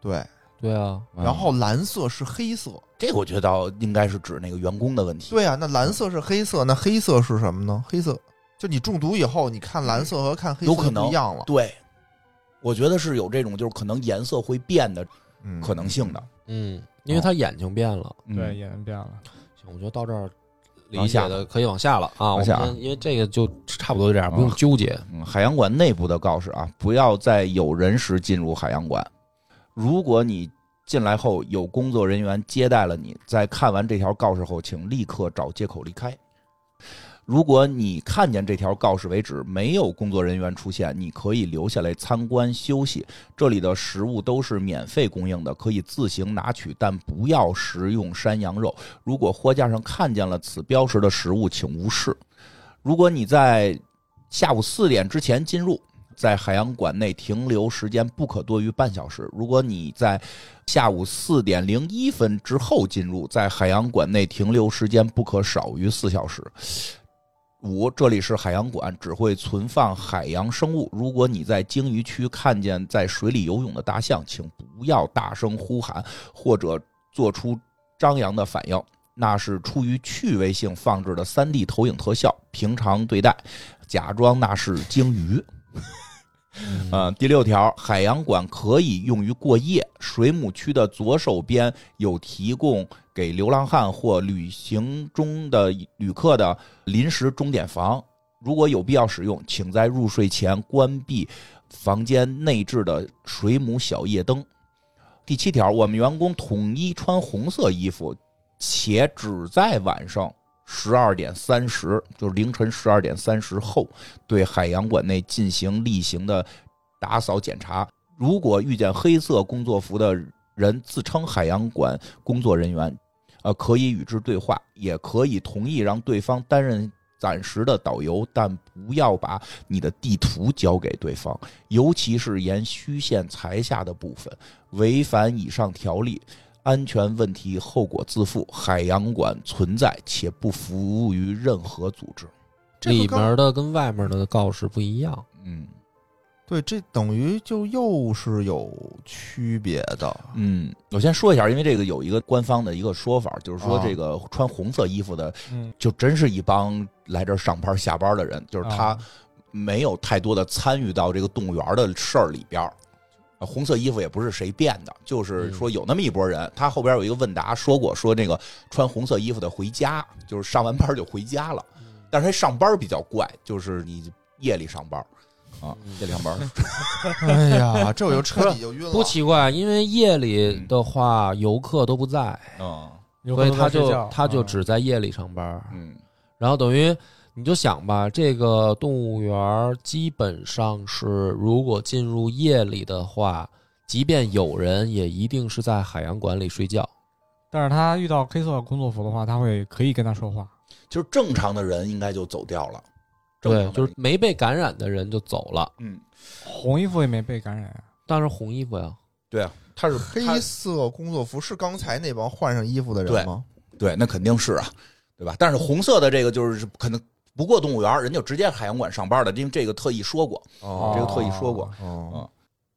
[SPEAKER 3] 对。
[SPEAKER 1] 对啊，
[SPEAKER 2] 嗯
[SPEAKER 3] 然后蓝色是黑色，
[SPEAKER 2] 这个我觉得应该是指那个员工的问题。
[SPEAKER 3] 对啊，那蓝色是黑色，那黑色是什么呢？黑色就你中毒以后，你看蓝色和看黑色
[SPEAKER 2] 有可
[SPEAKER 3] 就
[SPEAKER 2] 能
[SPEAKER 3] 不一样了，
[SPEAKER 2] 对，我觉得是有这种就是可能颜色会变的
[SPEAKER 3] 嗯
[SPEAKER 2] 可能性的。
[SPEAKER 1] 嗯，因为他眼睛变了。
[SPEAKER 2] 嗯
[SPEAKER 4] 对，，也能变了，
[SPEAKER 1] 行，我觉得到这儿理
[SPEAKER 2] 往
[SPEAKER 1] 解
[SPEAKER 2] 下
[SPEAKER 1] 的可以往下了啊。我
[SPEAKER 2] 往
[SPEAKER 1] 们
[SPEAKER 2] 下啊
[SPEAKER 1] 先因为这个就差不多这样，不用
[SPEAKER 2] 啊
[SPEAKER 1] 纠结。
[SPEAKER 2] 嗯，海洋馆内部的告示啊，不要在有人时进入海洋馆。如果你进来后有工作人员接待了你，在看完这条告示后，请立刻找借口离开。如果你看见这条告示为止没有工作人员出现，你可以留下来参观休息。这里的食物都是免费供应的，可以自行拿取，但不要食用山羊肉。如果货架上看见了此标识的食物，请无视。如果你在下午四点之前进入，在海洋馆内停留时间不可多于半小时。如果你在下午四点零一分之后进入，在海洋馆内停留时间不可少于四小时。五，这里是海洋馆，只会存放海洋生物。如果你在鲸鱼区看见在水里游泳的大象，请不要大声呼喊或者做出张扬的反应，那是出于趣味性放置的 3D 投影特效，平常对待，假装那是鲸鱼。呃，第六条，海洋馆可以用于过夜。水母区的左手边有提供给流浪汉或旅行中的旅客的临时钟点房，如果有必要使用，请在入睡前关闭房间内置的水母小夜灯。第七条，我们员工统一穿红色衣服，且只在晚上十二点三十，就是凌晨十二点三十后，对海洋馆内进行例行的打扫检查。如果遇见黑色工作服的人自称海洋馆工作人员，呃，可以与之对话，也可以同意让对方担任暂时的导游，但不要把你的地图交给对方，尤其是沿虚线裁下的部分。违反以上条例，安全问题后果自负。海洋馆存在且不服务于任何组织。
[SPEAKER 3] 这个
[SPEAKER 1] 里
[SPEAKER 3] 告
[SPEAKER 1] 面的跟外面的告示不一样。
[SPEAKER 2] 嗯
[SPEAKER 3] 对，这等于就又是有区别的。
[SPEAKER 2] 嗯，我先说一下，因为这个有一个官方的一个说法，就是说
[SPEAKER 3] 啊
[SPEAKER 2] 这个穿红色衣服的，
[SPEAKER 4] 嗯，
[SPEAKER 2] 就真是一帮来这儿上班下班的人，就是他
[SPEAKER 4] 啊
[SPEAKER 2] 没有太多的参与到这个动物园的事儿里边儿。啊红色衣服也不是谁变的，
[SPEAKER 1] 嗯
[SPEAKER 2] 就是说有那么一拨人。他后边有一个问答说过，说那个穿红色衣服的回家，就是上完班就回家了。
[SPEAKER 1] 嗯
[SPEAKER 2] 但是他上班比较怪，就是你夜里上
[SPEAKER 1] [laughs]
[SPEAKER 2] 班啊，
[SPEAKER 1] 嗯
[SPEAKER 2] 夜里上班。
[SPEAKER 3] 哎呀，这我就
[SPEAKER 2] [laughs]
[SPEAKER 3] 彻底就晕了。
[SPEAKER 1] 不奇怪，啊因为夜里的话游客都不在，
[SPEAKER 2] 嗯
[SPEAKER 1] 所以他
[SPEAKER 4] 有可能在睡
[SPEAKER 1] 就
[SPEAKER 4] 觉
[SPEAKER 1] 他就
[SPEAKER 4] 嗯
[SPEAKER 1] 只在夜里上班。
[SPEAKER 2] 嗯
[SPEAKER 1] 然后等于你就想吧，这个动物园儿基本上是，如果进入夜里的话，即便有人，也一定是在海洋馆里睡觉。
[SPEAKER 4] 但是他遇到黑色工作服的话，他会可以跟他说话。
[SPEAKER 2] 就是正常的人应该就走掉了。正常
[SPEAKER 1] 对，
[SPEAKER 2] 的人
[SPEAKER 1] 就是没被感染的人就走了，
[SPEAKER 2] 嗯，
[SPEAKER 4] 红衣服也没被感染啊，
[SPEAKER 1] 但是红衣服呀，
[SPEAKER 2] 对啊，他是他
[SPEAKER 3] 黑色工作服是刚才那帮换上衣服的人吗？
[SPEAKER 2] 对，那肯定是啊，对吧？但是红色的这个就是可能不过动物园，人就直接海洋馆上班的，因为这个特意说过，
[SPEAKER 3] 哦
[SPEAKER 2] 这个特意说过，
[SPEAKER 3] 哦，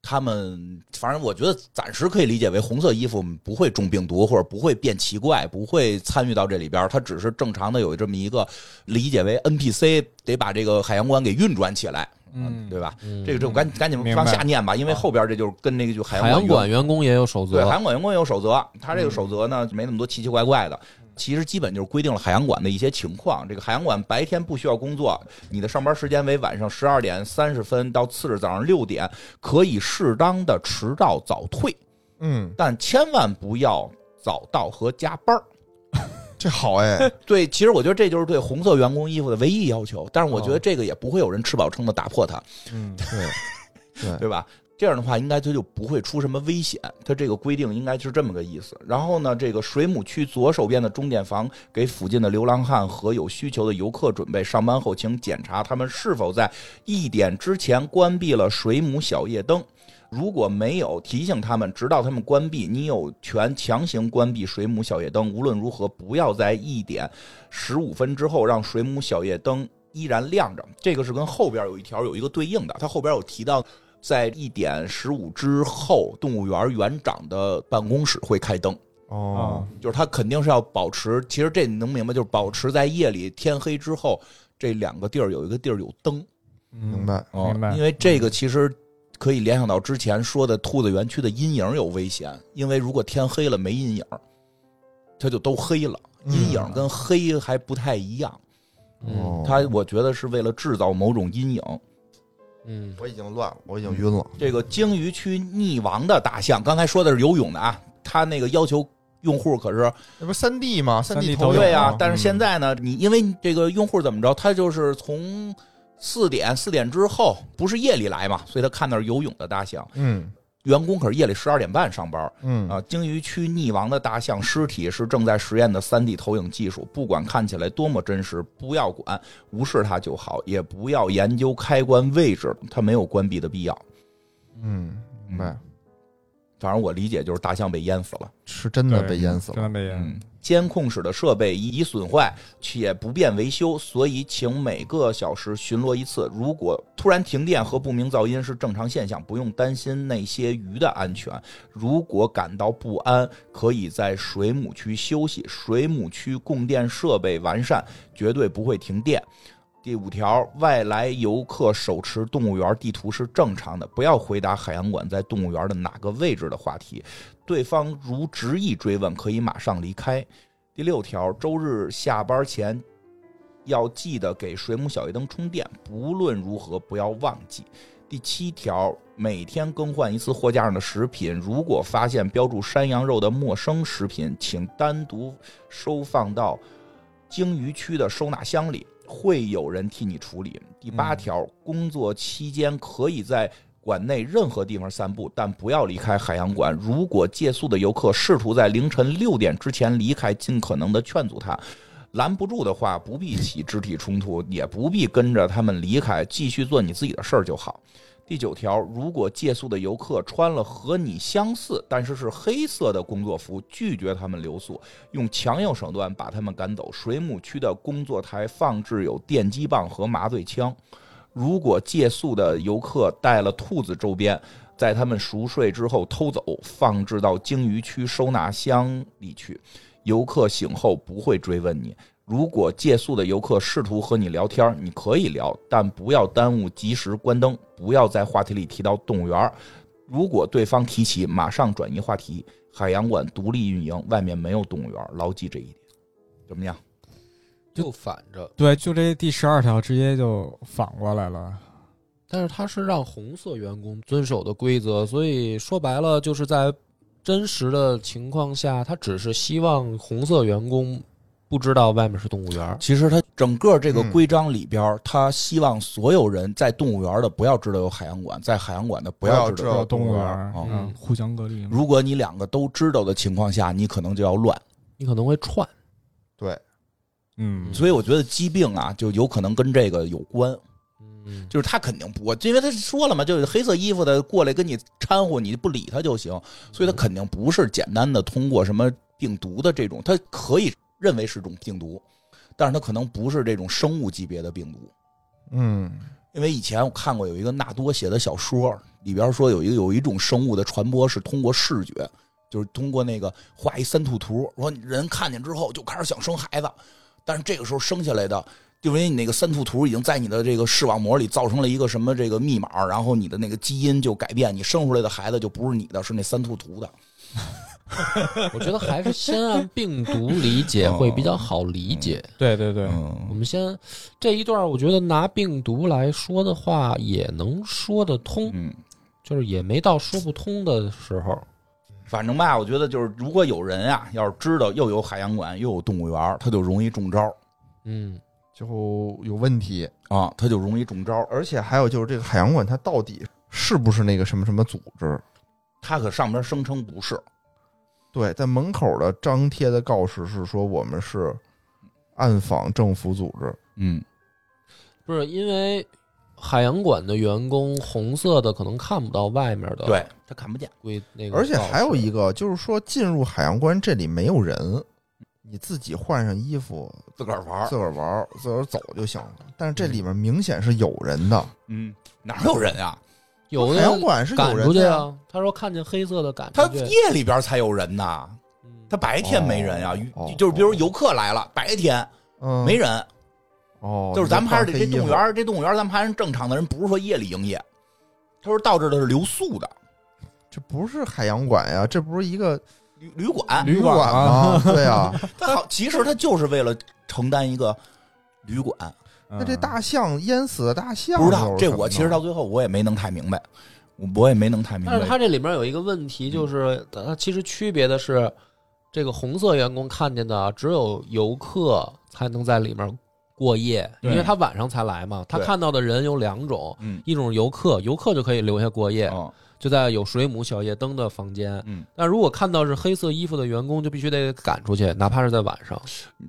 [SPEAKER 2] 他们反正我觉得暂时可以理解为红色衣服不会中病毒或者不会变奇怪，不会参与到这里边儿，它只是正常的有这么一个理解为 NPC 得把这个海洋馆给运转起来，
[SPEAKER 4] 嗯
[SPEAKER 2] 对吧？
[SPEAKER 1] 嗯
[SPEAKER 2] 这个这我赶紧赶紧
[SPEAKER 4] 明
[SPEAKER 2] 往
[SPEAKER 4] 白
[SPEAKER 2] 下念吧，因为后边这就是跟那个就海
[SPEAKER 1] 海洋
[SPEAKER 2] 馆
[SPEAKER 1] 馆员工也有守
[SPEAKER 2] 对，海
[SPEAKER 1] 则。
[SPEAKER 2] 洋馆员工也有守则，他这个守则呢没那么多奇奇怪怪的，其实基本就是规定了海洋馆的一些情况。这个海洋馆白天不需要工作，你的上班时间为晚上十二点三十分到次日早上六点，可以适当的迟到早退，
[SPEAKER 3] 嗯，
[SPEAKER 2] 但千万不要早到和加班儿。
[SPEAKER 3] 这好
[SPEAKER 2] [laughs]
[SPEAKER 3] 哎，
[SPEAKER 2] 对，其实我觉得这就是对红色员工衣服的唯一要求，但是我觉得这个也不会有人吃饱撑的打破它。
[SPEAKER 4] 嗯，
[SPEAKER 3] 对，
[SPEAKER 2] [laughs]
[SPEAKER 3] 对，
[SPEAKER 2] 对吧？这样的话，应该它就不会出什么危险。它这个规定应该是这么个意思。然后呢，这个水母区左手边的钟点房给附近的流浪汉和有需求的游客准备。上班后，请检查他们是否在一点之前关闭了水母小夜灯。如果没有，提醒他们，直到他们关闭。你有权强行关闭水母小夜灯。无论如何，不要在一点十五分之后让水母小夜灯依然亮着。这个是跟后边有一条有一个对应的，它后边有提到，在一点十五之后，动物园园长的办公室会开灯。
[SPEAKER 3] 哦，
[SPEAKER 2] 就是他肯定是要保持，其实这你能明白，就是保持在夜里天黑之后，这两个地儿有一个地儿有灯，
[SPEAKER 3] 明
[SPEAKER 4] 明。
[SPEAKER 3] 白。
[SPEAKER 2] 哦
[SPEAKER 4] 明白
[SPEAKER 2] 因为这个其实可以联想到之前说的兔子园区的阴影有危险，因为如果天黑了没阴影，它就都黑了。阴影跟黑还不太一样，
[SPEAKER 1] 嗯
[SPEAKER 3] 哦
[SPEAKER 2] 它我觉得是为了制造某种阴影。
[SPEAKER 1] 嗯，
[SPEAKER 3] 我已经乱了，我已经晕了。
[SPEAKER 2] 这个鲸鱼区溺亡的大象，刚才说的是游泳的啊，他那个要求用户可是
[SPEAKER 3] 那不三 D 吗？三
[SPEAKER 4] 3D
[SPEAKER 3] 投
[SPEAKER 4] 都
[SPEAKER 3] 影
[SPEAKER 4] 有
[SPEAKER 2] 对呀、
[SPEAKER 4] 嗯
[SPEAKER 2] 但是现在呢，你因为你这个用户怎么着，他就是从四点四点之后不是夜里来嘛，所以他看到是游泳的大象。
[SPEAKER 3] 嗯
[SPEAKER 2] 员工可是夜里十二点半上班
[SPEAKER 3] 嗯
[SPEAKER 2] 啊。鲸鱼区溺亡的大象尸体是正在实验的三 D 投影技术，不管看起来多么真实，不要管，无视它就好，也不要研究开关位置，它没有关闭的必要。
[SPEAKER 3] 嗯，明白，
[SPEAKER 2] 反正我理解就是大象被淹死了。
[SPEAKER 3] 是真的被淹死
[SPEAKER 4] 真
[SPEAKER 3] 了。
[SPEAKER 4] 的被淹。
[SPEAKER 2] 嗯，监控室的设备已损坏且不便维修，所以请每个小时巡逻一次。如果突然停电和不明噪音是正常现象，不用担心那些鱼的安全。如果感到不安，可以在水母区休息。水母区供电设备完善，绝对不会停电。第五条，外来游客手持动物园地图是正常的，不要回答海洋馆在动物园的哪个位置的话题。对方如执意追问，可以马上离开。第六条，周日下班前要记得给水母小夜灯充电，不论如何不要忘记。第七条，每天更换一次货架上的食品，如果发现标注山羊肉的陌生食品，请单独收放到鲸鱼区的收纳箱里，会有人替你处理。第八条，工作期间可以在馆内任何地方散步，但不要离开海洋馆。如果借宿的游客试图在凌晨六点之前离开，尽可能的劝阻他。拦不住的话，不必起肢体冲突，也不必跟着他们离开，继续做你自己的事儿就好。第九条，如果借宿的游客穿了和你相似但是是黑色的工作服，拒绝他们留宿，用强硬手段把他们赶走。水母区的工作台放置有电击棒和麻醉枪。如果借宿的游客带了兔子周边，在他们熟睡之后偷走，放置到鲸鱼区收纳箱里去。游客醒后不会追问你。如果借宿的游客试图和你聊天，你可以聊，但不要耽误及时关灯，不要在话题里提到动物园。如果对方提起，马上转移话题。海洋馆独立运营，外面没有动物园，牢记这一点。怎么样？
[SPEAKER 1] 就反着。
[SPEAKER 4] 对，就这第十二条直接就反过来了。
[SPEAKER 1] 但是它是让红色员工遵守的规则，所以说白了就是在真实的情况下，他只是希望红色员工不知道外面是动物园。
[SPEAKER 2] 其实他整个这个
[SPEAKER 3] 嗯
[SPEAKER 2] 规章里边儿，他希望所有人在动物园的不要知道有海洋馆，在海洋馆的不
[SPEAKER 3] 不要
[SPEAKER 2] 要知
[SPEAKER 3] 知
[SPEAKER 2] 道
[SPEAKER 3] 道
[SPEAKER 2] 有
[SPEAKER 4] 到动物园
[SPEAKER 2] 园
[SPEAKER 4] 儿，
[SPEAKER 2] 哦
[SPEAKER 4] 嗯，互相隔离嘛。
[SPEAKER 2] 如果你两个都知道的情况下，你可能就要乱。
[SPEAKER 1] 你可能会串，
[SPEAKER 3] 对，
[SPEAKER 4] 嗯，
[SPEAKER 2] 所以我觉得疾病啊，就有可能跟这个有关。
[SPEAKER 1] 嗯，
[SPEAKER 2] 就是他肯定不，我因为他说了嘛，就是黑色衣服的过来跟你掺和，你不理他就行，所以他肯定不是简单的通过什么病毒的这种，他可以认为是种病毒，但是他可能不是这种生物级别的病毒。
[SPEAKER 3] 嗯
[SPEAKER 2] 因为以前我看过有一个纳多写的小说，里边说有一个有一种生物的传播是通过视觉，就是通过那个画一三兔图，说人看见之后就开始想生孩子，但是这个时候生下来的，就因为你那个三兔图已经在你的这个视网膜里造成了一个什么这个密码，然后你的那个基因就改变，你生出来的孩子就不是你的，是那三兔图的。
[SPEAKER 1] 我觉得还是先按病毒理
[SPEAKER 2] [laughs]
[SPEAKER 1] 解
[SPEAKER 2] 哦
[SPEAKER 1] 会比较好理解。
[SPEAKER 4] 对对对，
[SPEAKER 1] 我
[SPEAKER 2] 嗯，
[SPEAKER 1] 们先这一段，我觉得拿病毒来说的话，也能说得通，
[SPEAKER 2] 嗯。
[SPEAKER 1] 就是也没到说不通的时候。
[SPEAKER 2] 反正吧，我觉得就是，如果有人啊，要是知道又有海洋馆又有动物园，他就容易中招
[SPEAKER 1] 嗯，
[SPEAKER 3] 就有问题。
[SPEAKER 2] 啊，他就容易中招。
[SPEAKER 3] 而且还有就是这个海洋馆，它到底是不是那个什么什么组织？
[SPEAKER 2] 他可上边声称不是，
[SPEAKER 3] 对，在门口的张贴的告示是说我们是暗访政府组织。
[SPEAKER 2] 嗯，
[SPEAKER 1] 不是因为海洋馆的员工红色的可能看不到外面的
[SPEAKER 2] 对呃他看不见，
[SPEAKER 1] 规那个，
[SPEAKER 3] 而且还有一。个就是说，进入海洋馆这里没有人，你自己换上衣服，
[SPEAKER 2] 自个儿玩儿
[SPEAKER 3] 自个儿玩儿，自个儿走就行了。但是这里面明显是有人的，
[SPEAKER 2] 嗯，哪有人啊？
[SPEAKER 3] 嗯
[SPEAKER 1] 有
[SPEAKER 3] 海
[SPEAKER 1] 的
[SPEAKER 3] 洋
[SPEAKER 1] 人
[SPEAKER 3] 馆是有
[SPEAKER 1] 赶出
[SPEAKER 3] 人
[SPEAKER 1] 去
[SPEAKER 3] 的呀。
[SPEAKER 1] 啊，他说看见黑色的赶出
[SPEAKER 2] 他
[SPEAKER 1] 去，
[SPEAKER 2] 夜里边才有人呐，
[SPEAKER 1] 嗯
[SPEAKER 2] 他白天没人啊
[SPEAKER 3] 哦。哦
[SPEAKER 2] 就就是比如游客来了，白天
[SPEAKER 3] 嗯，
[SPEAKER 2] 没人，
[SPEAKER 3] 哦，
[SPEAKER 2] 就是咱们还是得这
[SPEAKER 3] 你
[SPEAKER 2] 动
[SPEAKER 3] 就
[SPEAKER 2] 物
[SPEAKER 3] 换黑衣服，
[SPEAKER 2] 园，这动物园咱们还是正常的人，不是说夜里营业。他说到这儿的是留宿的
[SPEAKER 3] 这不是海洋馆呀，这不是一
[SPEAKER 2] [laughs]
[SPEAKER 3] 个
[SPEAKER 2] 旅旅馆，
[SPEAKER 4] 旅
[SPEAKER 3] 馆
[SPEAKER 4] 馆
[SPEAKER 3] 吗？对
[SPEAKER 2] [laughs]
[SPEAKER 3] 啊，
[SPEAKER 2] 他好，其实他就是为了承担一个旅馆，
[SPEAKER 4] 那
[SPEAKER 3] 那这大象淹死的大象
[SPEAKER 2] 不知
[SPEAKER 3] 又
[SPEAKER 2] 道
[SPEAKER 3] 是
[SPEAKER 2] 这
[SPEAKER 3] 什么
[SPEAKER 2] 我其实
[SPEAKER 3] 呢
[SPEAKER 2] 到最后我也没能太明白，我我也没能太明
[SPEAKER 1] 但是
[SPEAKER 2] 白。
[SPEAKER 1] 它这里面有一个问题，
[SPEAKER 3] 嗯
[SPEAKER 1] 就是它其实区别的是，这个红色员工看见的啊只有游客才能在里面过夜，因
[SPEAKER 2] 对
[SPEAKER 1] 为他晚上才来嘛。他
[SPEAKER 2] 对
[SPEAKER 1] 看到的人有两种，
[SPEAKER 2] 嗯，
[SPEAKER 1] 一种是游客，游客就可以留下过夜，
[SPEAKER 2] 哦，
[SPEAKER 1] 就在有水母小夜灯的房间。
[SPEAKER 2] 嗯，
[SPEAKER 1] 但如果看到是黑色衣服的员工，就必须得赶出去，哪怕是在晚上。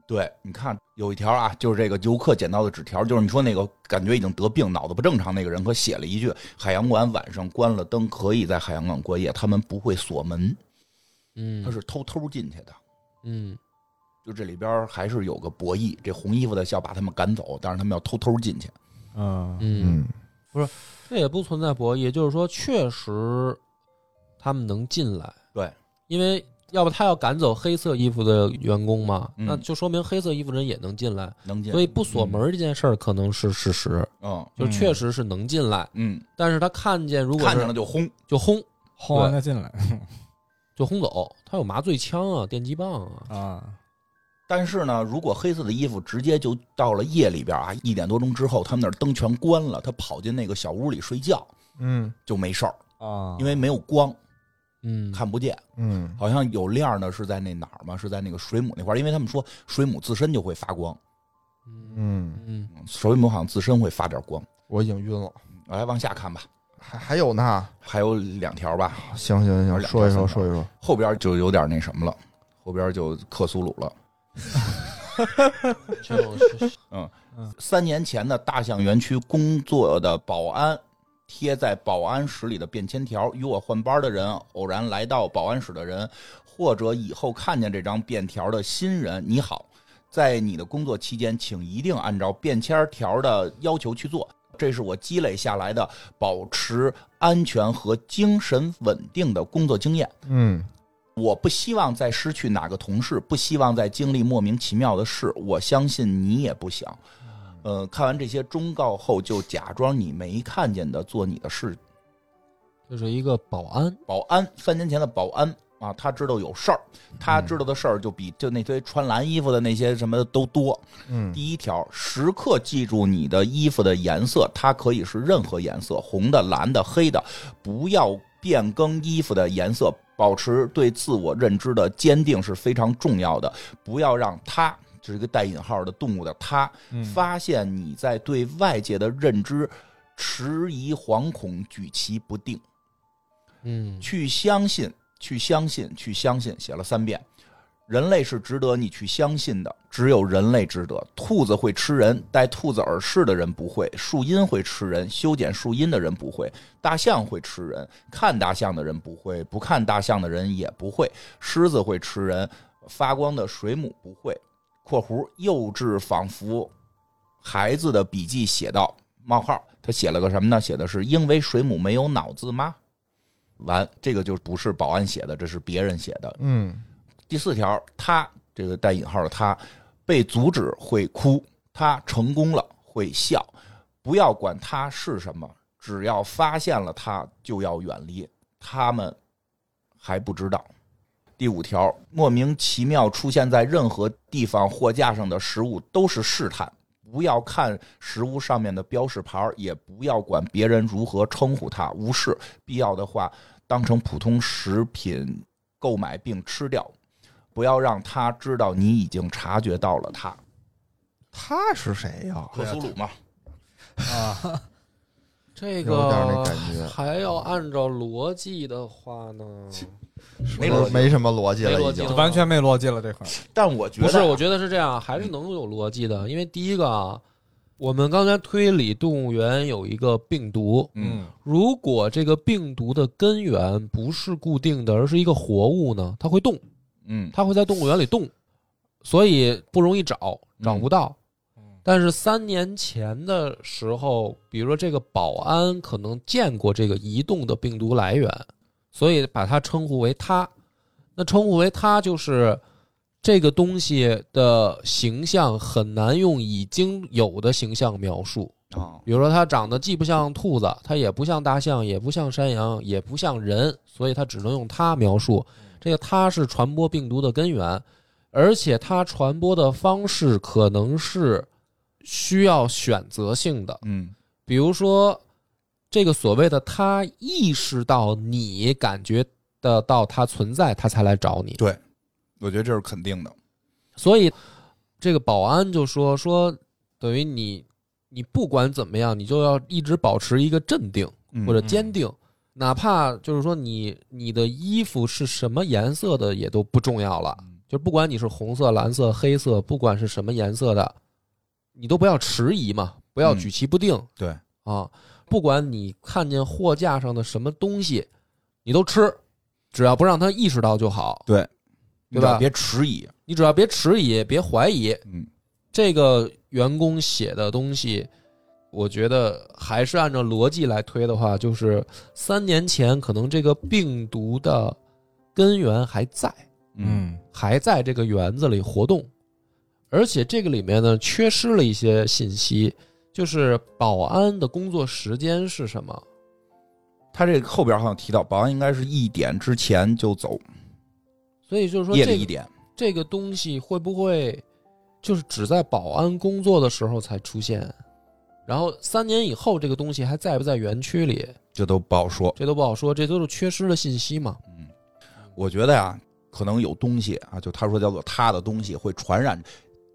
[SPEAKER 2] 对，你看有一条啊，就是这个游客捡到的纸条，就是你说那个感觉已经得病、脑子不正常那个人，可写了一句：海洋馆晚上关了灯，可以在海洋馆过夜，他们不会锁门，他
[SPEAKER 1] 嗯
[SPEAKER 2] 是偷偷进去的。
[SPEAKER 1] 嗯，
[SPEAKER 2] 就这里边还是有个博弈，这红衣服的想把他们赶走，但是他们要偷偷进去。
[SPEAKER 4] 嗯
[SPEAKER 1] 嗯，这也不存在博弈，也就是说，确实他们能进来，
[SPEAKER 2] 对，
[SPEAKER 1] 因为要不他要赶走黑色衣服的员工嘛，
[SPEAKER 2] 嗯
[SPEAKER 1] 那就说明黑色衣服人也能进来，
[SPEAKER 2] 能进，
[SPEAKER 1] 所以不锁门这件事儿可能是事实，
[SPEAKER 2] 嗯
[SPEAKER 1] 就确实是能进来，
[SPEAKER 2] 嗯，
[SPEAKER 1] 但是他看见如果
[SPEAKER 2] 看见
[SPEAKER 1] 是
[SPEAKER 2] 了就轰，
[SPEAKER 1] 就轰
[SPEAKER 4] 轰完他进
[SPEAKER 2] [laughs]
[SPEAKER 4] 来
[SPEAKER 1] 就轰走，他有麻醉枪啊、电击棒啊，
[SPEAKER 4] 啊，
[SPEAKER 2] 但是呢，如果黑色的衣服直接就到了夜里边啊，一点多钟之后，他们那儿灯全关了，他跑进那个小屋里睡觉
[SPEAKER 3] 嗯
[SPEAKER 2] 就没事儿，
[SPEAKER 4] 啊，
[SPEAKER 1] 哦
[SPEAKER 2] 因为没有光，
[SPEAKER 1] 嗯，
[SPEAKER 2] 看不见。
[SPEAKER 3] 嗯
[SPEAKER 2] 好像有亮的是在那哪儿吗？是在那个水母那块儿，因为他们说水母自身就会发光，
[SPEAKER 1] 嗯
[SPEAKER 3] 嗯，
[SPEAKER 1] 嗯
[SPEAKER 2] 嗯水母好像自身会发点光。
[SPEAKER 3] 我已经晕了，
[SPEAKER 2] 来往下看吧，
[SPEAKER 3] 还还有呢？
[SPEAKER 2] 还有两条吧，
[SPEAKER 3] 行行
[SPEAKER 2] 有
[SPEAKER 3] 行，
[SPEAKER 2] 两
[SPEAKER 3] 说一
[SPEAKER 2] 条线
[SPEAKER 3] 说说一说，
[SPEAKER 2] 后边就有点那什么了，后边就克苏鲁了。
[SPEAKER 1] 这种 [laughs] 是
[SPEAKER 2] 三年前的大象园区工作的保安贴在保安室里的便签条，与我换班的人、偶然来到保安室的人，或者以后看见这张便条的新人，你好，在你的工作期间，请一定按照便签条的要求去做。这是我积累下来的保持安全和精神稳定的工作经验。
[SPEAKER 3] 嗯
[SPEAKER 2] 我不希望再失去哪个同事，不希望再经历莫名其妙的事。我相信你也不想。呃，看完这些忠告后，就假装你没看见的做你的事。
[SPEAKER 1] 这是一个保安，
[SPEAKER 2] 保安，三年前的保安啊，他知道有事儿，他知道的事儿就比就那堆穿蓝衣服的那些什么的都多。
[SPEAKER 3] 嗯
[SPEAKER 2] 第一条，时刻记住你的衣服的颜色，它可以是任何颜色，红的、蓝的、黑的，不要变更衣服的颜色，保持对自我认知的坚定是非常重要的，不要让它。这是一个带引号的动物的它，
[SPEAKER 3] 嗯
[SPEAKER 2] 发现你在对外界的认知迟疑、惶恐、举棋不定。
[SPEAKER 1] 嗯
[SPEAKER 2] 去相信，去相信，去相信，写了三遍。人类是值得你去相信的，只有人类值得。兔子会吃人，戴兔子耳饰的人不会；树荫会吃人，修剪树荫的人不会；大象会吃人，看大象的人不会，不看大象的人也不会；狮子会吃人，发光的水母不会。（括弧幼稚仿佛孩子的笔记写到冒号），他写了个什么呢？写的是因为水母没有脑子吗？完，这个就不是保安写的，这是别人写的。
[SPEAKER 3] 嗯
[SPEAKER 2] 第四条，他这个带引号的他被阻止会哭，他成功了会笑，不要管他是什么，只要发现了他就要远离，他们还不知道。第五条，莫名其妙出现在任何地方货架上的食物都是试探，不要看食物上面的标识牌儿，也不要管别人如何称呼它，无视必要的话，当成普通食品购买并吃掉，不要让他知道你已经察觉到了啊它。
[SPEAKER 3] 他是谁呀？
[SPEAKER 2] 啊克苏鲁嘛，
[SPEAKER 4] 啊
[SPEAKER 1] 这
[SPEAKER 3] 有点那
[SPEAKER 1] 个
[SPEAKER 3] 感觉
[SPEAKER 1] 还要按照逻辑的话呢，
[SPEAKER 2] 没逻辑。
[SPEAKER 3] 没什么逻辑了，
[SPEAKER 1] 没逻
[SPEAKER 3] 已
[SPEAKER 1] 辑
[SPEAKER 3] 经
[SPEAKER 1] 了。
[SPEAKER 4] 完全没逻辑了这块儿，
[SPEAKER 2] 但我觉
[SPEAKER 3] 啊
[SPEAKER 1] 不
[SPEAKER 2] 得
[SPEAKER 1] 是，我觉得是这样，还是能有逻辑的。因为第一个啊，我们刚才推理动物园有一个病毒，
[SPEAKER 2] 嗯，
[SPEAKER 1] 如果这个病毒的根源不是固定的，而是一个活物呢，它会动，
[SPEAKER 2] 嗯
[SPEAKER 1] 它会在动物园里动，所以不容易找，
[SPEAKER 2] 嗯
[SPEAKER 1] 找
[SPEAKER 2] 啊
[SPEAKER 1] 不到。
[SPEAKER 4] 嗯
[SPEAKER 1] 但是三年前的时候，比如说这个保安可能见过这个移动的病毒来源，所以把它称呼为它。那称呼为它就是这个东西的形象很难用已经有的形象描述。
[SPEAKER 2] 啊
[SPEAKER 1] 比如说，它长得既不像兔子，它也不像大象，也不像山羊，也不像人，所以它只能用它描述。这个它是传播病毒的根源，而且它传播的方式可能是需要选择性的。
[SPEAKER 2] 嗯
[SPEAKER 1] 比如说，这个所谓的他意识到你感觉得到他存在，他才来找你。
[SPEAKER 2] 对，我觉得这是肯定的。
[SPEAKER 1] 所以这个保安就说说，等于你你不管怎么样，你就要一直保持一个镇定
[SPEAKER 2] 嗯
[SPEAKER 1] 或者坚定，哪怕就是说你你的衣服是什么颜色的也都不重要了，
[SPEAKER 2] 嗯
[SPEAKER 1] 就不管你是红色、蓝色、黑色，不管是什么颜色的，你都不要迟疑嘛，不要
[SPEAKER 2] 嗯
[SPEAKER 1] 举棋不定。
[SPEAKER 2] 对
[SPEAKER 1] 啊，不管你看见货架上的什么东西，你都吃，只要不让他意识到就好。
[SPEAKER 2] 对，
[SPEAKER 1] 对吧
[SPEAKER 2] 你嗯别迟疑。
[SPEAKER 1] 你只要别迟疑，别怀疑，
[SPEAKER 2] 嗯，
[SPEAKER 1] 这个员工写的东西，我觉得还是按照逻辑来推的话，就是三年前可能这个病毒的根源还在，
[SPEAKER 4] 嗯
[SPEAKER 1] 还在这个园子里活动，而且这个里面呢缺失了一些信息，就是保安的工作时间是什么？
[SPEAKER 2] 他这个后边好像提到，保安应该是一点之前就走，
[SPEAKER 1] 所以就是说、这
[SPEAKER 2] 夜
[SPEAKER 1] 个，
[SPEAKER 2] 里一点。
[SPEAKER 1] 这个东西会不会就是只在保安工作的时候才出现？然后三年以后，这个东西还在不在园区里，
[SPEAKER 2] 这都不好说。
[SPEAKER 1] 这都不好说，这都是缺失的信息嘛。
[SPEAKER 2] 嗯，我觉得呀、可能有东西啊，就他说叫做他的东西会传染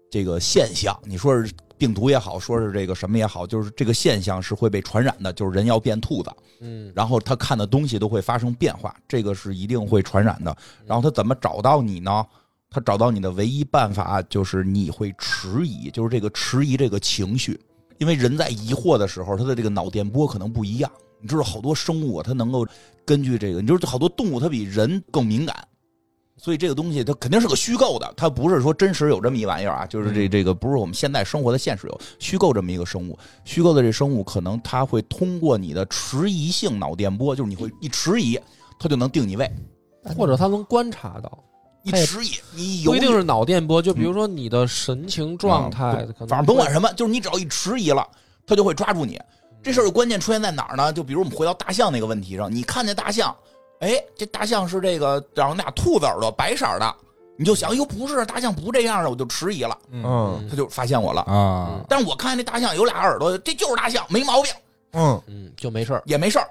[SPEAKER 2] 这个现象。你说是病毒也好，说是这个什么也好，就是这个现象是会被传染的，就是人要变兔子，
[SPEAKER 1] 嗯，
[SPEAKER 2] 然后他看的东西都会发生变化，这个是一定会传染的。然后他怎么找到你呢？他找到你的唯一办法就是你会迟疑，就是这个迟疑这个情绪，因为人在疑惑的时候，他的这个脑电波可能不一样。你知道好多生物啊，它能够根据这个，你知道好多动物它比人更敏感，所以这个东西它肯定是个虚构的，它不是说真实有这么一玩意儿啊，就是这这个不是我们现在生活的现实有虚构这么一个生物，虚构的这生物可能它会通过你的迟疑性脑电波，就是你会一迟疑，它就能定你位，
[SPEAKER 1] 或者他能观察到，
[SPEAKER 2] 一
[SPEAKER 1] 它也
[SPEAKER 2] 迟疑你
[SPEAKER 1] 不
[SPEAKER 2] 有
[SPEAKER 1] 一定是脑电波，就比如说你的神情状态，可能
[SPEAKER 2] 反正甭管什么，就是你只要一迟疑了，他就会抓住你。这事儿的关键出现在哪儿呢？就比如我们回到大象那个问题上，你看见大象，哎，这大象是这个，然后那兔子耳朵白色儿的，你就想，哟，不是，大象不这样的，啊我就迟疑了，
[SPEAKER 1] 嗯
[SPEAKER 2] 他就发现我了。
[SPEAKER 4] 啊，
[SPEAKER 2] 但是我看见那大象有俩耳朵，这就是大象，没毛病，
[SPEAKER 3] 嗯
[SPEAKER 1] 嗯，就没事儿。
[SPEAKER 2] 也没事儿。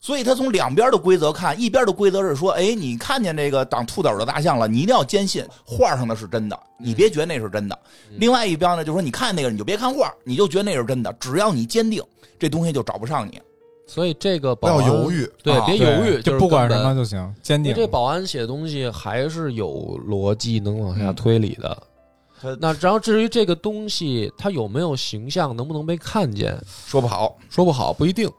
[SPEAKER 2] 所以他从两边的规则看，一边的规则是说，哎，你看见这个长兔子耳朵大象了，你一定要坚信画上的是真的，你别觉得那是真的。另外一边呢，就说你看那个，你就别看画，你就觉得那是真的。只要你坚定，这东西就找不上你。
[SPEAKER 1] 所以这个保
[SPEAKER 3] 不要
[SPEAKER 1] 安
[SPEAKER 3] 犹，豫，
[SPEAKER 1] 对，
[SPEAKER 2] 啊
[SPEAKER 1] 别犹豫，
[SPEAKER 4] 就是不管
[SPEAKER 1] 根
[SPEAKER 4] 什
[SPEAKER 1] 本
[SPEAKER 4] 么就行，坚
[SPEAKER 1] 因为
[SPEAKER 4] 定。
[SPEAKER 1] 这保安写的东西还是有逻辑能往下推理的。
[SPEAKER 2] 他
[SPEAKER 1] 那然后至于这个东西它有没有形象，能不能被看见，
[SPEAKER 2] 说不好，
[SPEAKER 1] 说不好，不一定，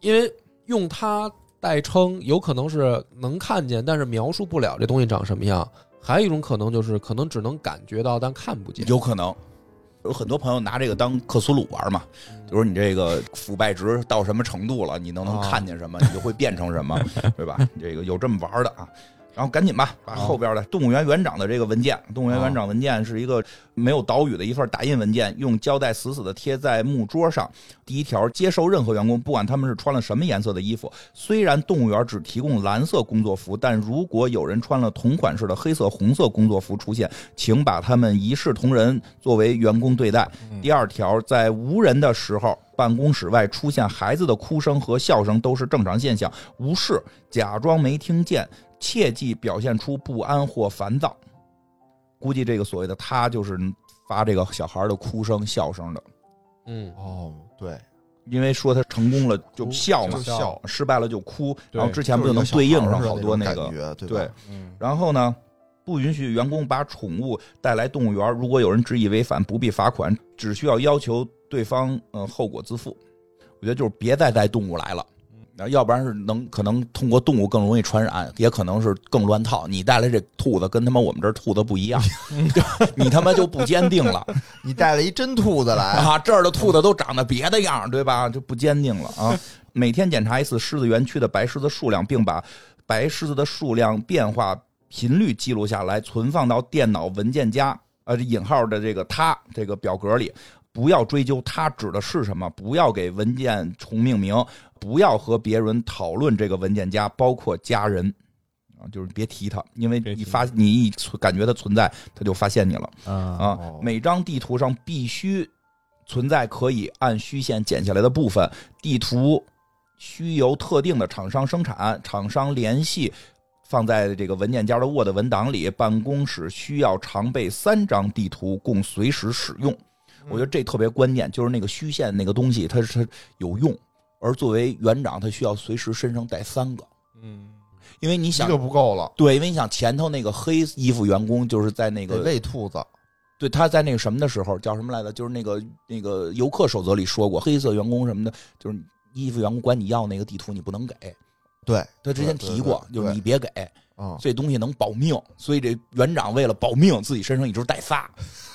[SPEAKER 1] 因为用它代称，有可能是能看见，但是描述不了这东西长什么样。还有一种可能就是，可能只能感觉到，但看不见。
[SPEAKER 2] 有可能有很多朋友拿这个当克苏鲁玩嘛，就说你这个腐败值到什么程度了，你能能
[SPEAKER 1] 啊
[SPEAKER 2] 看见什么，你就会变成什么，对吧？这个有这么玩的啊。然后赶紧吧，把
[SPEAKER 4] 啊
[SPEAKER 2] 后边的动物园园长的这个文件，动物园
[SPEAKER 4] 啊
[SPEAKER 2] 园长文件是一个没有岛屿的一份打印文件，用胶带死死的贴在木桌上。第一条，接受任何员工，不管他们是穿了什么颜色的衣服，虽然动物园只提供蓝色工作服，但如果有人穿了同款式的黑色、红色工作服出现，请把他们一视同仁作为员工对待。第二条，在无人的时候，办公室外出现孩子的哭声和笑声都是正常现象，无视，假装没听见，切忌表现出不安或烦躁。估计这个所谓的他就是发这个小孩的哭声、笑声的，
[SPEAKER 1] 嗯，
[SPEAKER 3] 哦，对，
[SPEAKER 2] 因为说他成功了就
[SPEAKER 3] 哭
[SPEAKER 2] 笑嘛
[SPEAKER 3] 就，笑，
[SPEAKER 2] 失败了就哭，
[SPEAKER 4] 对
[SPEAKER 2] 然后之前不就能对应上好多
[SPEAKER 3] 那
[SPEAKER 2] 那
[SPEAKER 3] 种
[SPEAKER 2] 个
[SPEAKER 3] 感觉，对
[SPEAKER 2] 对
[SPEAKER 3] 吧？。
[SPEAKER 4] 嗯
[SPEAKER 2] 然后呢，不允许员工把宠物带来动物园，如果有人执意违反，不必罚款，只需要要求对方呃后果自负。我觉得就是别再带动物来了。然后要不然是能可能通过动物更容易传染，也可能是更乱套。你带来这兔子跟他妈我们这儿兔子不一样， [laughs] 你他妈就不坚定了
[SPEAKER 3] 你带了一真兔子
[SPEAKER 2] [laughs]
[SPEAKER 3] 来，
[SPEAKER 2] 啊！这儿的兔子都长得别的样儿，对吧？就不坚定了
[SPEAKER 4] [laughs]
[SPEAKER 2] 啊！每天检查一次狮子园区的白狮子数量，并把白狮子的数量变化频率记录下来，存放到电脑文件夹呃引号的这个它这个表格里。不要追究它指的是什么，不要给文件重命名，不要和别人讨论这个文件夹，包括家人啊，就是别提它，因为
[SPEAKER 4] 别
[SPEAKER 2] 一
[SPEAKER 4] 提
[SPEAKER 2] 发你一存感觉它存在，它就发现你了。
[SPEAKER 4] 啊
[SPEAKER 2] 啊
[SPEAKER 3] 哦，
[SPEAKER 2] 每张地图上必须存在可以按虚线剪下来的部分，地图需由特定的厂商生产，厂商联系放在这个文件夹的 Word 文档里。办公室需要常备三张地图，供随时使用。
[SPEAKER 3] 嗯
[SPEAKER 2] 我觉得这特别关键，就是那个虚线那个东西，它是它有用，而作为园长，他需要随时身上带三个，
[SPEAKER 4] 嗯，
[SPEAKER 2] 因为你
[SPEAKER 3] 一
[SPEAKER 2] 想
[SPEAKER 3] 个不够了，
[SPEAKER 2] 对，因为你想前头那个黑衣服员工就是在那
[SPEAKER 3] 得
[SPEAKER 2] 个
[SPEAKER 3] 喂兔子。
[SPEAKER 2] 对，他在那个什么的时候叫什么来着？就是那个那个游客守则里说过，黑色员工什么的，就是衣服员工管你要那个地图，你不能给。
[SPEAKER 3] 对，
[SPEAKER 2] 他之前提过，
[SPEAKER 3] 对对对
[SPEAKER 2] 就是你别给，
[SPEAKER 3] 嗯，
[SPEAKER 2] 这东西能保命。所以这园长为了保命，自己身上一直带仨，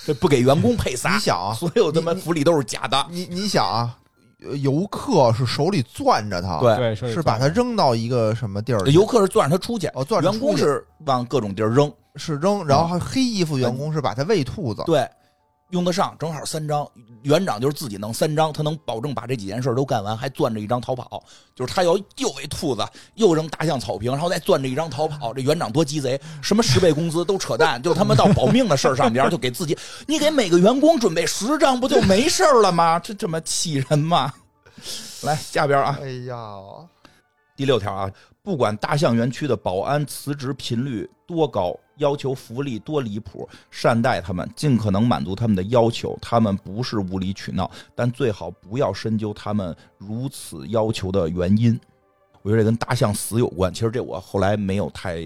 [SPEAKER 2] 这不给员工配仨
[SPEAKER 3] [laughs] 你，想啊，
[SPEAKER 2] 所有他妈
[SPEAKER 3] 你
[SPEAKER 2] 福利都是假的。
[SPEAKER 3] 你你想啊，呃游客是手里攥着它，，
[SPEAKER 2] 对，
[SPEAKER 4] 对，
[SPEAKER 3] 是把它扔到一个什么地儿去？
[SPEAKER 2] 游客是攥着他出去，
[SPEAKER 3] 哦，攥着
[SPEAKER 2] 员工
[SPEAKER 3] 出去
[SPEAKER 2] 是往各种地儿扔。
[SPEAKER 3] 是扔，然后还黑衣服员工是把它喂兔子。
[SPEAKER 2] 对，用得上，正好三张。园长就是自己弄三张，他能保证把这几件事儿都干完，还攥着一张逃跑。就是他要又喂兔子，又扔大象草坪，然后再攥着一张逃跑。这园长多鸡贼，什么十倍工资都扯淡，就他妈到保命的事儿上边儿就给自己， [laughs] 你给每个员工准备十张，不就没事儿了吗？这这么气人吗？ [laughs] 来下边啊，
[SPEAKER 3] 哎呀，
[SPEAKER 2] 第六条啊，不管大象园区的保安辞职频率多高，要求福利多离谱，善待他们，尽可能满足他们的要求。他们不是无理取闹，但最好不要深究他们如此要求的原因。我觉得这跟大象死有关。其实这我后来没有太，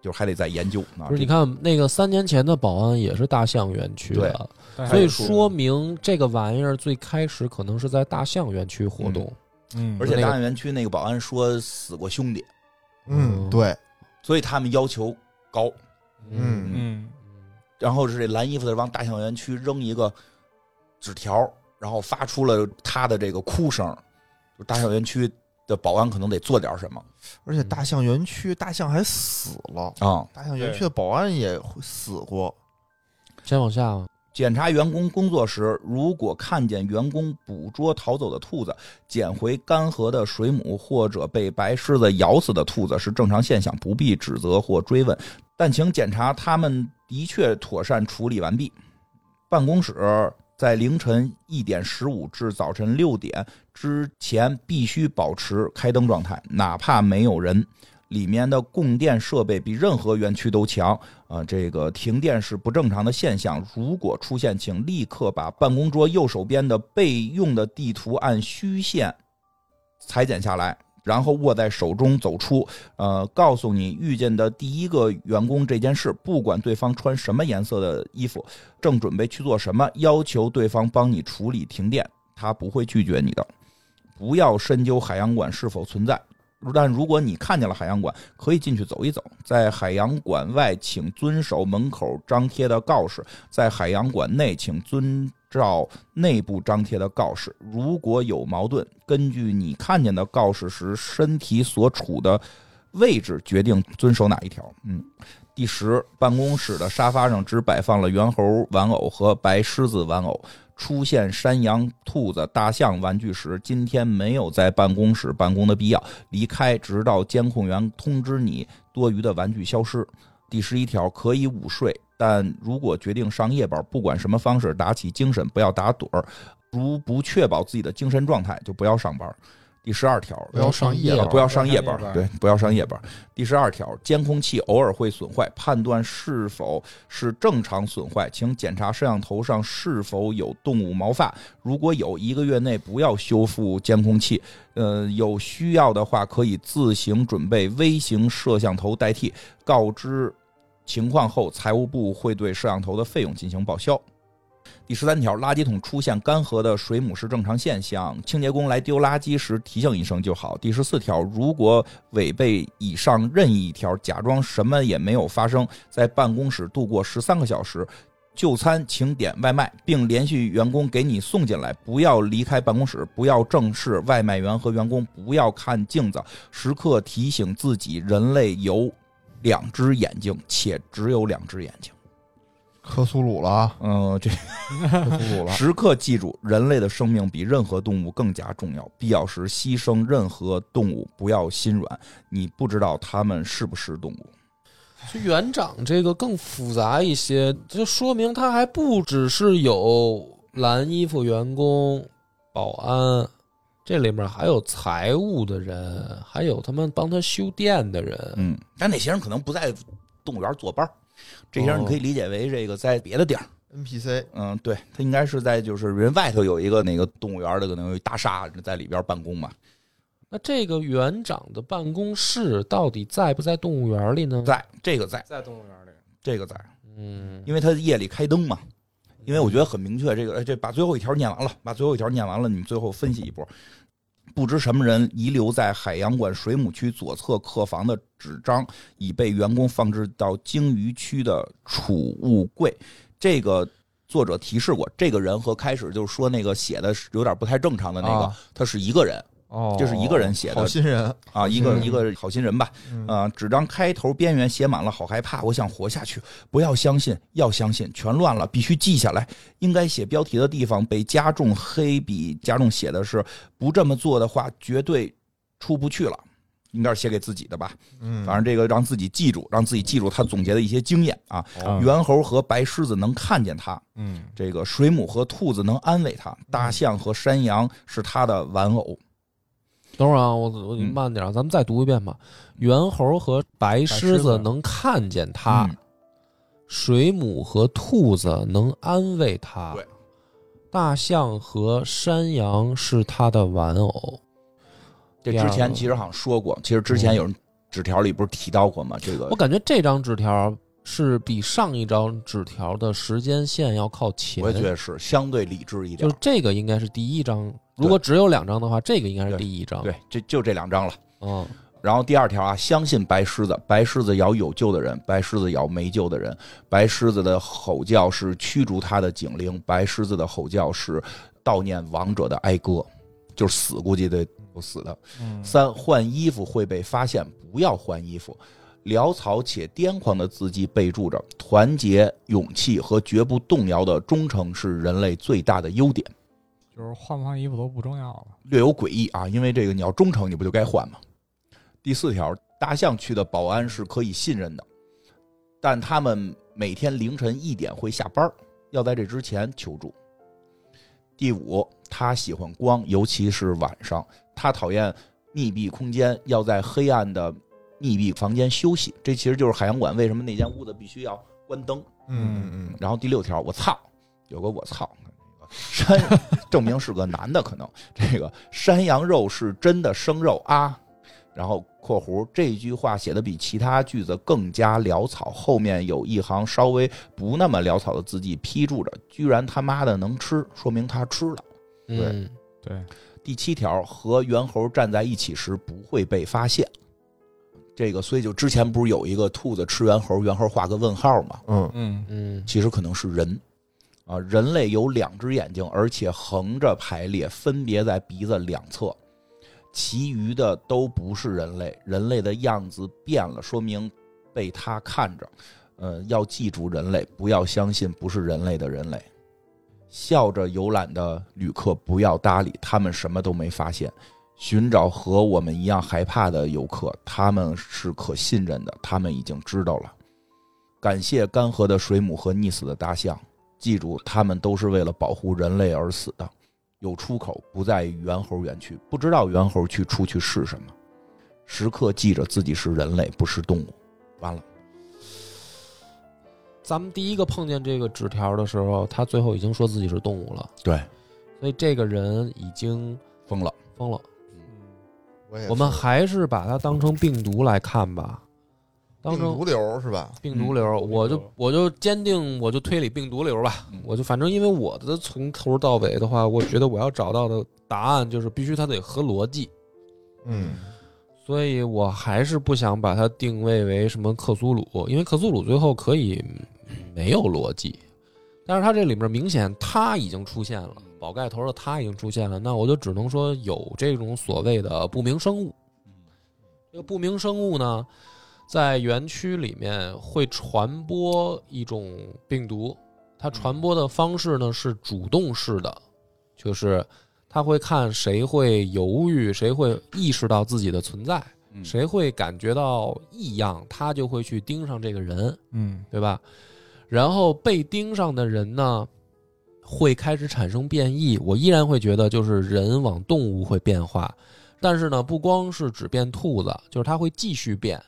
[SPEAKER 2] 就是还得再研究啊。
[SPEAKER 1] 不是，
[SPEAKER 2] 这
[SPEAKER 1] 你看那个三年前的保安也是大象园区的，所以说明这个玩意儿最开始可能是在大象园区活动。
[SPEAKER 4] 嗯，
[SPEAKER 2] 而且
[SPEAKER 1] 那个
[SPEAKER 2] 大象园区那个保安说死过兄弟，
[SPEAKER 3] 嗯，对，
[SPEAKER 2] 所以他们要求高。
[SPEAKER 3] 嗯
[SPEAKER 4] 嗯，
[SPEAKER 2] 然后是这蓝衣服的往大象园区扔一个纸条，然后发出了他的这个哭声。就大象园区的保安可能得做点什么
[SPEAKER 3] 而且大象园区大象还死了，
[SPEAKER 2] 啊、
[SPEAKER 3] 大象园区的保安也会死过。
[SPEAKER 1] 先往下，啊
[SPEAKER 2] 检查员工工作时，如果看见员工捕捉逃走的兔子，捡回干涸的水母或者被白狮子咬死的兔子是正常现象，不必指责或追问，但请检查他们的确妥善处理完毕。办公室在凌晨一点十五至早晨六点之前必须保持开灯状态，哪怕没有人。里面的供电设备比任何园区都强，啊，这个停电是不正常的现象，如果出现，请立刻把办公桌右手边的备用的地图按虚线裁剪下来，然后握在手中走出。呃，告诉你遇见的第一个员工这件事，不管对方穿什么颜色的衣服，正准备去做什么，要求对方帮你处理停电，他不会拒绝你的。不要深究海洋馆是否存在，但如果你看见了海洋馆，可以进去走一走。在海洋馆外，请遵守门口张贴的告示；在海洋馆内，请遵照内部张贴的告示。如果有矛盾，根据你看见的告示时身体所处的位置决定遵守哪一条。嗯。第十，办公室的沙发上只摆放了猿猴玩偶和白狮子玩偶。出现山羊、兔子、大象玩具时，今天没有在办公室办公的必要。离开，直到监控员通知你多余的玩具消失。第十一条，可以午睡，但如果决定上夜班，不管什么方式打起精神，不要打盹儿。如不确保自己的精神状态，就不要上班。第十二条，
[SPEAKER 3] 不要上夜
[SPEAKER 2] 啊
[SPEAKER 3] 班
[SPEAKER 2] 不要上夜班
[SPEAKER 4] 不要上夜班
[SPEAKER 2] 对，不要上夜班。第十二条，监控器偶尔会损坏，判断是否是正常损坏，请检查摄像头上是否有动物毛发，如果有，一个月内不要修复监控器。呃，有需要的话可以自行准备微型摄像头代替。告知情况后，财务部会对摄像头的费用进行报销。第十三条，垃圾桶出现干涸的水母是正常现象，清洁工来丢垃圾时提醒一声就好。第十四条，如果违背以上任意一条，假装什么也没有发生，在办公室度过十三个小时。就餐请点外卖，并联系员工给你送进来。不要离开办公室，不要正视外卖员和员工，不要看镜子，时刻提醒自己，人类有两只眼睛，且只有两只眼睛。
[SPEAKER 3] 克苏鲁了啊，
[SPEAKER 2] 嗯、这
[SPEAKER 3] 克苏鲁了，
[SPEAKER 2] 时刻记住，人类的生命比任何动物更加重要。必要时牺牲任何动物，不要心软。你不知道它们是不是动物。
[SPEAKER 1] 就园长这个更复杂一些，就说明他还不只是有蓝衣服员工、保安这里面还有财务的人，还有他们帮他修电的人，
[SPEAKER 2] 嗯，但那些人可能不在动物园坐班儿，这些人
[SPEAKER 1] 哦
[SPEAKER 2] 你可以理解为这个在别的地儿。
[SPEAKER 3] NPC
[SPEAKER 2] 嗯，对，他应该是在就是人外头有一个那个动物园的可能有一大厦在里边办公嘛，
[SPEAKER 1] 那这个园长的办公室到底在不在动物园里呢？
[SPEAKER 2] 在这个在
[SPEAKER 4] 在动物园里，
[SPEAKER 2] 这个在，
[SPEAKER 1] 嗯，
[SPEAKER 2] 因为他夜里开灯嘛。因为我觉得很明确，这个哎这把最后一条念完了，把最后一条念完了，你们最后分析一波。不知什么人遗留在海洋馆水母区左侧客房的纸张，已被员工放置到鲸鱼区的储物柜。这个作者提示过，这个人和开始就是说那个写的是有点不太正常的那个，
[SPEAKER 3] 啊
[SPEAKER 2] 他是一个人，
[SPEAKER 4] 哦
[SPEAKER 2] 这是一个人写的
[SPEAKER 3] 好心人，
[SPEAKER 2] 啊，一个
[SPEAKER 4] 嗯
[SPEAKER 2] 一个好心人吧，啊、纸张开头边缘写满了“好害怕，我想活下去”，不要相信，要相信，全乱了，必须记下来。应该写标题的地方被加重黑笔，加重写的是“不这么做的话，绝对出不去了”，应该是写给自己的吧。
[SPEAKER 3] 嗯，
[SPEAKER 2] 反正这个让自己记住，让自己记住他总结的一些经验啊。
[SPEAKER 4] 哦
[SPEAKER 2] 猿猴和白狮子能看见他，
[SPEAKER 4] 嗯，
[SPEAKER 2] 这个水母和兔子能安慰他，大象和山羊是他的玩偶。
[SPEAKER 1] 等会儿啊，我我
[SPEAKER 2] 嗯
[SPEAKER 1] 慢点儿，咱们再读一遍吧。猿猴和白狮
[SPEAKER 4] 狮子
[SPEAKER 1] 子能看见它，
[SPEAKER 2] 嗯
[SPEAKER 1] 水母和兔子能安慰它，
[SPEAKER 2] 对
[SPEAKER 1] 大象和山羊是它的玩偶。
[SPEAKER 2] 这
[SPEAKER 1] 第二
[SPEAKER 2] 之前
[SPEAKER 1] 个嗯
[SPEAKER 2] 其实好像说过，其实之前有人纸条里不是提到过吗？这个
[SPEAKER 1] 我感觉这张纸条是比上一张纸条的时间线要靠前，
[SPEAKER 2] 我也觉得是相对理智一
[SPEAKER 1] 就
[SPEAKER 2] 点
[SPEAKER 1] 是。这个应该是第一张。如果只有两张的话，这个应该是第一张。，
[SPEAKER 2] 对，这就这两张了。
[SPEAKER 1] 嗯，
[SPEAKER 2] 然后第二条啊，相信白狮子，白狮子咬有救的人，白狮子咬没救的人，白狮子的吼叫是驱逐他的警铃，白狮子的吼叫是悼念亡者的哀歌，就是死估计得有死的。
[SPEAKER 4] 嗯
[SPEAKER 2] 三换衣服会被发现，不要换衣服。潦草且癫狂的字迹备注着：团结、勇气和绝不动摇的忠诚是人类最大的优点。
[SPEAKER 4] 就是换不换衣服都不重要了。
[SPEAKER 2] 略有诡异啊，因为这个你要忠诚，你不就该换吗？第四条，大象区的保安是可以信任的，但他们每天凌晨一点会下班儿，要在这之前求助。第五，他喜欢光，尤其是晚上，他讨厌密闭空间，要在黑暗的密闭房间休息。这其实就是海洋馆为什么那间屋子必须要关灯。
[SPEAKER 3] 嗯嗯
[SPEAKER 2] 然后第六条，我操，有个我操，山证明是个男的，可能这个山羊肉是真的生肉啊。然后（括弧）这句话写的比其他句子更加潦草，后面有一行稍微不那么潦草的字迹批注着，居然他妈的能吃，说明他吃了。
[SPEAKER 1] 嗯
[SPEAKER 2] 对
[SPEAKER 4] 对，
[SPEAKER 2] 第七条，和猿猴站在一起时不会被发现。这个，所以就之前不是有一个兔子吃猿猴，猿猴画个问号吗？
[SPEAKER 3] 嗯
[SPEAKER 4] 嗯，
[SPEAKER 1] 嗯，
[SPEAKER 2] 其实可能是人啊。人类有两只眼睛，而且横着排列，分别在鼻子两侧。其余的都不是人类，人类的样子变了，说明被他看着。呃，要记住人类，不要相信不是人类的人类。笑着游览的旅客不要搭理，他们什么都没发现。寻找和我们一样害怕的游客，他们是可信任的，他们已经知道了。感谢干涸的水母和溺死的大象，记住，他们都是为了保护人类而死的。有出口不在于猿猴园区，不知道猿猴区出去是什么。时刻记着自己是人类，不是动物。完了，
[SPEAKER 1] 咱们第一个碰见这个纸条的时候，他最后已经说自己是动物了，
[SPEAKER 2] 对，
[SPEAKER 1] 所以这个人已经
[SPEAKER 2] 疯了。
[SPEAKER 1] 疯了。
[SPEAKER 3] 嗯我也是
[SPEAKER 1] 我们还是把它当成病毒来看吧，当
[SPEAKER 3] 病
[SPEAKER 1] 成
[SPEAKER 3] 毒瘤是吧？
[SPEAKER 1] 嗯病毒瘤，我就我就坚定，我就推理病毒瘤吧
[SPEAKER 2] 嗯。
[SPEAKER 1] 我就反正因为我的从头到尾的话，我觉得我要找到的答案就是必须它得合逻辑，
[SPEAKER 3] 嗯
[SPEAKER 1] 所以我还是不想把它定位为什么克苏鲁，因为克苏鲁最后可以嗯没有逻辑，但是它这里面明显它已经出现了，宝盖头的它已经出现了，那我就只能说有这种所谓的不明生物。这个不明生物呢，在园区里面会传播一种病毒，它传播的方式呢是主动式的，就是它会看谁会犹豫，谁会意识到自己的存在，
[SPEAKER 2] 嗯
[SPEAKER 1] 谁会感觉到异样，它就会去盯上这个人，
[SPEAKER 4] 嗯
[SPEAKER 1] 对吧？然后被盯上的人呢，会开始产生变异。我依然会觉得，就是人往动物会变化，但是呢，不光是只变兔子，就是它会继续变。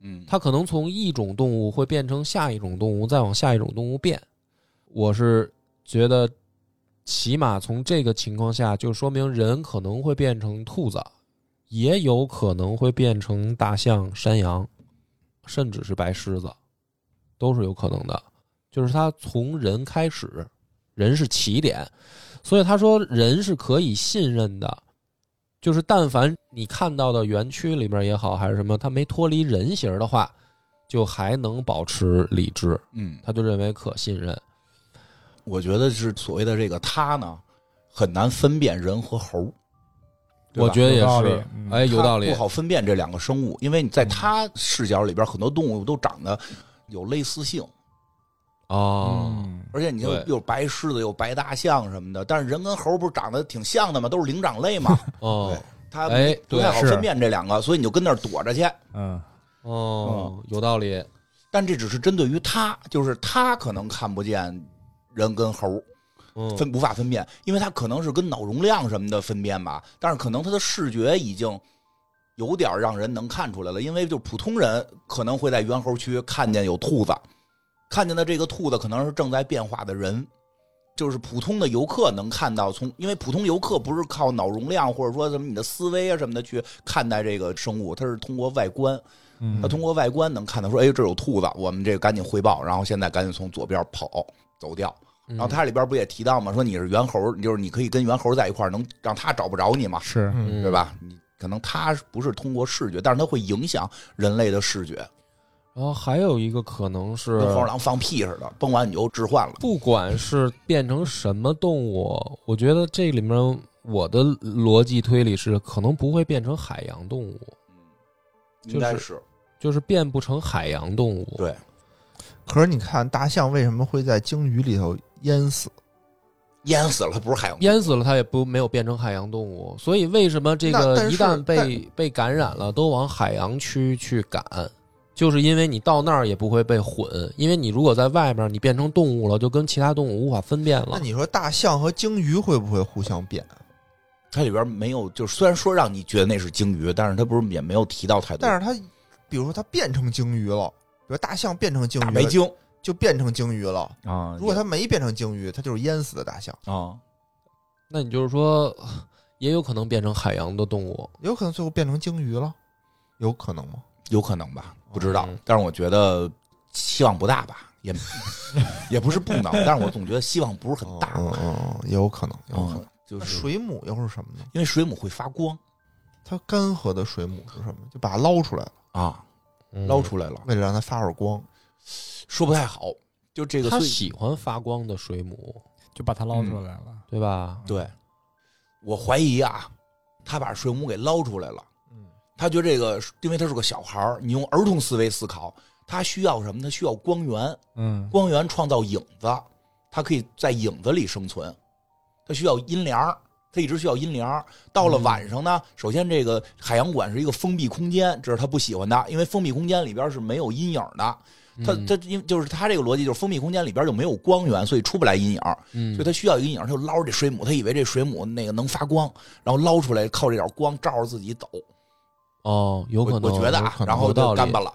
[SPEAKER 2] 嗯，
[SPEAKER 1] 它可能从一种动物会变成下一种动物，再往下一种动物变。我是觉得，起码从这个情况下，就说明人可能会变成兔子，也有可能会变成大象、山羊，甚至是白狮子，都是有可能的。就是它从人开始，人是起点，所以他说人是可以信任的。就是但凡你看到的园区里边也好，还是什么，它没脱离人形儿的话，就还能保持理智，
[SPEAKER 2] 嗯，
[SPEAKER 1] 他就认为可信任。
[SPEAKER 2] 我觉得是所谓的这个他呢，很难分辨人和猴儿，对吧
[SPEAKER 1] 我觉得也
[SPEAKER 4] 有道理
[SPEAKER 1] 是，
[SPEAKER 4] 嗯
[SPEAKER 1] 哎，有道
[SPEAKER 2] 它
[SPEAKER 1] 理
[SPEAKER 2] 不。好分辨这两个生物，因为你在他视角里边，很多动物都长得有类似性，
[SPEAKER 1] 哦，
[SPEAKER 4] 嗯，
[SPEAKER 2] 而且你像
[SPEAKER 1] 对
[SPEAKER 2] 有白狮子、有白大象什么的，但是人跟猴儿不是长得挺像的吗？都是灵长类
[SPEAKER 1] [laughs]
[SPEAKER 2] 嘛，
[SPEAKER 1] 哦
[SPEAKER 2] 对，它
[SPEAKER 1] 哎
[SPEAKER 2] 不
[SPEAKER 1] 对
[SPEAKER 2] 太好
[SPEAKER 4] 是
[SPEAKER 2] 分辨这两个，所以你就跟那儿躲着去。
[SPEAKER 4] 嗯，
[SPEAKER 1] 哦，
[SPEAKER 2] 嗯
[SPEAKER 1] 有道理。
[SPEAKER 2] 但这只是针对于他，就是他可能看不见人跟猴儿，
[SPEAKER 1] 嗯，
[SPEAKER 2] 分无法分辨，因为他可能是跟脑容量什么的分辨吧，但是可能他的视觉已经有点让人能看出来了，因为就普通人可能会在猿猴区看见有兔子，看见的这个兔子可能是正在变化的人。就是普通的游客能看到从，因为普通游客不是靠脑容量或者说什么你的思维啊什么的去看待这个生物，他是通过外观，
[SPEAKER 4] 嗯
[SPEAKER 2] 他通过外观能看到说，哎，这有兔子，我们这个赶紧汇报，然后现在赶紧从左边跑走掉。
[SPEAKER 1] 然
[SPEAKER 2] 然后它里边不也提到吗？说你是猿猴，就是你可以跟猿猴在一块儿，能让它找不着你嘛，
[SPEAKER 4] 是
[SPEAKER 3] 嗯
[SPEAKER 2] 对？吧？你可能它不是通过视觉，但是它会影响人类的视觉，
[SPEAKER 1] 然后还有一个可能是啊
[SPEAKER 2] 跟，黄鼠狼放屁似的，崩完你就置换了。
[SPEAKER 1] 不管是变成什么动物，我觉得这里面我的逻辑推理是，可能不会变成海洋动物，
[SPEAKER 2] 应该是
[SPEAKER 1] 就是变不成海洋动物。
[SPEAKER 2] 对，
[SPEAKER 3] 可是你看，大象为什么会在鲸鱼里头淹死？
[SPEAKER 2] 淹死了，它不是海洋。
[SPEAKER 1] 淹死了，它也不没有变成海洋动物，所以为什么这
[SPEAKER 3] 那
[SPEAKER 1] 个
[SPEAKER 3] 但
[SPEAKER 1] 一
[SPEAKER 3] 是
[SPEAKER 1] 旦被被感染了，都往海洋区去赶，就是因为你到那儿也不会被混，因为你如果在外边，你变成动物了，就跟其他动物无法分辨
[SPEAKER 3] 那
[SPEAKER 1] 了。
[SPEAKER 3] 你说大象和鲸鱼会不会互相变？
[SPEAKER 2] 它里边没有，就是虽然说让你觉得那是鲸鱼，但是它不是也没有提到太多。
[SPEAKER 3] 但是它，比如说它变成鲸鱼了，比如大象变成鲸鱼
[SPEAKER 2] 大
[SPEAKER 3] 了，
[SPEAKER 2] 梅鲸
[SPEAKER 3] 就变成鲸鱼了。
[SPEAKER 2] 啊
[SPEAKER 3] 如果它没变成鲸鱼，它就是淹死的大象，
[SPEAKER 2] 它啊，
[SPEAKER 1] 那你就是说，也有可能变成海洋的动物，
[SPEAKER 3] 有可能最后变成鲸鱼了，有可能吗？
[SPEAKER 2] 有可能吧，不知道
[SPEAKER 1] 嗯。
[SPEAKER 2] 但是我觉得希望不大吧，也 [laughs] 也不是不能，但是我总觉得希望不是很大。
[SPEAKER 3] 嗯嗯，嗯也有可能，有可能。
[SPEAKER 2] 嗯，就
[SPEAKER 3] 那
[SPEAKER 2] 是
[SPEAKER 3] 水母又是什么呢？
[SPEAKER 2] 因为水母会发光
[SPEAKER 3] 它干涸的水母是什么？就把它捞出来了，
[SPEAKER 2] 啊，
[SPEAKER 1] 嗯
[SPEAKER 2] 捞出来了，
[SPEAKER 3] 为了让它发会儿光。
[SPEAKER 2] 说不太好。就这个
[SPEAKER 1] 它
[SPEAKER 2] 所以
[SPEAKER 1] 喜欢发光的水母，
[SPEAKER 4] 就把它捞出来了。
[SPEAKER 1] 对吧？
[SPEAKER 2] 对，我怀疑啊，他把水母给捞出来了。
[SPEAKER 3] 嗯，
[SPEAKER 2] 他觉得这个，因为他是个小孩儿，你用儿童思维思考，他需要什么？他需要光源，
[SPEAKER 4] 嗯，
[SPEAKER 2] 光源创造影子，他可以在影子里生存。他需要阴凉儿，他一直需要阴凉儿。到了晚上呢，首先这个海洋馆是一个封闭空间，这是他不喜欢的，因为封闭空间里边是没有阴影的。它
[SPEAKER 1] 嗯
[SPEAKER 2] 它因就是它这个逻辑就是封闭空间里边就没有光源，所以出不来阴影儿，
[SPEAKER 1] 嗯
[SPEAKER 2] 所以它需要一个阴影儿，它就捞着这水母，它以为这水母那个能发光，然后捞出来靠这点光照着自己走，
[SPEAKER 1] 哦，有
[SPEAKER 2] 我
[SPEAKER 1] 可能，
[SPEAKER 2] 我觉得
[SPEAKER 1] 有
[SPEAKER 2] 啊
[SPEAKER 1] 可，能
[SPEAKER 2] 然后
[SPEAKER 1] 有道
[SPEAKER 2] 就
[SPEAKER 1] 理
[SPEAKER 2] 干巴了。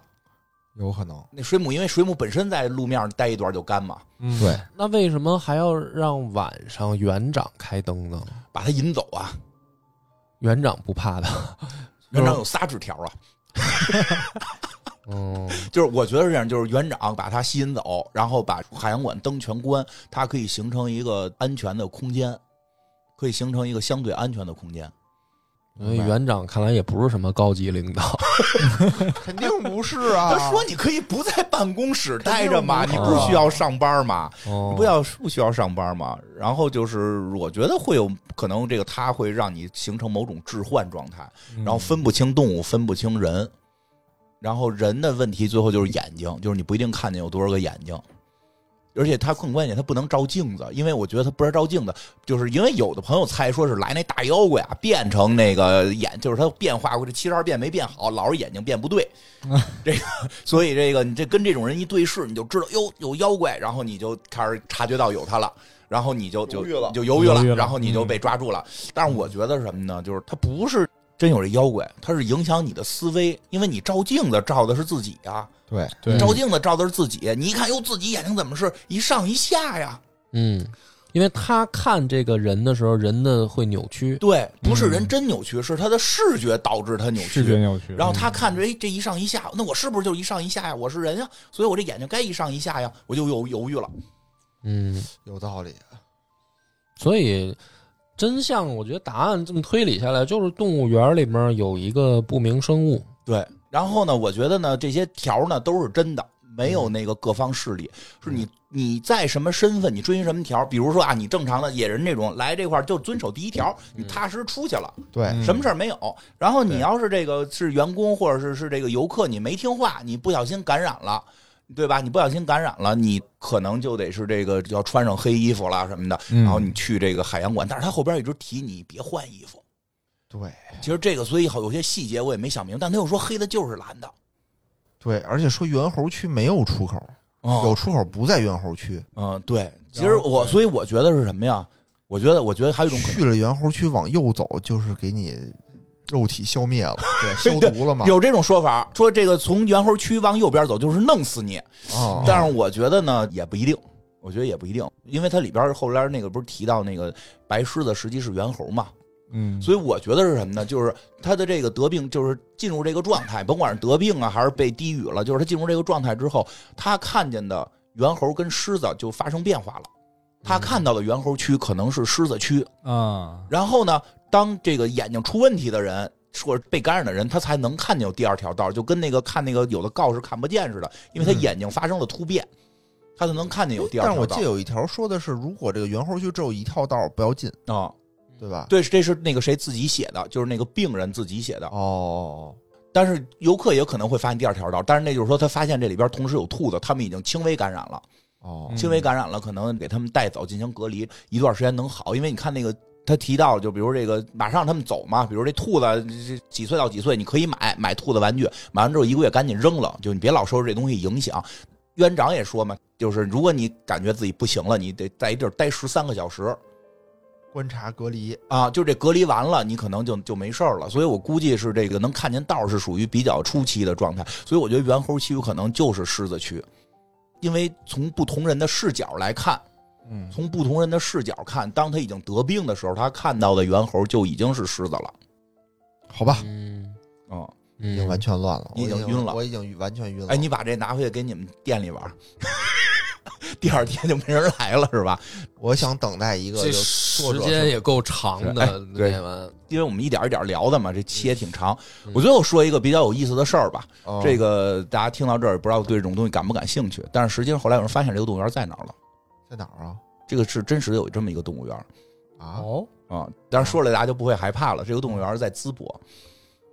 [SPEAKER 3] 有可能。
[SPEAKER 2] 那水母因为水母本身在路面上待一段就干嘛，
[SPEAKER 4] 嗯
[SPEAKER 3] 对，
[SPEAKER 1] 那为什么还要让晚上园长开灯呢？
[SPEAKER 2] 把它引走啊。
[SPEAKER 1] 园长不怕的，
[SPEAKER 2] 园长有仨纸条啊，
[SPEAKER 1] 嗯，
[SPEAKER 2] 就是我觉得是这样，就是园长把它吸引走，然后把海洋馆灯全关，它可以形成一个安全的空间，可以形成一个相对安全的空间。
[SPEAKER 1] 所以园长看来也不是什么高级领导，
[SPEAKER 3] 肯定不是
[SPEAKER 2] [laughs]
[SPEAKER 3] 啊！
[SPEAKER 2] 他说：“你可以不在办公室待着嘛，
[SPEAKER 3] 肯
[SPEAKER 2] 你
[SPEAKER 3] 定
[SPEAKER 1] 不
[SPEAKER 2] 不
[SPEAKER 1] 是
[SPEAKER 2] 需要上班
[SPEAKER 3] 啊
[SPEAKER 2] 嘛，
[SPEAKER 1] [laughs] 哦
[SPEAKER 2] 你不要不需要上班嘛。”然后就是，我觉得会有可能这个他会让你形成某种置换状态，
[SPEAKER 4] 嗯
[SPEAKER 2] 然后分不清动物，分不清人。然后人的问题最后就是眼睛，就是你不一定看见有多少个眼睛，而且他更关键，他不能照镜子，因为我觉得他不是照镜子，就是因为有的朋友猜说是来那大妖怪啊，变成那个眼，就是他变化过这七十二变没变好，老是眼睛变不对，这个，所以这个你这跟这种人一对视，你就知道哟有妖怪，然后你就开始察觉到有他了。然后你就就
[SPEAKER 3] 犹豫了
[SPEAKER 2] 就犹豫了
[SPEAKER 4] 犹豫，了嗯
[SPEAKER 2] 然后你就被抓住了。但是我觉得是什么呢？就是他不是真有这妖怪，他是影响你的思维，因为你照镜子照的是自己啊，
[SPEAKER 3] 对，
[SPEAKER 4] 对，
[SPEAKER 2] 照镜子照的是自己。你一看，哟，自己眼睛怎么是一上一下呀？
[SPEAKER 1] 嗯，因为他看这个人的时候，人的会扭曲，
[SPEAKER 2] 对，不是人真扭曲，是他的视觉导致他扭
[SPEAKER 4] 嗯视觉
[SPEAKER 2] 曲。
[SPEAKER 4] 扭曲。嗯
[SPEAKER 2] 然后他看着，哎，这一上一下，那我是不是就一上一下呀？我是人呀，所以我这眼睛该一上一下呀，我就有犹豫了。
[SPEAKER 1] 嗯，
[SPEAKER 3] 有道理。啊
[SPEAKER 1] 所以真相，我觉得答案这么推理下来，就是动物园里面有一个不明生物，
[SPEAKER 2] 对，然后呢，我觉得呢，这些条呢都是真的，没有那个各方势
[SPEAKER 4] 嗯
[SPEAKER 2] 力。是你你在什么身份，你追寻什么条？比如说啊，你正常的野人这种来这块儿就遵守第一条，你踏实出去了，
[SPEAKER 3] 对，
[SPEAKER 4] 嗯
[SPEAKER 2] 什么事儿没有。然后你要是这个是员工或者是是这个游客，你没听话，你不小心感染了。对吧？你不小心感染了，你可能就得是这个要穿上黑衣服啦什么的，
[SPEAKER 4] 嗯
[SPEAKER 2] 然后你去这个海洋馆。但是他后边一直提你别换衣服。
[SPEAKER 3] 对，
[SPEAKER 2] 其实这个，所以好有些细节我也没想明白，但他又说黑的就是蓝的，
[SPEAKER 3] 对，而且说猿猴区没有出口，
[SPEAKER 2] 哦
[SPEAKER 3] 有出口不在猿猴区，
[SPEAKER 2] 嗯，对，其
[SPEAKER 4] 然
[SPEAKER 2] 实
[SPEAKER 4] 后
[SPEAKER 2] 我所以我觉得是什么呀？我觉得，我觉得还有一种可
[SPEAKER 3] 去了猿猴区往右走就是给你肉体消
[SPEAKER 2] [laughs]
[SPEAKER 3] 灭了，对，消毒了嘛
[SPEAKER 2] 能，。有这种说法，说这个从猿猴区往右边走就是弄死你，
[SPEAKER 3] 啊，
[SPEAKER 4] 哦
[SPEAKER 2] 但是我觉得呢也不一定，我觉得也不一定，因为它里边后边那个不是提到那个白狮子实际是猿猴嘛，
[SPEAKER 4] 嗯，
[SPEAKER 2] 所以我觉得是什么呢？就是他的这个得病，就是进入这个状态，甭管是得病啊，还是被低语了，就是他进入这个状态之后，他看见的猿猴跟狮子就发生变化了。他
[SPEAKER 4] 嗯
[SPEAKER 2] 看到的猿猴区可能是狮子区，
[SPEAKER 4] 啊，
[SPEAKER 2] 然后呢，当这个眼睛出问题的人或者被感染的人，他才能看见有第二条道，就跟那个看那个有的告示看不见似的，因为他眼睛发生了突变，他才能看见有第二
[SPEAKER 3] 嗯但是
[SPEAKER 2] 条
[SPEAKER 3] 我记
[SPEAKER 2] 道
[SPEAKER 3] 得。有一条说的是，如果这个猿猴区只有一条道，不要进，
[SPEAKER 2] 啊、
[SPEAKER 3] 对吧？
[SPEAKER 2] 对，这是那个谁自己写的，就是那个病人自己写的。
[SPEAKER 3] 哦，
[SPEAKER 2] 但是游客也可能会发现第二条道，但是那就是说他发现这里边同时有兔子，他们已经轻微感染了，
[SPEAKER 3] 哦，
[SPEAKER 2] 轻微感染了，可能给他们带走进行隔离，一段时间能好，因为你看那个。他提到，就比如这个，马上他们走嘛，比如这兔子这这几岁到几岁，你可以买买兔子玩具，买完之后一个月赶紧扔了，就你别老受这东西影响。院长也说嘛，就是如果你感觉自己不行了，你得在一地儿待十三个小时，
[SPEAKER 3] 观察隔离，
[SPEAKER 2] 啊，就这隔离完了，你可能就就没事儿了。所以我估计是这个能看见道儿是属于比较初期的状态，所以我觉得猿猴区有可能就是狮子区，因为从不同人的视角来看，
[SPEAKER 4] 嗯
[SPEAKER 2] 从不同人的视角看，当他已经得病的时候，他看到的猿猴就已经是狮子了。
[SPEAKER 3] 好吧，
[SPEAKER 1] 嗯
[SPEAKER 2] 嗯，
[SPEAKER 3] 已
[SPEAKER 1] 嗯，
[SPEAKER 3] 经完全乱了，
[SPEAKER 2] 你已
[SPEAKER 3] 我
[SPEAKER 2] 经晕了
[SPEAKER 3] 我已经完全晕了。
[SPEAKER 2] 哎，你把这拿回去给你们店里玩儿， [laughs] 第二天就没人来了是吧？
[SPEAKER 3] 我想等待一个
[SPEAKER 1] 这
[SPEAKER 3] 就作
[SPEAKER 1] 时
[SPEAKER 3] 者
[SPEAKER 1] 间
[SPEAKER 3] 是
[SPEAKER 1] 也够长
[SPEAKER 2] 是哎
[SPEAKER 1] 的，
[SPEAKER 2] 对
[SPEAKER 1] 念完
[SPEAKER 2] 因为我们一点儿一点儿聊的嘛，这期也挺长。
[SPEAKER 1] 嗯
[SPEAKER 2] 我最后说一个比较有意思的事儿吧，
[SPEAKER 3] 哦
[SPEAKER 2] 这个大家听到这儿，不知道对这种东西感不感兴趣？但是实际上后来有人发现这个动物园在哪儿了，
[SPEAKER 3] 在哪儿啊？
[SPEAKER 2] 这个是真实的有这么一个动物园
[SPEAKER 3] 啊，
[SPEAKER 1] 哦，
[SPEAKER 2] 啊。但是说了大家就不会害怕了，这个动物园在淄博，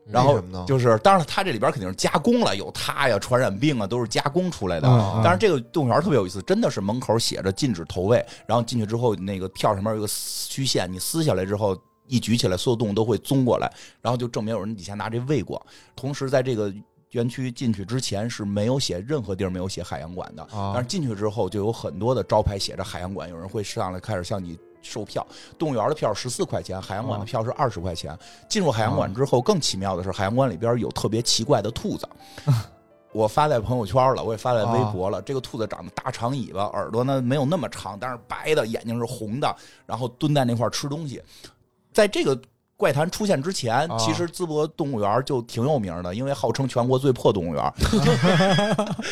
[SPEAKER 2] 然
[SPEAKER 3] 嗯为
[SPEAKER 2] 后
[SPEAKER 3] 什么呢
[SPEAKER 2] 就是当然它这里边肯定是加工了，有它呀、传染病啊都是加工出来的。啊
[SPEAKER 4] 嗯嗯
[SPEAKER 2] 但是这个动物园特别有意思，真的是门口写着禁止投喂，然后进去之后那个票上面有个虚线，你撕下来之后。一举起来，所有动物都会综过来，然后就证明有人以前拿这喂过。同时，在这个园区进去之前是没有写任何地儿没有写海洋馆的，
[SPEAKER 3] 啊
[SPEAKER 2] 但是进去之后就有很多的招牌写着海洋馆，有人会上来开始向你售票。动物园的票十四块钱，海洋
[SPEAKER 3] 啊
[SPEAKER 2] 馆的票是二十块钱。进入海洋馆之后，更奇妙的是，海洋馆里边有特别奇怪的兔
[SPEAKER 3] [laughs]
[SPEAKER 2] 子。我发在朋友圈了，我也发在
[SPEAKER 3] 啊
[SPEAKER 2] 微博了。这个兔子长得大长尾巴，耳朵呢没有那么长，但是白的，眼睛是红的，然后蹲在那块儿吃东西。在这个怪谈出现之前，
[SPEAKER 3] 啊
[SPEAKER 2] 其实淄博动物园就挺有名的，因为号称全国最破动物园，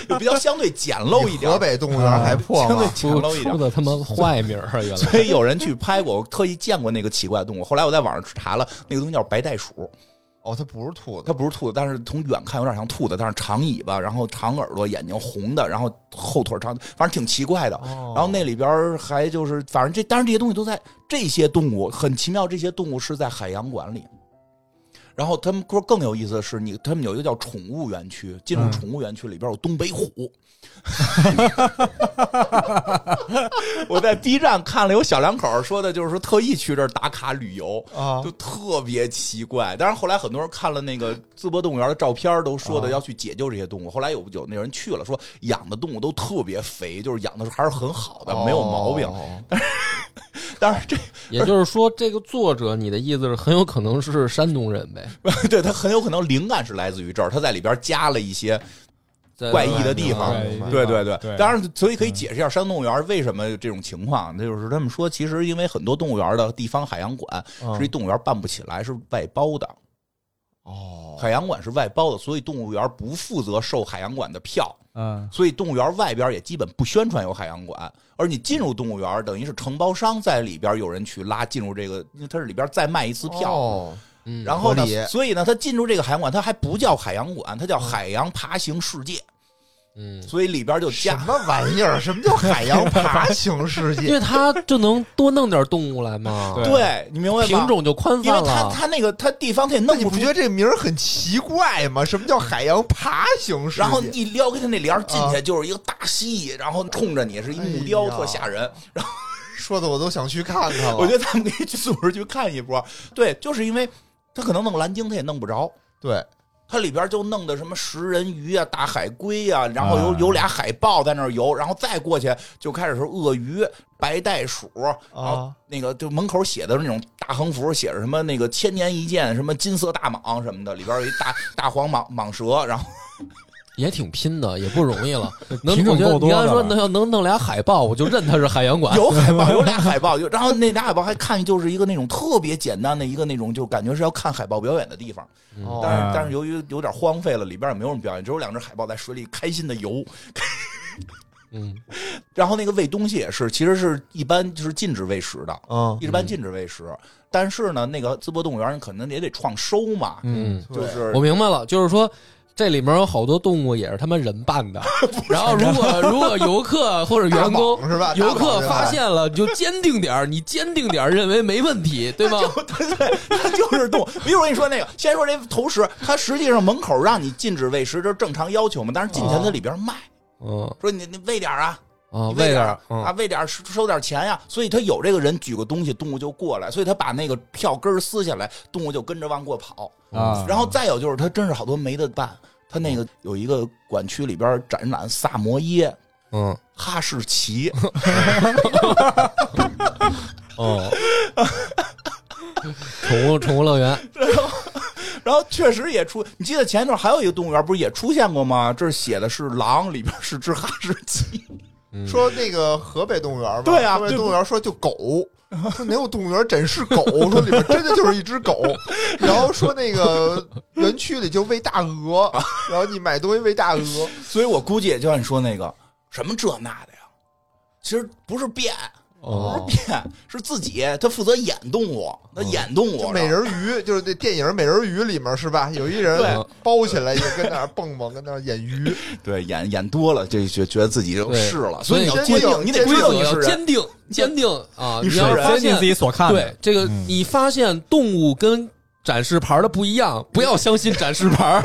[SPEAKER 2] 就比较相对简陋一
[SPEAKER 3] [laughs] 比
[SPEAKER 2] 点
[SPEAKER 3] 河
[SPEAKER 2] 儿，
[SPEAKER 3] 北动物
[SPEAKER 2] 啊
[SPEAKER 3] 园
[SPEAKER 2] [laughs]
[SPEAKER 3] 还破
[SPEAKER 2] 相对
[SPEAKER 3] 吗？
[SPEAKER 2] 简
[SPEAKER 1] 出
[SPEAKER 2] 陋一点
[SPEAKER 1] 哦出
[SPEAKER 2] 儿。
[SPEAKER 1] 的他妈坏名 [laughs] 儿啊，原来
[SPEAKER 2] 所以有人去拍过，我特意见过那个奇怪的动物。后来我在网上查了，那个东西叫白袋鼠，
[SPEAKER 3] 哦，它不是兔子
[SPEAKER 2] 它，不是兔子，但是从远看有点像兔子，但是长尾巴，然后长耳朵，眼睛红的，然后后腿长，反正挺奇怪的。
[SPEAKER 3] 然
[SPEAKER 2] 然后那里边儿还就是，反正这当然这些东西都在这些动物很奇妙，这些动物是在海洋馆里。然后他们说更有意思的是，你他们有一个叫宠物园区，进入
[SPEAKER 4] 嗯
[SPEAKER 2] 宠物园区里边有东北虎。我在 B 站看了有小两口说的，就是说特意去这儿打卡旅游，
[SPEAKER 3] 啊
[SPEAKER 2] 就特别奇怪。当然后来很多人看了那个淄博动物园的照片，都说的要去解救这些动物。后来有有那人去了，说养的动物都特别肥，就是养的还是很好的，没有毛病。
[SPEAKER 3] 哦
[SPEAKER 2] 但是这 [laughs]
[SPEAKER 1] 也就是说，这个作者你的意思是很有可能是山东人呗，
[SPEAKER 2] 对他很有可能灵感是来自于这儿，他在里边加了一些。
[SPEAKER 1] 在
[SPEAKER 2] 怪异的地方
[SPEAKER 3] 嗯
[SPEAKER 2] 对对
[SPEAKER 4] 对
[SPEAKER 2] 对，
[SPEAKER 4] 对
[SPEAKER 2] 当然，所以可以解释一下山动物园为什么有这种情况，那就是他们说，其实因为很多动物园的地方海洋馆
[SPEAKER 3] 嗯
[SPEAKER 2] 实际动物园办不起来，是外包的，
[SPEAKER 3] 哦，
[SPEAKER 2] 海洋馆是外包的，所以动物园不负责售海洋馆的票，
[SPEAKER 4] 嗯，
[SPEAKER 2] 所以动物园外边也基本不宣传有海洋馆，而你进入动物园，等于是承包商在里边有人去拉进入这个，因为它是里边再卖一次票，
[SPEAKER 3] 哦
[SPEAKER 1] 嗯，
[SPEAKER 2] 然后呢
[SPEAKER 3] 合理，嗯
[SPEAKER 2] 所以呢，它进入这个海洋馆，它还不叫海洋馆，它叫海洋爬行世界，
[SPEAKER 1] 嗯，
[SPEAKER 2] 所以里边就
[SPEAKER 3] 什
[SPEAKER 2] 加
[SPEAKER 3] 么玩意儿？什么叫海
[SPEAKER 2] [laughs]
[SPEAKER 3] 洋爬行世
[SPEAKER 1] 因
[SPEAKER 3] 界？
[SPEAKER 1] 为他就能多弄点动物来嘛，
[SPEAKER 4] 对
[SPEAKER 2] 对你明白吗？
[SPEAKER 1] 品种就宽
[SPEAKER 2] 因为
[SPEAKER 1] 泛
[SPEAKER 2] 它
[SPEAKER 1] 了。
[SPEAKER 2] 它那个它地方它也
[SPEAKER 3] 那
[SPEAKER 2] 弄
[SPEAKER 3] 你
[SPEAKER 2] 不
[SPEAKER 3] 不
[SPEAKER 2] 出
[SPEAKER 3] 觉。得这名儿很奇怪吗？什么叫海洋爬行世界？
[SPEAKER 2] 然后一撩开它那帘儿进去，
[SPEAKER 3] 啊
[SPEAKER 2] 就是一个大蜥蜴，然后冲着你是一木雕，
[SPEAKER 3] 哎呀哦
[SPEAKER 2] 特吓人。
[SPEAKER 3] 说的我都想去看看了。
[SPEAKER 2] 我觉得咱们可以去组织去看一波。对，就是因为它可能弄蓝鲸，它也弄不着。
[SPEAKER 3] 对，
[SPEAKER 2] 它里边就弄的什么食人鱼啊、大海龟啊，然后有
[SPEAKER 4] 啊
[SPEAKER 2] 有俩海豹在那儿游，然后再过去就开始是鳄鱼、白袋鼠，
[SPEAKER 3] 啊
[SPEAKER 2] 然后
[SPEAKER 3] 哦
[SPEAKER 2] 那个就门口写的是那种大横幅，写着什么那个千年一见什么金色大蟒什么的，里边有一大大黄蟒蟒蛇，然后
[SPEAKER 1] 也挺拼的，也不容易
[SPEAKER 4] [laughs]
[SPEAKER 1] 了。能
[SPEAKER 4] 品种
[SPEAKER 1] 我觉得
[SPEAKER 4] 够多
[SPEAKER 1] 你刚才
[SPEAKER 4] 的
[SPEAKER 1] 说
[SPEAKER 4] 了
[SPEAKER 1] 能要能弄俩海豹，我就认它是海洋馆。
[SPEAKER 2] 有海豹，有俩海豹，有然后那俩海豹还看就是一个那种特别简单的一个那种，就感觉是要看海豹表演的地方。
[SPEAKER 3] 哦
[SPEAKER 2] 嗯但是
[SPEAKER 4] 啊
[SPEAKER 2] 但是由于有点荒废了，里边也没有什么表演，只有两只海豹在水里开心的游。
[SPEAKER 1] 嗯，
[SPEAKER 2] [laughs] 然后那个喂东西也是，其实是一般就是禁止喂食的，
[SPEAKER 3] 嗯，
[SPEAKER 2] 一般禁止喂食。但是呢，那个淄博动物园可能也得创收嘛，
[SPEAKER 4] 嗯，
[SPEAKER 1] 嗯，
[SPEAKER 2] 就是
[SPEAKER 1] 我明白了，就是说。这里面有好多动物也是他们人扮的，然后如果如果游客或者员工
[SPEAKER 3] 大蟒是吧
[SPEAKER 1] 游客
[SPEAKER 3] 大蟒是吧
[SPEAKER 1] 发现了，你就坚定点儿，你坚定点儿，认为没问题，对吗？啊
[SPEAKER 2] 它就是动物。比如我跟你说那个，先说这投食，它实际上门口让你禁止喂食，这是正常要求嘛。但是进前它里边卖，
[SPEAKER 1] 嗯
[SPEAKER 2] 说你你喂点儿啊，
[SPEAKER 1] 啊，
[SPEAKER 2] 你喂
[SPEAKER 1] 点
[SPEAKER 2] 儿
[SPEAKER 1] 儿
[SPEAKER 2] 啊，喂点儿收收点钱呀。所以他有这个人举个东西，动物就过来，所以他把那个票根儿撕下来，动物就跟着往过跑。
[SPEAKER 4] 啊，
[SPEAKER 2] 然后再有就是，他真是好多没得办。他那个有一个馆区里边展览萨摩耶、
[SPEAKER 1] 嗯
[SPEAKER 2] 哈士奇， [laughs]
[SPEAKER 1] 哦，宠物宠物乐园，
[SPEAKER 2] 然后确实也出。你记得前一段还有一个动物园，不是也出现过吗？这儿写的是狼，里边是只哈士奇。
[SPEAKER 3] 嗯说那个河北动物园嘛，
[SPEAKER 2] 对啊
[SPEAKER 3] 河北
[SPEAKER 2] 对
[SPEAKER 3] 动物园说就狗，说哪有动物园展示狗，说里面真的就是一只狗， [laughs] 然后说那个园区里就喂大鹅，然后你买东西喂大鹅，
[SPEAKER 2] 所以我估计也就像你说那个什么这那的呀，其实不是变，
[SPEAKER 1] 哦
[SPEAKER 2] 不是变，是自己他负责演动物，他演动物
[SPEAKER 3] 就
[SPEAKER 2] 了。
[SPEAKER 3] 美人鱼，就是那电影《美人鱼》里面是吧？有一人
[SPEAKER 1] 对
[SPEAKER 3] 包起来也跟那儿蹦蹦，跟那儿演鱼，
[SPEAKER 2] 对演演多了，就觉觉得自己
[SPEAKER 1] 对
[SPEAKER 2] 就是了，
[SPEAKER 1] 所
[SPEAKER 2] 所
[SPEAKER 1] 以
[SPEAKER 2] 以你要
[SPEAKER 3] 先
[SPEAKER 2] 坚
[SPEAKER 3] 有
[SPEAKER 2] 定，你得
[SPEAKER 1] 规
[SPEAKER 2] 知道
[SPEAKER 1] 则
[SPEAKER 2] 你
[SPEAKER 1] 要
[SPEAKER 2] 是人。
[SPEAKER 1] 坚定坚定啊！
[SPEAKER 2] 你
[SPEAKER 1] 你
[SPEAKER 2] 是
[SPEAKER 1] 要
[SPEAKER 2] 人
[SPEAKER 1] 发
[SPEAKER 4] 相信
[SPEAKER 1] 现
[SPEAKER 4] 自己所看
[SPEAKER 1] 对
[SPEAKER 4] 的，
[SPEAKER 1] 这个，
[SPEAKER 4] 嗯
[SPEAKER 1] 你发现动物跟展示牌的不一样，不要相信展示牌。 [laughs]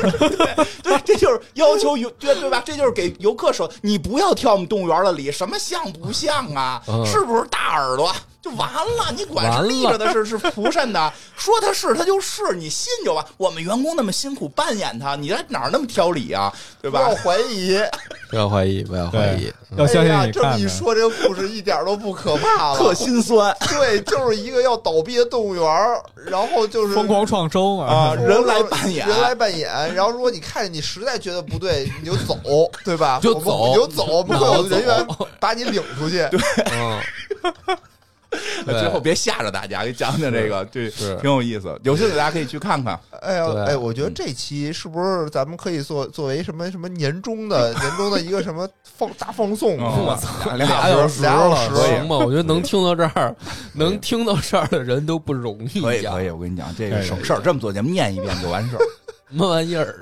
[SPEAKER 2] 对，这就是要求游对对吧？这就是给游客说，你不要挑我们动物园的理，什么像不像啊？
[SPEAKER 1] 嗯
[SPEAKER 2] 是不是大耳朵？就完了，你管
[SPEAKER 1] 完
[SPEAKER 2] 是
[SPEAKER 1] 了
[SPEAKER 2] 立着的是是蒲扇的，说他是他就是，你信就完。我们员工那么辛苦扮演他，你在哪儿那么挑理啊？对
[SPEAKER 3] 不要
[SPEAKER 2] 吧？
[SPEAKER 3] 怀疑。
[SPEAKER 1] 不要怀疑，不要怀疑
[SPEAKER 4] 对。，要相信
[SPEAKER 3] 哎呀，
[SPEAKER 4] 你
[SPEAKER 3] 这么
[SPEAKER 4] 看
[SPEAKER 3] 一
[SPEAKER 4] 的。
[SPEAKER 3] 说，这个故事一点都不可怕了，
[SPEAKER 2] 特心酸
[SPEAKER 3] 对，就是一个要倒闭的动物园儿，然后就是
[SPEAKER 4] 疯狂创收嘛
[SPEAKER 2] 啊！人来扮演，
[SPEAKER 3] 人来扮演。然后如果你看见你实在觉得不对， [laughs] 你就走，对吧？
[SPEAKER 1] 就
[SPEAKER 3] 我们
[SPEAKER 1] 走
[SPEAKER 3] 你就
[SPEAKER 2] [laughs]
[SPEAKER 3] 走，我们会有人员
[SPEAKER 1] 然后
[SPEAKER 3] 把你领出去。
[SPEAKER 1] [laughs] 嗯，对
[SPEAKER 2] 最后别吓着大家，给讲讲这个，对，
[SPEAKER 1] 是
[SPEAKER 2] 挺有意思。有兴趣大家可以去看看。
[SPEAKER 3] 哎呀，
[SPEAKER 1] 对
[SPEAKER 3] 哎，我
[SPEAKER 2] 嗯
[SPEAKER 3] 觉得这期是不是咱们可以做作为什么什么年终的年终的一个什么放大放送？
[SPEAKER 2] 我操，俩
[SPEAKER 1] 俩小时
[SPEAKER 3] 俩
[SPEAKER 1] 了
[SPEAKER 3] 小时
[SPEAKER 1] 行吧？我觉得能听到这 [laughs] 儿，能听到这儿的人都不容易
[SPEAKER 2] 可以
[SPEAKER 1] 呀
[SPEAKER 2] 可。以，我跟你讲，这个
[SPEAKER 4] 可以
[SPEAKER 2] 省事儿，这么做节目念一遍就完事儿。
[SPEAKER 1] 么玩意儿？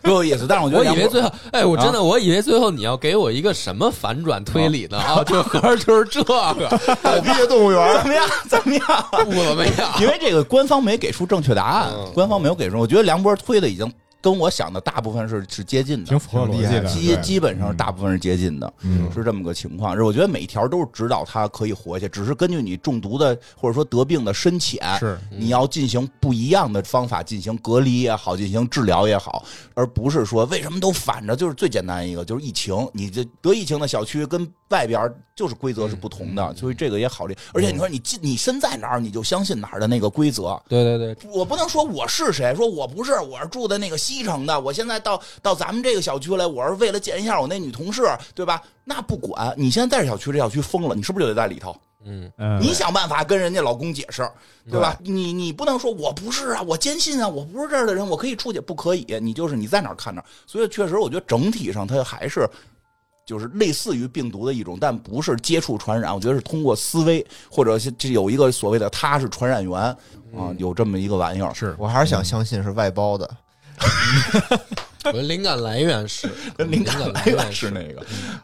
[SPEAKER 2] 多有意思。但是我觉得
[SPEAKER 1] 我以
[SPEAKER 2] 杨
[SPEAKER 1] 为
[SPEAKER 2] 过
[SPEAKER 1] 最后，哎，我真的，我以为最后你要给我一个什么反转推理呢？啊，就合着就是这 [laughs] 个，
[SPEAKER 3] 狗逼的动物园，
[SPEAKER 2] 怎么样？怎么样？
[SPEAKER 1] 我没有。
[SPEAKER 2] [laughs] 因为这个官方没给出正确答案，
[SPEAKER 1] 嗯
[SPEAKER 2] 官方没有给出。我觉得梁波推的已经跟我想的大部分是是接近的
[SPEAKER 4] 挺，符合逻
[SPEAKER 3] 挺厉
[SPEAKER 4] 辑
[SPEAKER 3] 害
[SPEAKER 4] 的，
[SPEAKER 2] 基
[SPEAKER 4] 对
[SPEAKER 2] 基本上大部分是接近的，
[SPEAKER 4] 嗯
[SPEAKER 2] 是这么个情况。是我觉得每一条都是指导他可以活下去，只是根据你中毒的或者说得病的深浅，
[SPEAKER 4] 是
[SPEAKER 2] 你要进行不一样的方法进行隔离也好，进行治疗也好，而不是说为什么都反着。就是最简单一个，就是疫情，你这得疫情的小区跟外边儿就是规则是不同的，所以这个也考虑。而且你说你进你身在哪儿，你就相信哪儿的那个规则。
[SPEAKER 1] 对对对，
[SPEAKER 2] 我不能说我是谁，说我不是，我是住的那个西城的，我现在到到咱们这个小区来，我是为了见一下我那女同事，对吧？那不管你现在在这小区，这小区封了，你是不是就得在里头？
[SPEAKER 1] 嗯，
[SPEAKER 4] 嗯，
[SPEAKER 2] 你想办法跟人家老公解释，嗯对吧？你你不能说我不是啊，我坚信啊，我不是这儿的人，我可以出去，不可以？你就是你在哪儿看哪儿。所以确实，我觉得整体上它还是就是类似于病毒的一种，但不是接触传染，我觉得是通过思维或者是这有一个所谓的他是传染源啊，有这么一个玩意儿。
[SPEAKER 4] 嗯是
[SPEAKER 3] 我还是想相信是外包的。
[SPEAKER 1] [laughs] 我的灵感来源是
[SPEAKER 2] [laughs] 灵感来源是那个，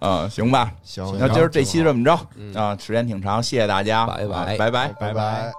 [SPEAKER 2] 啊， [laughs] 行吧。
[SPEAKER 3] 行，
[SPEAKER 2] 那今儿这期这
[SPEAKER 3] 么，
[SPEAKER 2] 么着啊，时间挺长，谢谢大家，
[SPEAKER 1] 拜拜
[SPEAKER 2] 啊拜拜。
[SPEAKER 3] 拜
[SPEAKER 4] 拜拜。